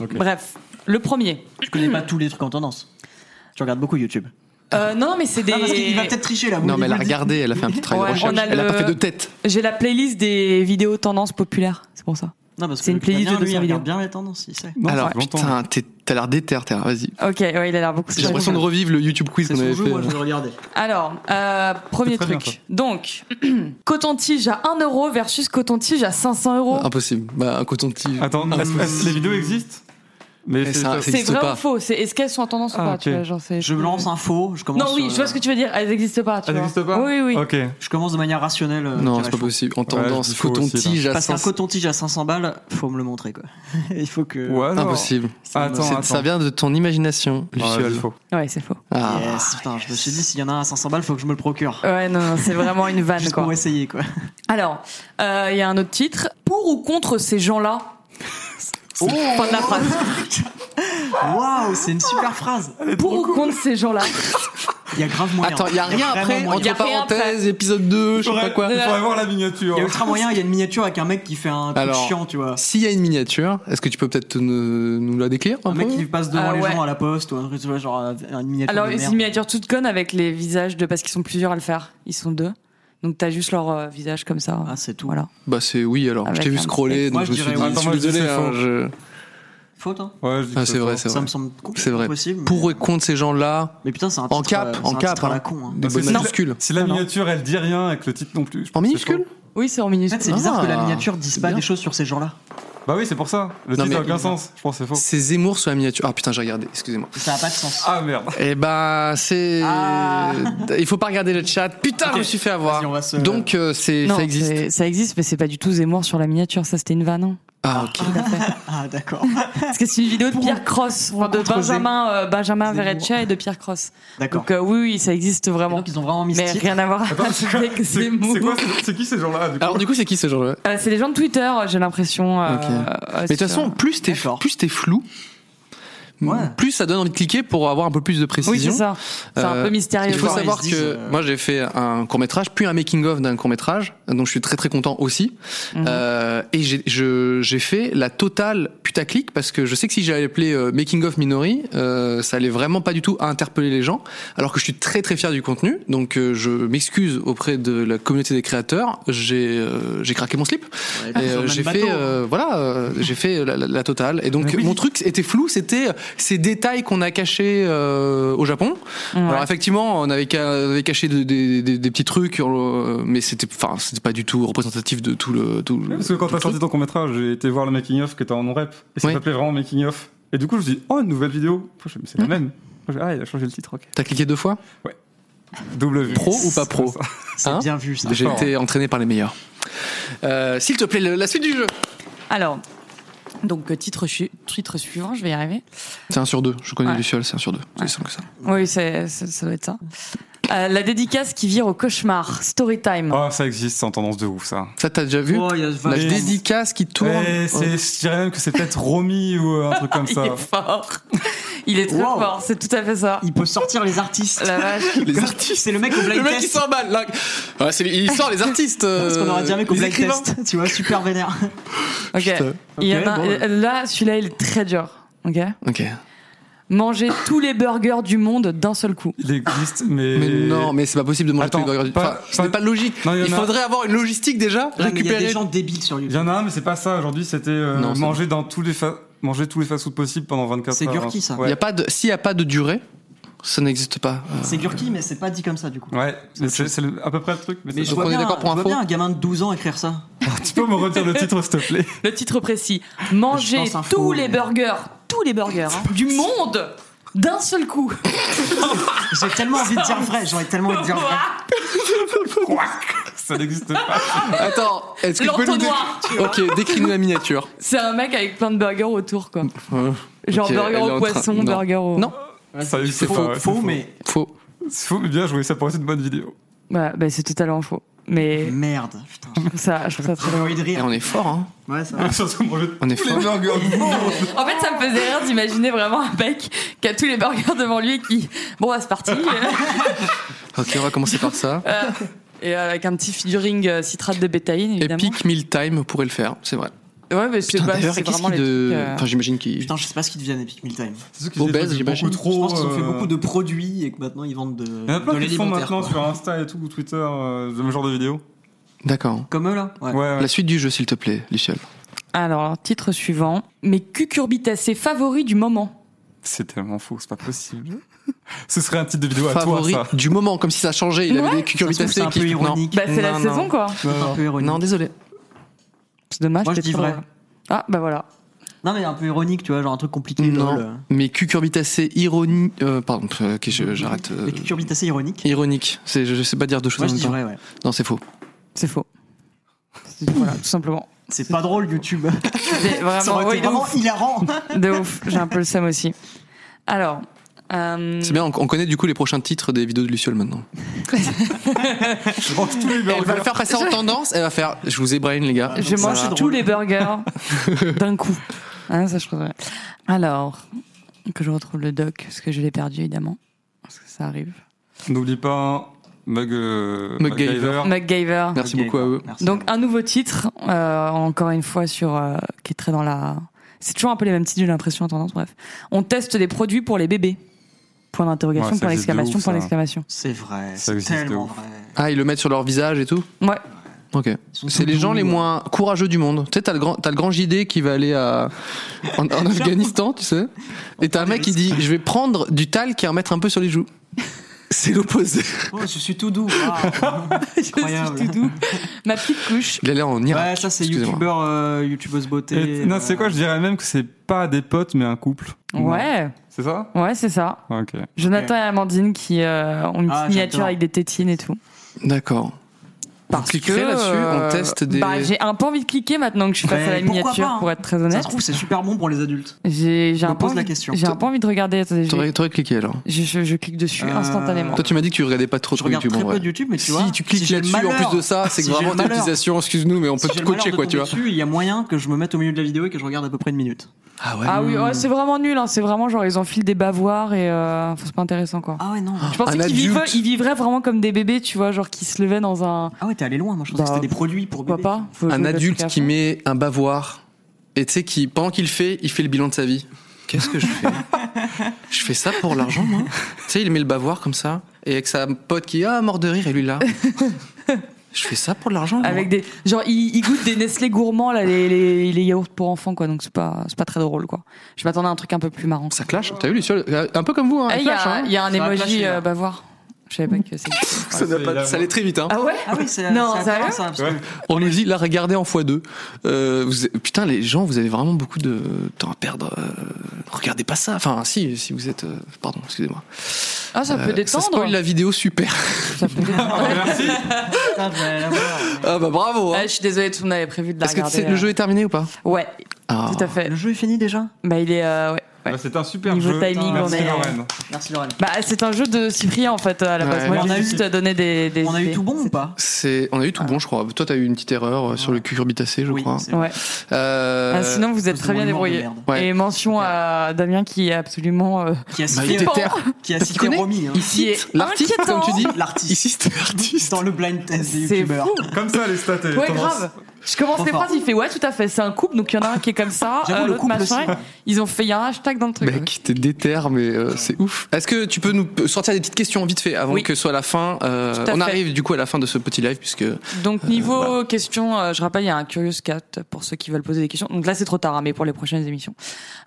Speaker 6: Ok.
Speaker 5: Bref, le premier.
Speaker 4: Je connais pas tous les trucs en tendance. Je regarde beaucoup YouTube.
Speaker 5: Euh, non, mais c'est des.
Speaker 4: Non, parce qu'il va peut-être tricher là. vous
Speaker 3: Non,
Speaker 4: le-
Speaker 3: mais elle
Speaker 4: vous
Speaker 3: a
Speaker 4: le dites.
Speaker 3: regardé, elle a fait un petit travail de
Speaker 5: Ouais,
Speaker 3: recherche.
Speaker 5: on a
Speaker 3: Elle a
Speaker 5: le-
Speaker 3: pas fait de tête.
Speaker 5: J'ai la playlist des vidéos tendances populaires, c'est pour ça.
Speaker 4: Non, parce que
Speaker 5: C'est une
Speaker 4: le Canadien,
Speaker 5: playlist de
Speaker 4: lui, il
Speaker 5: 200
Speaker 4: regarde
Speaker 5: vidéos.
Speaker 4: bien les tendances, il sait.
Speaker 6: Non, ça
Speaker 3: Alors,
Speaker 6: fait longtemps.
Speaker 3: putain, t'es- t'as l'air déter, t'as l'air- vas-y.
Speaker 5: Ok, ouais, il a l'air beaucoup.
Speaker 3: J'ai l'impression de revivre le YouTube quiz
Speaker 4: C'est
Speaker 3: qu'on
Speaker 4: son
Speaker 3: avait
Speaker 4: jeu, moi, je
Speaker 3: fait.
Speaker 4: vais le regarder.
Speaker 5: Alors, euh, premier
Speaker 6: C'est très
Speaker 5: truc.
Speaker 6: bien, ça.
Speaker 5: Donc, coton-tige à 1 euro versus coton-tige à 500 euros.
Speaker 3: Impossible. Bah, un coton-tige.
Speaker 6: Attends, est-ce- est-ce que les vidéos existent Mais
Speaker 3: Mais
Speaker 6: c'est
Speaker 3: ça,
Speaker 6: ça.
Speaker 5: C'est
Speaker 3: existe
Speaker 5: vrai
Speaker 3: pas.
Speaker 5: ou faux C'est- Est-ce qu'elles sont en tendance
Speaker 6: Ah,
Speaker 5: ou pas
Speaker 6: ok.
Speaker 5: tu vois, genre, c'est-
Speaker 4: Je me lance un faux, je commence.
Speaker 5: Non, oui,
Speaker 4: euh,
Speaker 5: je vois ce que tu veux dire. Elles n'existent pas. Tu
Speaker 6: Elles
Speaker 5: vois.
Speaker 6: n'existent pas
Speaker 5: Oui, oui.
Speaker 6: Ok.
Speaker 4: Je commence de manière rationnelle. euh,
Speaker 3: Non, c'est
Speaker 4: je dirais
Speaker 3: pas
Speaker 4: faux.
Speaker 3: possible. En
Speaker 6: je
Speaker 3: tendance,
Speaker 6: dis faux aussi,
Speaker 3: coton-tige à
Speaker 4: Parce qu'un
Speaker 3: 500.
Speaker 4: coton-tige à 500 balles, faut me le montrer quoi. Il faut que.
Speaker 6: Ou alors-
Speaker 3: Impossible.
Speaker 6: Attends,
Speaker 3: C'est-
Speaker 6: attends.
Speaker 3: Ça vient de ton imagination,
Speaker 6: Ah, vas-y,
Speaker 3: Luciole.
Speaker 6: faux.
Speaker 5: Ouais, c'est faux.
Speaker 3: Ah.
Speaker 4: Yes, putain, je me suis dit, s'il y en a un à 500 balles, faut que je me le procure.
Speaker 5: Ouais, non, non, c'est vraiment une vanne,
Speaker 4: Juste
Speaker 5: quoi.
Speaker 4: pour essayer quoi.
Speaker 5: Alors, euh, il y a un autre titre. Pour ou contre ces gens-là Fin de la phrase.
Speaker 4: Waouh, c'est une super phrase.
Speaker 5: Ah, Pour ou contre ces gens-là
Speaker 4: Il y a grave moyen.
Speaker 3: Attends, il y a rien
Speaker 4: vraiment
Speaker 3: après,
Speaker 4: moyen.
Speaker 5: Y a
Speaker 3: entre
Speaker 5: rien après.
Speaker 3: parenthèses, épisode 2, je sais pas
Speaker 6: Faudrait-
Speaker 3: quoi.
Speaker 6: faudrait voir la miniature.
Speaker 4: Il y a ultra moyen, il y a une miniature avec un mec qui fait un truc
Speaker 3: Alors,
Speaker 4: chiant, tu vois.
Speaker 3: S'il y a une miniature, est-ce que tu peux peut-être nous, nous la décrire un
Speaker 4: Un mec
Speaker 3: peu
Speaker 4: qui passe devant
Speaker 5: Ah, ouais.
Speaker 4: les gens à la poste ou un truc, tu vois, genre euh, une miniature.
Speaker 5: Alors,
Speaker 4: de
Speaker 5: les
Speaker 4: merde.
Speaker 5: miniatures toutes connes avec les visages de. Parce qu'ils sont plusieurs à le faire. Ils sont deux. Donc, t'as juste leur euh, visage comme ça.
Speaker 4: Ah, c'est tout.
Speaker 5: Voilà.
Speaker 3: Bah c'est oui alors.
Speaker 5: Avec
Speaker 3: je t'ai vu
Speaker 5: Ah un
Speaker 3: scroller,
Speaker 4: Moi,
Speaker 3: donc je me
Speaker 4: je
Speaker 3: suis
Speaker 4: dirais
Speaker 3: dit,
Speaker 4: oui.
Speaker 3: je
Speaker 6: Attends,
Speaker 3: suis
Speaker 6: moi, je dis
Speaker 3: désolé.
Speaker 6: c'est
Speaker 3: hein,
Speaker 6: faux.
Speaker 3: je-
Speaker 4: Faute, hein.
Speaker 6: Ouais, je dis
Speaker 3: Ah,
Speaker 6: que
Speaker 3: c'est
Speaker 6: c'est
Speaker 3: vrai,
Speaker 6: faux.
Speaker 3: c'est
Speaker 4: Ça
Speaker 3: vrai.
Speaker 4: me semble
Speaker 3: C'est
Speaker 4: complètement
Speaker 3: vrai.
Speaker 4: possible.
Speaker 3: Pour
Speaker 4: mais-
Speaker 3: et contre ces gens-là,
Speaker 4: Mais putain, c'est un
Speaker 3: en
Speaker 4: titre,
Speaker 3: cap,
Speaker 4: euh, c'est
Speaker 3: en
Speaker 4: un
Speaker 3: cap,
Speaker 4: titre à
Speaker 3: hein.
Speaker 4: la con. hein.
Speaker 3: des
Speaker 6: Parce que
Speaker 3: bonnes
Speaker 6: si la-
Speaker 3: minuscules.
Speaker 6: Si la
Speaker 4: Non.
Speaker 6: miniature elle dit rien avec le titre non plus. je
Speaker 3: En
Speaker 6: pense que c'est
Speaker 3: minuscules
Speaker 6: faux.
Speaker 5: Oui, c'est en
Speaker 4: En fait,
Speaker 5: minuscule.
Speaker 4: c'est bizarre
Speaker 3: Ah.
Speaker 4: que la miniature dise
Speaker 3: C'est
Speaker 4: pas
Speaker 3: bien.
Speaker 4: des choses sur ces gens-là.
Speaker 6: Bah oui, c'est pour ça. Le
Speaker 3: Non,
Speaker 6: titre n'a
Speaker 3: mais-
Speaker 6: aucun sens. Je pense que c'est faux.
Speaker 3: C'est Zemmour sur la miniature. Ah putain, j'ai regardé. Excusez-moi.
Speaker 4: Ça a pas de sens.
Speaker 6: Ah merde.
Speaker 3: Eh ben c'est.
Speaker 4: Ah.
Speaker 3: Il faut pas regarder le chat. Putain,
Speaker 4: Ok.
Speaker 3: je me suis fait avoir.
Speaker 4: Vas-y, on va se-
Speaker 3: Donc euh, c'est
Speaker 5: Non,
Speaker 3: ça existe.
Speaker 5: c'est- Ça existe, mais c'est pas du tout Zemmour sur la miniature. Ça, c'était une vanne. hein.
Speaker 3: Ah ok.
Speaker 4: Ah, d'accord.
Speaker 5: Parce que c'est une vidéo de Pierre Cross, enfin, de
Speaker 4: contre
Speaker 5: Benjamin, euh, Benjamin
Speaker 4: Zemmour.
Speaker 5: Verreccia et de Pierre Cross.
Speaker 4: D'accord.
Speaker 5: Donc, euh, oui, oui, ça existe
Speaker 4: Et
Speaker 5: vraiment.
Speaker 4: Donc ils ont vraiment mis ce
Speaker 5: Mais
Speaker 4: titre.
Speaker 5: rien à voir
Speaker 6: Attends, c'est quoi-
Speaker 5: avec
Speaker 6: c'est-
Speaker 5: Zemmour.
Speaker 6: c'est quoi ces- C'est qui ces gens-là du coup
Speaker 3: Alors du coup c'est qui ce genre-là
Speaker 5: Euh, c'est les gens de Twitter, j'ai l'impression. euh,
Speaker 3: Ok.
Speaker 5: euh,
Speaker 3: Mais de toute
Speaker 5: sur-
Speaker 3: façon, plus t'es
Speaker 4: D'accord.
Speaker 3: plus t'es flou,
Speaker 4: Ouais.
Speaker 3: plus ça donne envie de cliquer pour avoir un peu plus de précision.
Speaker 5: Oui, c'est ça. C'est un
Speaker 3: Euh,
Speaker 5: peu mystérieux.
Speaker 3: Il faut
Speaker 4: Genre,
Speaker 5: quoi.
Speaker 3: savoir
Speaker 4: ils se
Speaker 3: que
Speaker 4: disent, euh,
Speaker 3: moi j'ai fait un court métrage, puis un making of d'un court métrage, dont je suis très très content aussi.
Speaker 5: Mhm.
Speaker 3: Euh, et j'ai- je- j'ai fait la totale putaclic parce que je sais que si j'avais appelé euh, making of Minori, euh, ça allait vraiment pas du tout à interpeller les gens. Alors que je suis très très fier du contenu, donc euh, je m'excuse auprès de la communauté des créateurs. J'ai euh, j'ai craqué mon slip.
Speaker 4: Ouais,
Speaker 3: Et,
Speaker 4: sur
Speaker 3: euh,
Speaker 4: le
Speaker 3: j'ai
Speaker 4: même
Speaker 3: fait
Speaker 4: bateau. hein.
Speaker 3: euh, voilà, euh, j'ai fait la, la- la totale. Et donc
Speaker 6: Mais oui.
Speaker 3: mon truc était flou, c'était ces détails qu'on a cachés euh, au Japon.
Speaker 5: Ouais.
Speaker 3: Alors effectivement, on avait, ca- on avait caché des, des- des- des petits trucs, euh, mais c'était, enfin, c'était pas du tout représentatif de tout le. Tout le-
Speaker 6: Ouais, Parce que quand
Speaker 3: tout le
Speaker 6: t'as sorti ton court-métrage, j'ai été voir le making-of que t'as en non-rep. Et ça
Speaker 3: Oui.
Speaker 6: s'appelait vraiment making-of. Et du coup, je me dis, oh, une nouvelle vidéo. Après, je me dis,
Speaker 4: Hein
Speaker 6: C'est la même. Après, je dis, Ah, il a changé le titre, ok.
Speaker 3: truc. T'as cliqué deux fois.
Speaker 6: W.
Speaker 3: Pro ou pas pro
Speaker 4: C'est
Speaker 3: Hein
Speaker 4: bien vu ça.
Speaker 3: J'ai
Speaker 6: fort.
Speaker 3: été entraîné par les meilleurs. Euh, S'il te plaît, le- la suite du jeu.
Speaker 5: Alors, donc euh, titre, chu- titre suivant, je vais y arriver.
Speaker 3: C'est un sur deux. Je connais
Speaker 5: Ouais.
Speaker 3: Luciole, c'est un sur deux. C'est simple que ça.
Speaker 5: Oui, c'est, c'est- ça doit être ça. Euh, la dédicace qui vire au cauchemar. Storytime.
Speaker 6: Ah, ça existe, c'est en tendance de ouf, ça.
Speaker 3: Ça, t'as déjà vu
Speaker 4: Oh, il y a
Speaker 3: La
Speaker 4: vachement-
Speaker 3: dédicace qui tourne.
Speaker 6: Eh, c'est- Je dirais même que c'est peut-être Romy ou euh, un truc comme
Speaker 5: Il
Speaker 6: ça.
Speaker 5: est fort. Il est très
Speaker 4: Wow.
Speaker 5: fort. C'est tout à fait ça.
Speaker 4: Il peut sortir les artistes.
Speaker 5: La vache.
Speaker 3: Les
Speaker 4: Comme-
Speaker 3: artistes.
Speaker 4: C'est le mec au
Speaker 3: Le
Speaker 4: blind
Speaker 3: mec qui
Speaker 4: test.
Speaker 3: s'emballe. là. Ouais, c'est- il sort les artistes. euh,
Speaker 4: Parce qu'on aurait dit un mec au
Speaker 3: les
Speaker 4: blind
Speaker 3: écrivains.
Speaker 4: test. Tu vois, super vénère.
Speaker 5: Ok. Il y en a- euh,
Speaker 4: Ok, bon, ouais.
Speaker 5: Là, celui-là, il est très dur. Ok.
Speaker 3: Ok.
Speaker 5: Manger tous les burgers du monde d'un seul coup.
Speaker 6: Il existe, mais.
Speaker 3: Mais non, mais c'est pas possible de manger
Speaker 6: Attends,
Speaker 3: tous les burgers.
Speaker 6: pas-
Speaker 3: Enfin, ce n'est
Speaker 6: pas-
Speaker 3: pas logique.
Speaker 6: Non, il y en
Speaker 3: il
Speaker 6: a-
Speaker 3: faudrait avoir une logistique déjà.
Speaker 4: Ouais, mais Il y a
Speaker 3: récupérer.
Speaker 4: des gens débiles sur
Speaker 6: Il
Speaker 4: YouTube.
Speaker 6: y en a un, mais c'est pas ça. Aujourd'hui, c'était euh,
Speaker 3: Non, c'est
Speaker 6: manger dans tous les fa- manger tous les fast-food possibles pendant 24
Speaker 4: C'est
Speaker 6: heures. hein.
Speaker 4: Gurki, ça.
Speaker 3: Il
Speaker 6: Ouais.
Speaker 3: y a pas de. S'il n'y a pas de durée, ça n'existe pas. Euh,
Speaker 4: C'est Gurki, mais c'est pas dit comme ça du coup.
Speaker 6: Ouais, mais c'est c'est le- à peu près le truc. Mais
Speaker 4: Mais je
Speaker 6: c'est-
Speaker 3: Donc
Speaker 4: vois,
Speaker 3: on est
Speaker 4: bien,
Speaker 3: d'accord pour
Speaker 4: je vois
Speaker 3: info
Speaker 4: bien un gamin de 12 ans écrire ça.
Speaker 6: tu peux me redire le titre, s'il te plaît
Speaker 5: Le titre précis. Manger
Speaker 4: Je pense info,
Speaker 5: tous
Speaker 4: mais-
Speaker 5: les burgers, tous les burgers hein, du monde d'un seul coup.
Speaker 4: J'ai tellement envie de dire vrai, j'aurais tellement envie de dire vrai.
Speaker 6: Ça n'existe pas.
Speaker 4: Ah,
Speaker 3: Attends, est-ce que tu peux nous dé-
Speaker 5: L'entonnoir, tu vois.
Speaker 3: Ok, décris-nous la miniature.
Speaker 5: C'est un mec avec plein de burgers autour, quoi.
Speaker 3: Ouais.
Speaker 5: Genre
Speaker 3: Ok,
Speaker 5: burger
Speaker 3: elle est
Speaker 5: au
Speaker 3: en train-
Speaker 5: poisson,
Speaker 3: non.
Speaker 5: burger
Speaker 4: Oh.
Speaker 5: au.
Speaker 3: Non,
Speaker 6: Ça
Speaker 3: c'est
Speaker 6: existe
Speaker 4: Faux,
Speaker 6: pas. ouais, c'est
Speaker 4: faux, mais
Speaker 3: faux.
Speaker 6: C'est faux, mais bien joué, ça pourrait être une bonne vidéo.
Speaker 5: Ouais, bah, c'est totalement faux. Mais
Speaker 4: merde. Putain,
Speaker 5: ça, je trouve ça très
Speaker 4: j'avais envie de
Speaker 3: Et
Speaker 4: rire.
Speaker 3: on est fort, hein.
Speaker 4: Ouais, ça va.
Speaker 6: Surtout manger
Speaker 3: On est fort.
Speaker 5: En fait, ça me faisait rire d'imaginer vraiment un mec qui a tous les burgers devant lui et qui. Bon, bah, c'est parti.
Speaker 3: Ok, on va commencer par ça.
Speaker 5: Euh, et avec un petit featuring euh, citrate de bétaïne, évidemment.
Speaker 3: Epic Meal Time pourrait le faire, c'est vrai.
Speaker 5: Ouais, mais c'est
Speaker 3: Putain,
Speaker 5: pas-
Speaker 3: d'ailleurs,
Speaker 5: c'est
Speaker 3: qu'est-ce
Speaker 5: vraiment
Speaker 3: qu'il
Speaker 5: les
Speaker 3: de.
Speaker 5: trucs, euh,
Speaker 3: Enfin, j'imagine qu'il.
Speaker 4: Putain, je sais pas ce qu'ils deviennent Epic Meal Time.
Speaker 6: C'est ceux qui
Speaker 3: Obèse,
Speaker 6: se développent
Speaker 3: j'imagine.
Speaker 4: Je
Speaker 6: beaucoup trop.
Speaker 4: pense qu'ils ont fait
Speaker 6: euh,
Speaker 4: beaucoup de produits et que maintenant ils vendent de,
Speaker 6: Il y en a
Speaker 4: de
Speaker 6: plein qui font
Speaker 4: l'alimentaire.
Speaker 6: maintenant
Speaker 4: quoi.
Speaker 6: sur Insta et tout, ou Twitter, euh, le même genre de vidéos.
Speaker 3: D'accord.
Speaker 4: Comme eux là Ouais.
Speaker 6: Ouais, ouais.
Speaker 3: La suite du jeu, s'il te plaît, Luciole.
Speaker 5: Alors, titre suivant. Mes cucurbitacées favoris du moment.
Speaker 6: C'est tellement faux, c'est pas possible. Ce serait un titre de vidéo à
Speaker 3: Favori
Speaker 6: toi, ça.
Speaker 3: du moment, comme si ça changeait. Il
Speaker 5: Ouais.
Speaker 3: avait des
Speaker 4: Ça se trouve, C'est
Speaker 3: cucurbitacées
Speaker 4: un peu
Speaker 3: qui. Non.
Speaker 4: ironique.
Speaker 5: Bah, c'est la
Speaker 3: Non,
Speaker 5: saison,
Speaker 3: non.
Speaker 5: quoi.
Speaker 4: C'est un peu ironique.
Speaker 3: Non,
Speaker 4: Non,
Speaker 3: désolé.
Speaker 5: C'est dommage.
Speaker 4: Moi, je
Speaker 5: c'est
Speaker 4: dis
Speaker 5: trop
Speaker 4: vrai.
Speaker 5: drôle. Ah, bah voilà.
Speaker 4: mais un peu ironique, tu vois, genre un truc compliqué.
Speaker 3: Non,
Speaker 4: drôle.
Speaker 3: mais cucurbitacées ironique. Pardon, euh, ok, je- j'arrête. euh,
Speaker 4: Les cucurbitacées ironiques.
Speaker 3: Ironique. C'est, je, je sais pas dire deux choses
Speaker 4: Moi
Speaker 3: en
Speaker 4: je
Speaker 3: même
Speaker 4: dis
Speaker 3: temps.
Speaker 4: vrai, ouais.
Speaker 3: Non, c'est faux.
Speaker 5: C'est faux. C'est- Voilà, tout simplement.
Speaker 4: C'est pas drôle YouTube.
Speaker 3: Ah,
Speaker 5: C'est
Speaker 4: Ça
Speaker 5: Vraiment,
Speaker 4: aurait
Speaker 5: oui,
Speaker 4: été
Speaker 5: de
Speaker 4: vraiment
Speaker 5: ouf.
Speaker 4: hilarant.
Speaker 5: De ouf. J'ai un peu le seum aussi. Alors. euh,
Speaker 3: C'est bien, on, on connaît du coup les prochains titres des vidéos de Luciole maintenant.
Speaker 6: Je mange tous les
Speaker 3: Elle va
Speaker 6: burgers.
Speaker 3: le faire passer en tendance, elle va faire je vous ébraine les gars.
Speaker 5: Je
Speaker 4: Donc, ça
Speaker 5: mange
Speaker 4: va.
Speaker 5: tous
Speaker 4: Drôle.
Speaker 5: les burgers d'un coup. Hein, ça, je trouve. ouais. Alors, que je retrouve le doc, parce que je l'ai perdu, évidemment. Parce que ça arrive.
Speaker 6: N'oublie pas hein, Mug, euh,
Speaker 3: MacGyver.
Speaker 6: MacGyver.
Speaker 5: MacGyver.
Speaker 3: Merci
Speaker 4: Ok,
Speaker 3: beaucoup à eux.
Speaker 4: merci.
Speaker 5: Donc, un nouveau titre, euh, encore une fois, sur, euh, qui est très dans la. C'est toujours un peu les mêmes titres, j'ai l'impression, en tendance. Bref. On teste des produits pour les bébés. Point d'interrogation,
Speaker 6: Ouais, ça
Speaker 5: point
Speaker 6: existe de
Speaker 5: d'exclamation,
Speaker 6: ouf,
Speaker 5: point
Speaker 6: ça.
Speaker 5: d'exclamation.
Speaker 4: c'est vrai, c'est
Speaker 6: Ça existe de
Speaker 4: tellement
Speaker 6: ouf.
Speaker 4: vrai.
Speaker 3: Ah, ils le mettent sur leur visage et tout
Speaker 5: Ouais.
Speaker 3: Ok.
Speaker 4: Ils sont
Speaker 3: C'est
Speaker 4: tout
Speaker 3: les gens
Speaker 4: doux,
Speaker 3: les
Speaker 4: ouais.
Speaker 3: moins courageux du monde. Tu sais, t'as le grand, t'as le grand JD qui va aller à, en, en Afghanistan, tu sais. Et t'as un mec qui dit, je vais prendre du talc et en mettre un peu sur les joues. C'est l'opposé.
Speaker 4: Oh, je suis tout doux. waouh.
Speaker 5: Je
Speaker 4: Incroyable.
Speaker 5: suis tout doux. Ma petite couche.
Speaker 3: Il allait en Irak.
Speaker 4: Ouais, ça c'est
Speaker 3: Excusez-moi.
Speaker 4: youtubeur, euh, youtubeuse beauté.
Speaker 6: Et- non, c'est quoi
Speaker 4: euh,
Speaker 6: Je dirais même que c'est pas des potes, mais un couple.
Speaker 5: Ouais.
Speaker 6: C'est ça
Speaker 5: Ouais, c'est ça.
Speaker 6: Ah, Ok.
Speaker 5: Jonathan et Amandine qui euh, ont une petite
Speaker 4: Ah,
Speaker 5: miniature
Speaker 4: j'adore.
Speaker 5: avec des tétines et tout.
Speaker 3: D'accord.
Speaker 5: Parce
Speaker 3: cliquerez
Speaker 5: que,
Speaker 3: là-dessus,
Speaker 5: euh,
Speaker 3: on teste des-
Speaker 5: Bah, j'ai un peu envie de cliquer maintenant que je suis face
Speaker 4: Ouais,
Speaker 5: à la
Speaker 4: pourquoi
Speaker 5: miniature,
Speaker 4: pas, hein.
Speaker 5: pour être très
Speaker 4: Ça
Speaker 5: honnête.
Speaker 4: se trouve, c'est super bon pour les adultes.
Speaker 5: J'ai j'ai
Speaker 4: Je
Speaker 5: un
Speaker 4: me
Speaker 5: peu
Speaker 4: pose la
Speaker 5: envie-
Speaker 4: question.
Speaker 5: J'ai un peu envie de regarder. Attendez, je, vais-
Speaker 3: T'aurais, t'aurais cliqué alors.
Speaker 5: je, je- je clique dessus
Speaker 4: Euh,
Speaker 5: instantanément.
Speaker 3: Toi, tu m'as dit que tu regardais pas trop
Speaker 4: Je
Speaker 3: trop
Speaker 4: regarde
Speaker 3: YouTube
Speaker 4: très
Speaker 3: en
Speaker 4: peu
Speaker 3: vrai.
Speaker 4: de YouTube, mais tu
Speaker 3: si
Speaker 4: vois.
Speaker 3: tu cliques
Speaker 4: j'ai le
Speaker 3: là-dessus, en
Speaker 4: malheur-
Speaker 3: plus de ça, c'est
Speaker 4: si
Speaker 3: que
Speaker 4: j'ai
Speaker 3: vraiment
Speaker 4: le
Speaker 3: ta
Speaker 4: malheur-
Speaker 3: utilisation, excuse-nous, mais on peut
Speaker 4: si j'ai
Speaker 3: te
Speaker 4: le malheur
Speaker 3: coacher
Speaker 4: de
Speaker 3: quoi, tu vois.
Speaker 4: tomber dessus, Il y a moyen que je me mette au milieu de la vidéo et que je regarde à peu près une minute.
Speaker 3: Ah ouais.
Speaker 5: Ah oui, ouais, c'est vraiment nul. hein. C'est vraiment genre ils enfilent des bavoirs et euh, enfin, c'est pas intéressant quoi.
Speaker 4: Ah ouais, non.
Speaker 5: Je pensais
Speaker 3: un
Speaker 5: qu'ils vivraient,
Speaker 3: adulte.
Speaker 5: ils vivraient vraiment comme des bébés, tu vois, genre qui se levaient dans un.
Speaker 4: Ah ouais, t'es allé loin, moi je pensais
Speaker 5: Bah,
Speaker 4: que c'était des produits pour
Speaker 5: Pourquoi
Speaker 4: bébés.
Speaker 5: pas Faut jouer
Speaker 3: un
Speaker 5: le
Speaker 3: adulte
Speaker 5: truc à
Speaker 3: qui
Speaker 5: fond.
Speaker 3: met un bavoir et tu sais qui pendant qu'il le fait il fait le bilan de sa vie qu'est-ce que je fais je fais ça pour l'argent moi tu sais il met le bavoir comme ça et avec sa pote qui ah mort de rire et lui là je fais ça pour l'argent moi.
Speaker 5: Avec des genre ils, ils goûtent des Nestlé gourmands là les, les, les yaourts pour enfants quoi donc c'est pas c'est pas très drôle quoi. Je m'attendais à un truc un peu plus marrant.
Speaker 3: ça clash t'as vu Luciole un peu comme vous hein,
Speaker 5: Eh,
Speaker 3: elle
Speaker 5: Il y, a-
Speaker 3: clash, hein.
Speaker 5: il y a un
Speaker 4: Ça va
Speaker 5: emoji
Speaker 4: clasher, là.
Speaker 5: euh, bavard. Je savais pas que c'est.
Speaker 3: ça, n'a
Speaker 6: C'est
Speaker 3: pas-
Speaker 6: la-
Speaker 3: ça allait très vite hein.
Speaker 5: Ah ouais
Speaker 4: Ah oui, c'est
Speaker 5: Non,
Speaker 4: c'est
Speaker 5: ça
Speaker 4: intéressant,
Speaker 5: va
Speaker 4: ça, parce que-
Speaker 6: Ouais.
Speaker 3: on nous dit là regardez en x2 Euh, vous- putain les gens vous avez vraiment beaucoup de temps à perdre euh, regardez pas ça enfin si si vous êtes euh, pardon excusez-moi
Speaker 5: Ah ça peut
Speaker 3: Euh, ça spoil
Speaker 5: détendre.
Speaker 3: la vidéo super
Speaker 5: Ça peut
Speaker 4: Ah,
Speaker 5: détendre.
Speaker 6: Merci.
Speaker 4: Putain, je vais aller la voir.
Speaker 3: ah bah bravo hein.
Speaker 5: Ah, je suis désolée, tout le monde avait prévu de la
Speaker 3: Est-ce que
Speaker 5: regarder.
Speaker 3: c'est- le
Speaker 5: euh.
Speaker 3: jeu est terminé ou pas
Speaker 5: Ouais,
Speaker 3: euh, Ah.
Speaker 5: tout à fait.
Speaker 4: Le jeu est fini déjà
Speaker 5: Bah il est euh, ouais.
Speaker 6: Bah, C'était un super
Speaker 5: Niveau
Speaker 6: jeu.
Speaker 5: timing, on
Speaker 6: Merci
Speaker 5: est-
Speaker 6: Lorraine.
Speaker 4: Merci Lorraine.
Speaker 5: Bah, c'est un jeu de Cyprien en fait à la base.
Speaker 3: Ouais.
Speaker 5: Moi,
Speaker 4: On
Speaker 5: j'ai
Speaker 4: a
Speaker 5: juste
Speaker 4: eu-
Speaker 5: donné des. des
Speaker 4: On a eu
Speaker 5: idées.
Speaker 4: tout bon ou pas
Speaker 3: C'est, on a
Speaker 5: Ah.
Speaker 3: eu tout bon, je crois. Toi, t'as eu une petite erreur euh, sur le cucurbitacé, je
Speaker 4: Oui,
Speaker 3: crois.
Speaker 4: c'est vrai.
Speaker 5: Ouais.
Speaker 3: Euh,
Speaker 5: Ah, sinon, vous êtes
Speaker 4: c'est
Speaker 5: très bien
Speaker 4: mon humour de
Speaker 5: débrouillés.
Speaker 4: merde.
Speaker 3: Ouais.
Speaker 5: Et mention à Damien qui est absolument. euh,
Speaker 4: Qui a
Speaker 3: bah,
Speaker 4: cité,
Speaker 3: il était
Speaker 4: qui a
Speaker 3: T'as
Speaker 4: cité
Speaker 3: connais
Speaker 4: Romy. hein.
Speaker 3: Il cite
Speaker 5: est
Speaker 3: l'artiste,
Speaker 5: inquiétant.
Speaker 3: comme tu dis. Il
Speaker 4: L'artiste.
Speaker 3: cite l'artiste.
Speaker 4: Dans le blind test des
Speaker 5: C'est
Speaker 4: youtubeurs.
Speaker 5: fou.
Speaker 6: Comme ça, les stats. et
Speaker 5: Ouais,
Speaker 6: tendances.
Speaker 5: grave. Je commence
Speaker 4: Trop
Speaker 5: les
Speaker 4: fort.
Speaker 5: phrases, il fait ouais, tout à fait, c'est un couple, donc il y en a un qui est comme ça,
Speaker 4: J'avoue,
Speaker 5: euh,
Speaker 4: le
Speaker 5: l'autre
Speaker 4: couple
Speaker 5: machin.
Speaker 4: aussi, ouais.
Speaker 5: Ils ont fait, il y a un hashtag dans le truc.
Speaker 3: Mec, t'es déterre, mais euh, c'est ouf. Est-ce que tu peux nous p- sortir des petites questions vite fait avant
Speaker 5: Oui.
Speaker 3: que soit la fin euh,
Speaker 5: Tout à
Speaker 3: On
Speaker 5: fait.
Speaker 3: arrive du coup à la fin de ce petit live puisque
Speaker 5: Donc niveau
Speaker 3: voilà.
Speaker 5: question, euh, je rappelle, il y a un Curious Cat pour ceux qui veulent poser des questions. Donc là, c'est trop tard, hein, mais pour les prochaines émissions.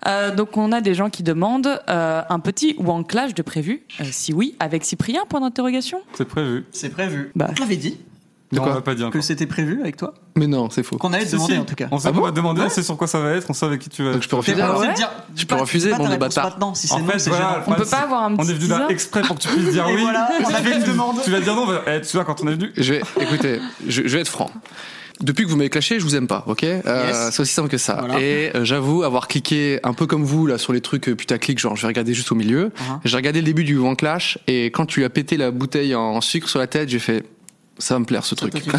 Speaker 5: Euh, donc on a des gens qui demandent euh, un petit ou un clash de prévu. Euh, si oui, avec Cyprien Point d'interrogation.
Speaker 6: C'est prévu.
Speaker 4: C'est prévu.
Speaker 5: Bah.
Speaker 4: On te l'avait dit
Speaker 3: De
Speaker 6: Non, euh,
Speaker 3: quoi
Speaker 6: on l'a pas dit encore.
Speaker 4: que c'était prévu avec toi.
Speaker 3: mais non, c'est faux.
Speaker 4: Qu'on allait te
Speaker 6: Si,
Speaker 4: demander
Speaker 6: si.
Speaker 4: en tout cas.
Speaker 6: On sait
Speaker 3: Ah
Speaker 6: qu'on
Speaker 3: bon
Speaker 6: va te demander, on sait sur quoi ça va être, on sait avec qui tu vas.
Speaker 3: Donc je peux
Speaker 4: T'es
Speaker 3: refuser.
Speaker 4: pas
Speaker 3: alors
Speaker 4: censé
Speaker 5: Ah ouais
Speaker 4: dire-
Speaker 3: Je
Speaker 4: pas-
Speaker 3: peux refuser,
Speaker 4: dis pas ta
Speaker 3: bande de
Speaker 4: réponse
Speaker 3: bâtards.
Speaker 4: maintenant, si
Speaker 6: En
Speaker 4: c'est non,
Speaker 6: fait,
Speaker 4: c'est
Speaker 6: voilà,
Speaker 4: gênant.
Speaker 6: le
Speaker 5: On
Speaker 6: problème,
Speaker 5: peut pas
Speaker 6: c'est-
Speaker 5: avoir un
Speaker 6: On
Speaker 5: petit
Speaker 6: est venu là
Speaker 5: teaser
Speaker 6: exprès pour que tu puisses dire
Speaker 4: Et
Speaker 6: oui.
Speaker 4: voilà, on
Speaker 6: Tu
Speaker 4: a
Speaker 6: vas
Speaker 4: fait une
Speaker 6: dire-
Speaker 4: demande.
Speaker 6: Tu vas dire non, on va- eh, tu vois, quand on est venu.
Speaker 3: Je vais, écoutez, je, je vais être franc. Depuis que vous m'avez clashé, je vous aime pas, ok Euh,
Speaker 4: Yes.
Speaker 3: C'est aussi simple que ça.
Speaker 4: Voilà.
Speaker 3: Et euh, j'avoue avoir cliqué un peu comme vous là sur les trucs euh, putaclic, genre je vais regarder juste au milieu.
Speaker 4: Uh-huh.
Speaker 3: J'ai regardé le début du One Clash et quand tu lui as pété la bouteille en sucre sur la tête, j'ai fait ça va me plaire ce truc.
Speaker 4: t'inquiète.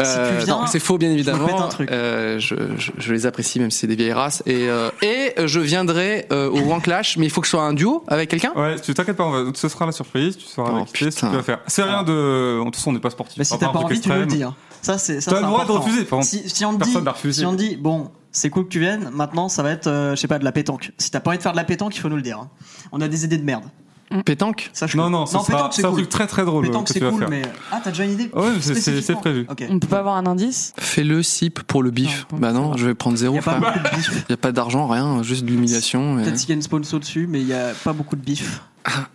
Speaker 3: Euh,
Speaker 4: tu viens,
Speaker 3: non, c'est faux bien évidemment.
Speaker 4: pète un truc.
Speaker 3: Euh, je, je- je les apprécie même si c'est des vieilles races. Et, euh, et je viendrai euh, au One Clash, mais il faut que ce soit un duo avec quelqu'un.
Speaker 6: Ouais, tu t'inquiètes pas, on va- ce sera la surprise, tu sauras
Speaker 3: Oh,
Speaker 6: avec qui c'est, ce que
Speaker 3: putain.
Speaker 6: tu vas faire. C'est rien de. De toute façon, on n'est pas sportif.
Speaker 4: Mais si t'as pas envie, tu peux le hein, dire. Ça, c'est ça.
Speaker 6: T'as
Speaker 4: c'est
Speaker 6: le droit de
Speaker 4: important.
Speaker 6: refuser, par contre.
Speaker 4: Si, si on te
Speaker 6: Personne
Speaker 4: dit,
Speaker 6: n'a refusé.
Speaker 4: si on te dit, bon, c'est cool que tu viennes. Maintenant, ça va être, euh, je sais pas, de la pétanque. Si t'as pas envie de faire de la pétanque, il faut nous le dire. hein. On a des idées de merde.
Speaker 3: Pétanque.
Speaker 4: Sache-le.
Speaker 6: Non, non, ce sera
Speaker 4: pétanque, c'est
Speaker 6: c'est un
Speaker 4: cool.
Speaker 6: truc très très drôle euh,
Speaker 4: Pétanque,
Speaker 6: que
Speaker 4: c'est
Speaker 6: tu vas
Speaker 4: cool,
Speaker 6: faire.
Speaker 4: mais ah, t'as déjà une idée
Speaker 6: Ouais, c'est- c'est- c'est
Speaker 4: Spécifiquement
Speaker 6: prévu.
Speaker 4: Ok.
Speaker 5: On peut pas avoir un indice.
Speaker 3: Fais le sip pour le bif.
Speaker 5: Non,
Speaker 3: bah non, je vais prendre zéro.
Speaker 4: Y a pas
Speaker 3: frère.
Speaker 4: beaucoup de bif.
Speaker 3: Il n'y a pas d'argent, rien, juste de l'humiliation. euh, et-
Speaker 4: Peut-être qu'il y a une sponsor dessus, mais il y a pas beaucoup de bif.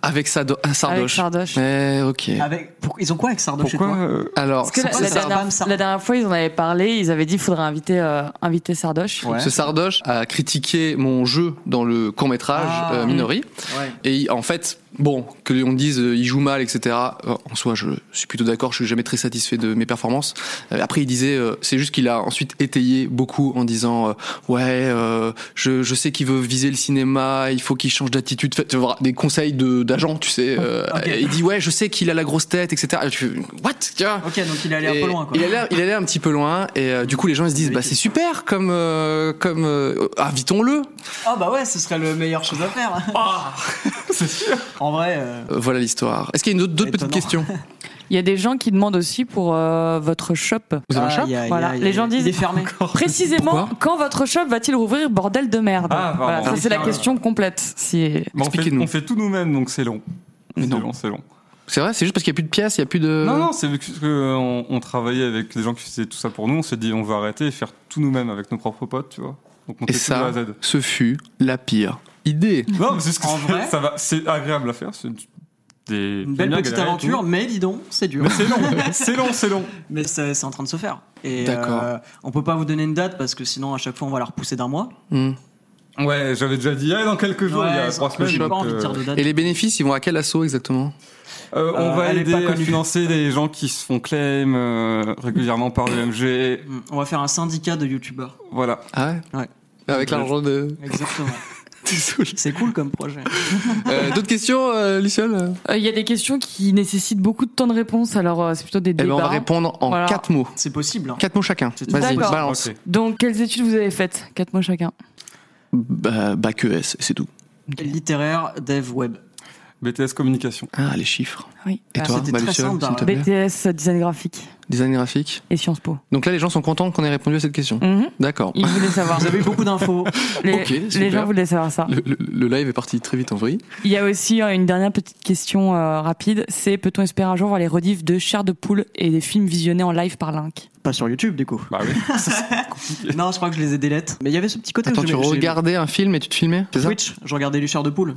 Speaker 3: Avec Sado- ah,
Speaker 5: Avec
Speaker 3: Sardoche.
Speaker 5: Sardoche.
Speaker 3: Eh, ok.
Speaker 4: Avec, pour- ils ont quoi avec Sardoche et
Speaker 6: Pourquoi
Speaker 4: toi
Speaker 6: euh,
Speaker 3: Alors,
Speaker 5: Parce que
Speaker 4: c'est
Speaker 5: la,
Speaker 4: pas
Speaker 5: la
Speaker 4: ça,
Speaker 5: dernière,
Speaker 4: Bam, ça.
Speaker 5: la dernière fois, ils en avaient parlé. Ils avaient dit faudrait inviter euh, inviter Sardoche.
Speaker 4: Ouais.
Speaker 3: ce Sardoche a critiqué mon jeu dans le court-métrage
Speaker 4: Ah.
Speaker 3: euh, Minori.
Speaker 4: Ouais.
Speaker 3: Et il- en fait, bon, que l'on dise euh, il joue mal, etc. euh, En soi, je suis plutôt d'accord. Je suis jamais très satisfait de mes performances. Euh, Après, il disait, euh, c'est juste qu'il a ensuite étayé beaucoup en disant, euh, ouais, euh, je, je sais qu'il veut viser le cinéma, il faut qu'il change d'attitude. Fait, tu vois, des conseils de d'agent, tu sais. euh,
Speaker 4: Ok.
Speaker 3: et Il dit, ouais, je sais qu'il a la grosse tête, etc. Et tu fais, what, tu vois
Speaker 4: Ok, donc il est allé un
Speaker 3: Et
Speaker 4: peu loin, quoi.
Speaker 3: Il allait, il allait un petit peu loin, et euh, du coup, les gens ils se disent,
Speaker 4: Oui.
Speaker 3: bah c'est super, comme euh, comme euh, invitons-le.
Speaker 4: Ah bah ouais, ce serait le meilleur chose à faire.
Speaker 6: Ah
Speaker 4: En vrai, euh,
Speaker 3: Euh, Voilà l'histoire. Est-ce qu'il y a une autre- d'autres petites
Speaker 4: Étonnant.
Speaker 3: questions
Speaker 5: Il y a des gens qui demandent aussi pour euh, votre shop.
Speaker 3: Vous avez un
Speaker 4: ah,
Speaker 3: shop
Speaker 4: y a- y a-
Speaker 5: Voilà.
Speaker 4: y a-
Speaker 5: Les gens disent-
Speaker 4: Il est fermé.
Speaker 5: Précisément,
Speaker 3: Pourquoi
Speaker 5: quand votre shop va-t-il rouvrir, bordel de merde
Speaker 6: Ah, pardon.
Speaker 5: Voilà, Ça, c'est la
Speaker 4: Ah.
Speaker 5: question complète. Si...
Speaker 6: bah, on fait-
Speaker 3: Expliquez-nous.
Speaker 6: On fait tout nous-mêmes, donc c'est long. C'est
Speaker 3: non.
Speaker 6: long, c'est long.
Speaker 3: C'est vrai, c'est juste parce qu'il n'y a plus de pièces, il n'y a plus de.
Speaker 6: Non, non, c'est parce qu'on on travaillait avec des gens qui faisaient tout ça pour nous, on s'est dit on va arrêter et faire tout nous-mêmes avec nos propres potes, tu vois. Donc on
Speaker 3: Et
Speaker 6: fait tout de A
Speaker 3: ça,
Speaker 6: à Z.
Speaker 3: ce fut la pire idée.
Speaker 6: Non, mais c'est ce que
Speaker 4: En vrai
Speaker 6: ça va, c'est agréable à faire. C'est du- des
Speaker 4: Une belle
Speaker 6: bien
Speaker 4: petite
Speaker 6: galérer et
Speaker 4: aventure,
Speaker 6: tout.
Speaker 4: mais dis donc, c'est dur.
Speaker 6: Mais c'est long, c'est long, c'est long.
Speaker 4: Mais c'est c'est en train de se faire. Et
Speaker 3: D'accord.
Speaker 4: euh, on peut pas vous donner une date parce que sinon à chaque fois on va la repousser d'un mois.
Speaker 3: Hmm.
Speaker 6: Ouais, j'avais déjà dit ah, dans quelques jours, il y
Speaker 4: Ouais,
Speaker 6: a trois semaines.
Speaker 4: J'ai pas
Speaker 6: donc,
Speaker 4: envie de
Speaker 6: euh,
Speaker 4: dire de date.
Speaker 3: Et les bénéfices, ils vont à quel assaut exactement
Speaker 6: euh, on
Speaker 4: Euh,
Speaker 6: va
Speaker 4: elle est
Speaker 6: aider
Speaker 4: pas
Speaker 6: à
Speaker 4: connue.
Speaker 6: financer les gens qui se font claim euh, régulièrement par l'UMG.
Speaker 4: Hmm, On va faire un syndicat de youtubeurs.
Speaker 6: Voilà.
Speaker 3: Ah ouais
Speaker 4: Ouais.
Speaker 3: Avec l'argent de.
Speaker 4: Exactement.
Speaker 3: Désolé.
Speaker 4: c'est cool comme projet.
Speaker 3: Euh, D'autres questions, euh, Luciole
Speaker 5: Euh, Il y a des questions qui nécessitent beaucoup de temps de réponse, alors euh, c'est plutôt des
Speaker 3: Eh ben,
Speaker 5: débats.
Speaker 3: on va répondre en
Speaker 5: Voilà.
Speaker 3: quatre mots.
Speaker 4: C'est possible. hein.
Speaker 3: Quatre mots chacun.
Speaker 4: C'est-
Speaker 3: Vas-y,
Speaker 5: D'accord.
Speaker 3: balance.
Speaker 6: Ok.
Speaker 5: Donc, quelles études vous avez faites Quatre mots chacun.
Speaker 3: Bah, bac ES, c'est tout.
Speaker 4: Littéraire, dev, web.
Speaker 6: BTS communication.
Speaker 3: Ah, les chiffres.
Speaker 5: Oui.
Speaker 3: Et
Speaker 5: Voilà.
Speaker 3: toi,
Speaker 4: Ah, c'était
Speaker 3: bah,
Speaker 4: très
Speaker 3: Luciole,
Speaker 4: simple,
Speaker 3: s'il te
Speaker 4: hein.
Speaker 3: plaît
Speaker 5: BTS design graphique
Speaker 3: Design graphique.
Speaker 5: et Sciences Po.
Speaker 3: Donc là, les gens sont contents qu'on ait répondu à cette question.
Speaker 5: Mhm.
Speaker 3: D'accord.
Speaker 5: Ils voulaient savoir.
Speaker 4: Vous avez eu beaucoup d'infos.
Speaker 5: les,
Speaker 3: Ok,
Speaker 5: les
Speaker 3: super.
Speaker 5: gens voulaient savoir ça.
Speaker 3: Le, le- le live est parti très vite en vrille.
Speaker 4: Ah,
Speaker 5: Il y a aussi euh, une dernière petite question euh, rapide. C'est peut-on espérer un jour voir les rediffs de Chair de poule et des films visionnés en live par Link
Speaker 4: Pas sur YouTube du coup.
Speaker 6: Bah oui.
Speaker 4: Non, je crois que je les ai délettes. Mais il y avait ce petit côté. où
Speaker 3: Attends,
Speaker 4: je-
Speaker 3: tu
Speaker 4: j'ai-
Speaker 3: regardais un film et tu te filmais C'est ça
Speaker 4: Twitch, je regardais les chars de poule.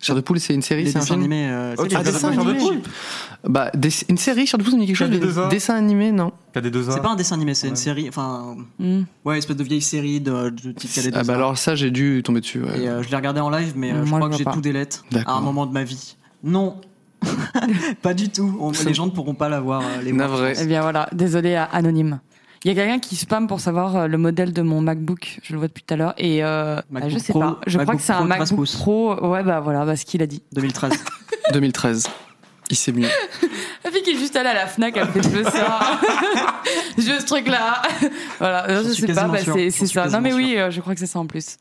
Speaker 3: Chair de poule, c'est une série,
Speaker 4: les
Speaker 3: c'est un
Speaker 4: dessins
Speaker 3: film
Speaker 4: animés. euh,
Speaker 6: Oh,
Speaker 4: c'est
Speaker 6: tu
Speaker 4: les
Speaker 6: regardes
Speaker 4: dessins
Speaker 6: pas Chair de
Speaker 4: animés.
Speaker 6: Poule
Speaker 3: Bah, des- une série, Chair de poule, ça me dit quelque chose. mais
Speaker 6: Des heures.
Speaker 3: Dessin animé, non.
Speaker 6: KD2A.
Speaker 4: C'est pas un dessin animé, c'est une série. Enfin,
Speaker 5: Hmm.
Speaker 4: ouais, espèce de vieille série de, de type Cadet
Speaker 3: Ah bah alors ça j'ai dû tomber dessus. ouais.
Speaker 4: Et euh, je l'ai regardé en live, mais euh, je crois
Speaker 5: Moi, je
Speaker 4: que
Speaker 5: vois
Speaker 4: j'ai
Speaker 5: pas.
Speaker 4: tout délète à
Speaker 3: D'accord.
Speaker 4: un moment de ma vie. Non, pas du tout. On- les gens ne pourront pas l'avoir. euh, les voir,
Speaker 3: Navré.
Speaker 4: je
Speaker 5: Eh bien voilà, désolé à Anonyme. Il y a quelqu'un qui spam pour savoir euh, le modèle de mon MacBook. Je le vois depuis tout à l'heure. Et euh, bah,
Speaker 4: MacBook
Speaker 5: je sais
Speaker 4: Pro,
Speaker 5: pas. Je crois
Speaker 4: MacBook
Speaker 5: que c'est un
Speaker 4: Pro 13
Speaker 5: MacBook
Speaker 4: pouces.
Speaker 5: Pro. Ouais, bah voilà, bah, ce qu'il a dit.
Speaker 4: 2013.
Speaker 3: 2013. Il sait mieux.
Speaker 5: La fille qui est juste allée à la Fnac, elle fait je veux ça. je veux ce truc-là. voilà,
Speaker 4: J'en
Speaker 5: je
Speaker 4: suis
Speaker 5: sais pas,
Speaker 4: quasiment
Speaker 5: bah,
Speaker 4: sûr.
Speaker 5: c'est
Speaker 4: J'en
Speaker 5: c'est
Speaker 4: suis
Speaker 5: ça. Non mais
Speaker 4: quasiment
Speaker 5: oui, euh, je crois que c'est ça en plus.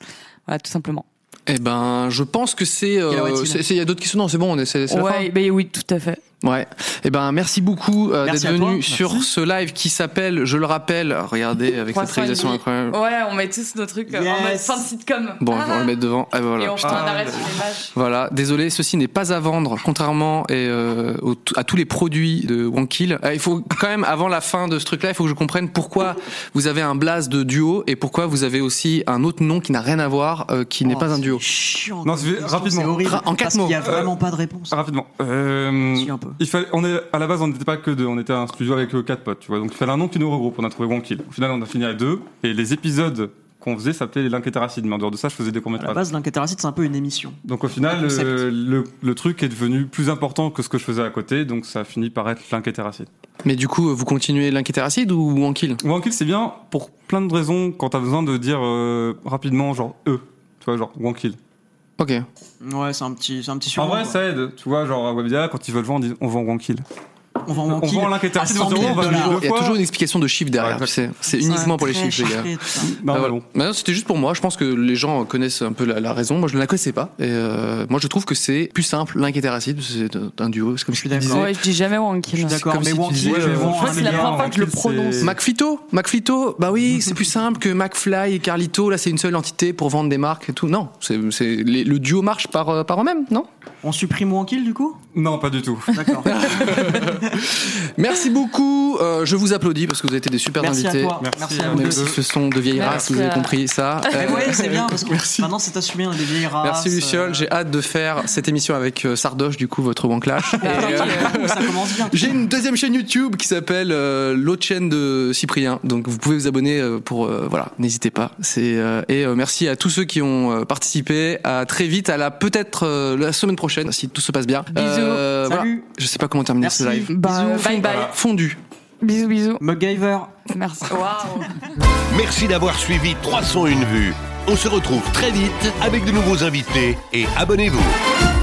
Speaker 5: Voilà, tout simplement.
Speaker 3: Eh ben, je pense que c'est. euh,
Speaker 4: Quelle heure est-il
Speaker 3: c'est- c'est- Il y a d'autres questions. Non, c'est bon, on est, c'est, c'est la fin.
Speaker 5: Ouais, bah, oui, tout à fait.
Speaker 3: Ouais. Eh ben, merci beaucoup euh,
Speaker 4: Merci
Speaker 3: d'être
Speaker 4: à toi.
Speaker 3: venu
Speaker 4: Merci.
Speaker 3: sur ce live qui s'appelle, je le rappelle, regardez avec cette
Speaker 5: 300
Speaker 3: réalisation
Speaker 5: et demi.
Speaker 3: incroyable.
Speaker 5: Ouais, on met tous nos trucs euh, en mode
Speaker 4: Yes.
Speaker 5: fin de sitcom.
Speaker 3: Bon,
Speaker 5: Ah.
Speaker 3: on va le mettre devant. Ah, ben
Speaker 5: Et
Speaker 3: voilà.
Speaker 5: on fait
Speaker 3: putain.
Speaker 5: un arrêt sur les vaches.
Speaker 3: Voilà. Désolé, ceci n'est pas à vendre, contrairement et, euh, au- à tous les produits de Wankill. Euh, il faut quand même, avant la fin de ce truc-là, il faut que je comprenne pourquoi vous avez un blaze de duo et pourquoi vous avez aussi un autre nom qui n'a rien à voir, euh, qui n'est
Speaker 4: Oh,
Speaker 3: pas un
Speaker 4: c'est
Speaker 3: duo.
Speaker 4: Chiant.
Speaker 6: Non,
Speaker 4: comme
Speaker 6: c'est-
Speaker 4: question,
Speaker 6: rapidement.
Speaker 4: c'est horrible,
Speaker 3: Ra- en quatre
Speaker 4: parce qu'il y a
Speaker 3: mots.
Speaker 4: vraiment pas de réponse.
Speaker 6: Rapidement. Euh,
Speaker 4: Si, un peu.
Speaker 6: Il fallait, on est, à la base, on n'était pas que deux, on était un studio avec euh, quatre potes, tu vois. Donc il fallait un nom qui nous regroupe. On a trouvé One Kill. Au final, on a fini à deux. Et les épisodes qu'on faisait s'appelaient les Linketeracides. Mais en dehors de ça, je faisais
Speaker 4: À
Speaker 6: des
Speaker 4: la
Speaker 6: courts-métrages.
Speaker 4: base, l'inquiétéracide, c'est un peu une émission.
Speaker 6: Donc au final,
Speaker 4: Le concept.
Speaker 6: euh, le, le truc est devenu plus important que ce que je faisais à côté. Donc ça a fini par être Linketeracides.
Speaker 3: Mais du coup, euh, vous continuez l'inquiétéracide ou Wankill
Speaker 6: One Kill, c'est bien pour plein de raisons quand t'as besoin de dire euh, rapidement, genre E. Tu vois, genre One Kill.
Speaker 3: Ok.
Speaker 4: Ouais, c'est un petit, c'est un petit
Speaker 6: En
Speaker 4: surnom.
Speaker 6: vrai,
Speaker 5: bah.
Speaker 4: quoi.
Speaker 6: ça aide. Tu vois, genre à Webedia, quand ils veulent vendre, on dit on vend One Kill.
Speaker 4: on vend
Speaker 6: on vend
Speaker 4: à
Speaker 6: l'inquiétéracide,
Speaker 4: 100
Speaker 6: on
Speaker 4: 000
Speaker 6: va le
Speaker 4: dollars.
Speaker 6: vendre.
Speaker 3: Il y a
Speaker 6: fois-
Speaker 3: toujours une explication de chiffre derrière,
Speaker 6: Ouais,
Speaker 3: tu sais. C'est uniquement pour les
Speaker 4: Très
Speaker 3: chiffres, les gars.
Speaker 4: chiffré, putain.
Speaker 3: Ah,
Speaker 6: Non, mais
Speaker 3: voilà.
Speaker 6: bon.
Speaker 3: Mais non, c'était juste pour moi. Je pense que les gens connaissent un peu la, la raison. Moi, je ne la connaissais pas. Et euh, moi, je trouve que c'est plus simple. L'un qui était raciste, c'est un duo. C'est comme
Speaker 4: Je suis
Speaker 3: si tu
Speaker 4: d'accord.
Speaker 3: disais-
Speaker 5: Ouais, je dis jamais Wanky.
Speaker 4: Je suis d'accord,
Speaker 3: comme
Speaker 4: mais
Speaker 3: si tu
Speaker 4: Wanky,
Speaker 3: disais,
Speaker 4: je
Speaker 3: euh,
Speaker 4: vends
Speaker 5: je crois que
Speaker 4: un
Speaker 5: c'est la
Speaker 4: milliard.
Speaker 5: première fois que je le
Speaker 6: Wanky,
Speaker 5: prononce.
Speaker 6: c'est-
Speaker 3: McFlito, McFlito, bah oui, c'est plus simple que McFly et Carlito. Là, c'est une seule entité pour vendre des marques et tout. Non, c'est c'est- les- le duo marche par, euh, par eux-mêmes, non
Speaker 4: On supprime Wankill du coup
Speaker 6: Non, pas du tout.
Speaker 4: D'accord.
Speaker 3: Merci beaucoup. Euh, je vous applaudis parce que vous avez été des super
Speaker 4: Merci à
Speaker 3: invités.
Speaker 4: toi.
Speaker 6: Merci
Speaker 4: Merci
Speaker 6: à
Speaker 4: à vous
Speaker 6: vous
Speaker 3: Même
Speaker 4: deux.
Speaker 3: si ce sont de vieilles
Speaker 5: Merci
Speaker 3: races, vous avez
Speaker 5: à-
Speaker 3: compris ça.
Speaker 4: Mais
Speaker 3: Euh,
Speaker 4: vous voyez, c'est bien parce que
Speaker 3: Merci.
Speaker 4: maintenant c'est assumé, on est des vieilles races.
Speaker 3: Merci Luciole,
Speaker 4: euh,
Speaker 3: j'ai hâte de faire cette émission avec euh, Sardoche, du coup, votre One Clash. Et,
Speaker 5: attends,
Speaker 3: euh,
Speaker 4: ouh, ça commence bien.
Speaker 3: J'ai une deuxième chaîne YouTube qui s'appelle euh, l'autre chaîne de Cyprien. Donc vous pouvez vous abonner euh, pour euh, voilà, n'hésitez pas. C'est euh, et euh, merci à tous ceux qui ont euh, participé. À très vite, à la peut-être euh, la semaine prochaine si tout se passe bien. Euh,
Speaker 5: Bisous.
Speaker 3: voilà.
Speaker 4: Salut.
Speaker 3: Je sais pas comment terminer
Speaker 4: Merci.
Speaker 3: ce live.
Speaker 5: Bah,
Speaker 4: Bisous.
Speaker 5: bye bye.
Speaker 3: Fondu.
Speaker 5: Bisous, bisous.
Speaker 4: MacGyver.
Speaker 5: Merci. Waouh.
Speaker 1: Merci d'avoir suivi 301 vues. On se retrouve très vite avec de nouveaux invités et abonnez-vous.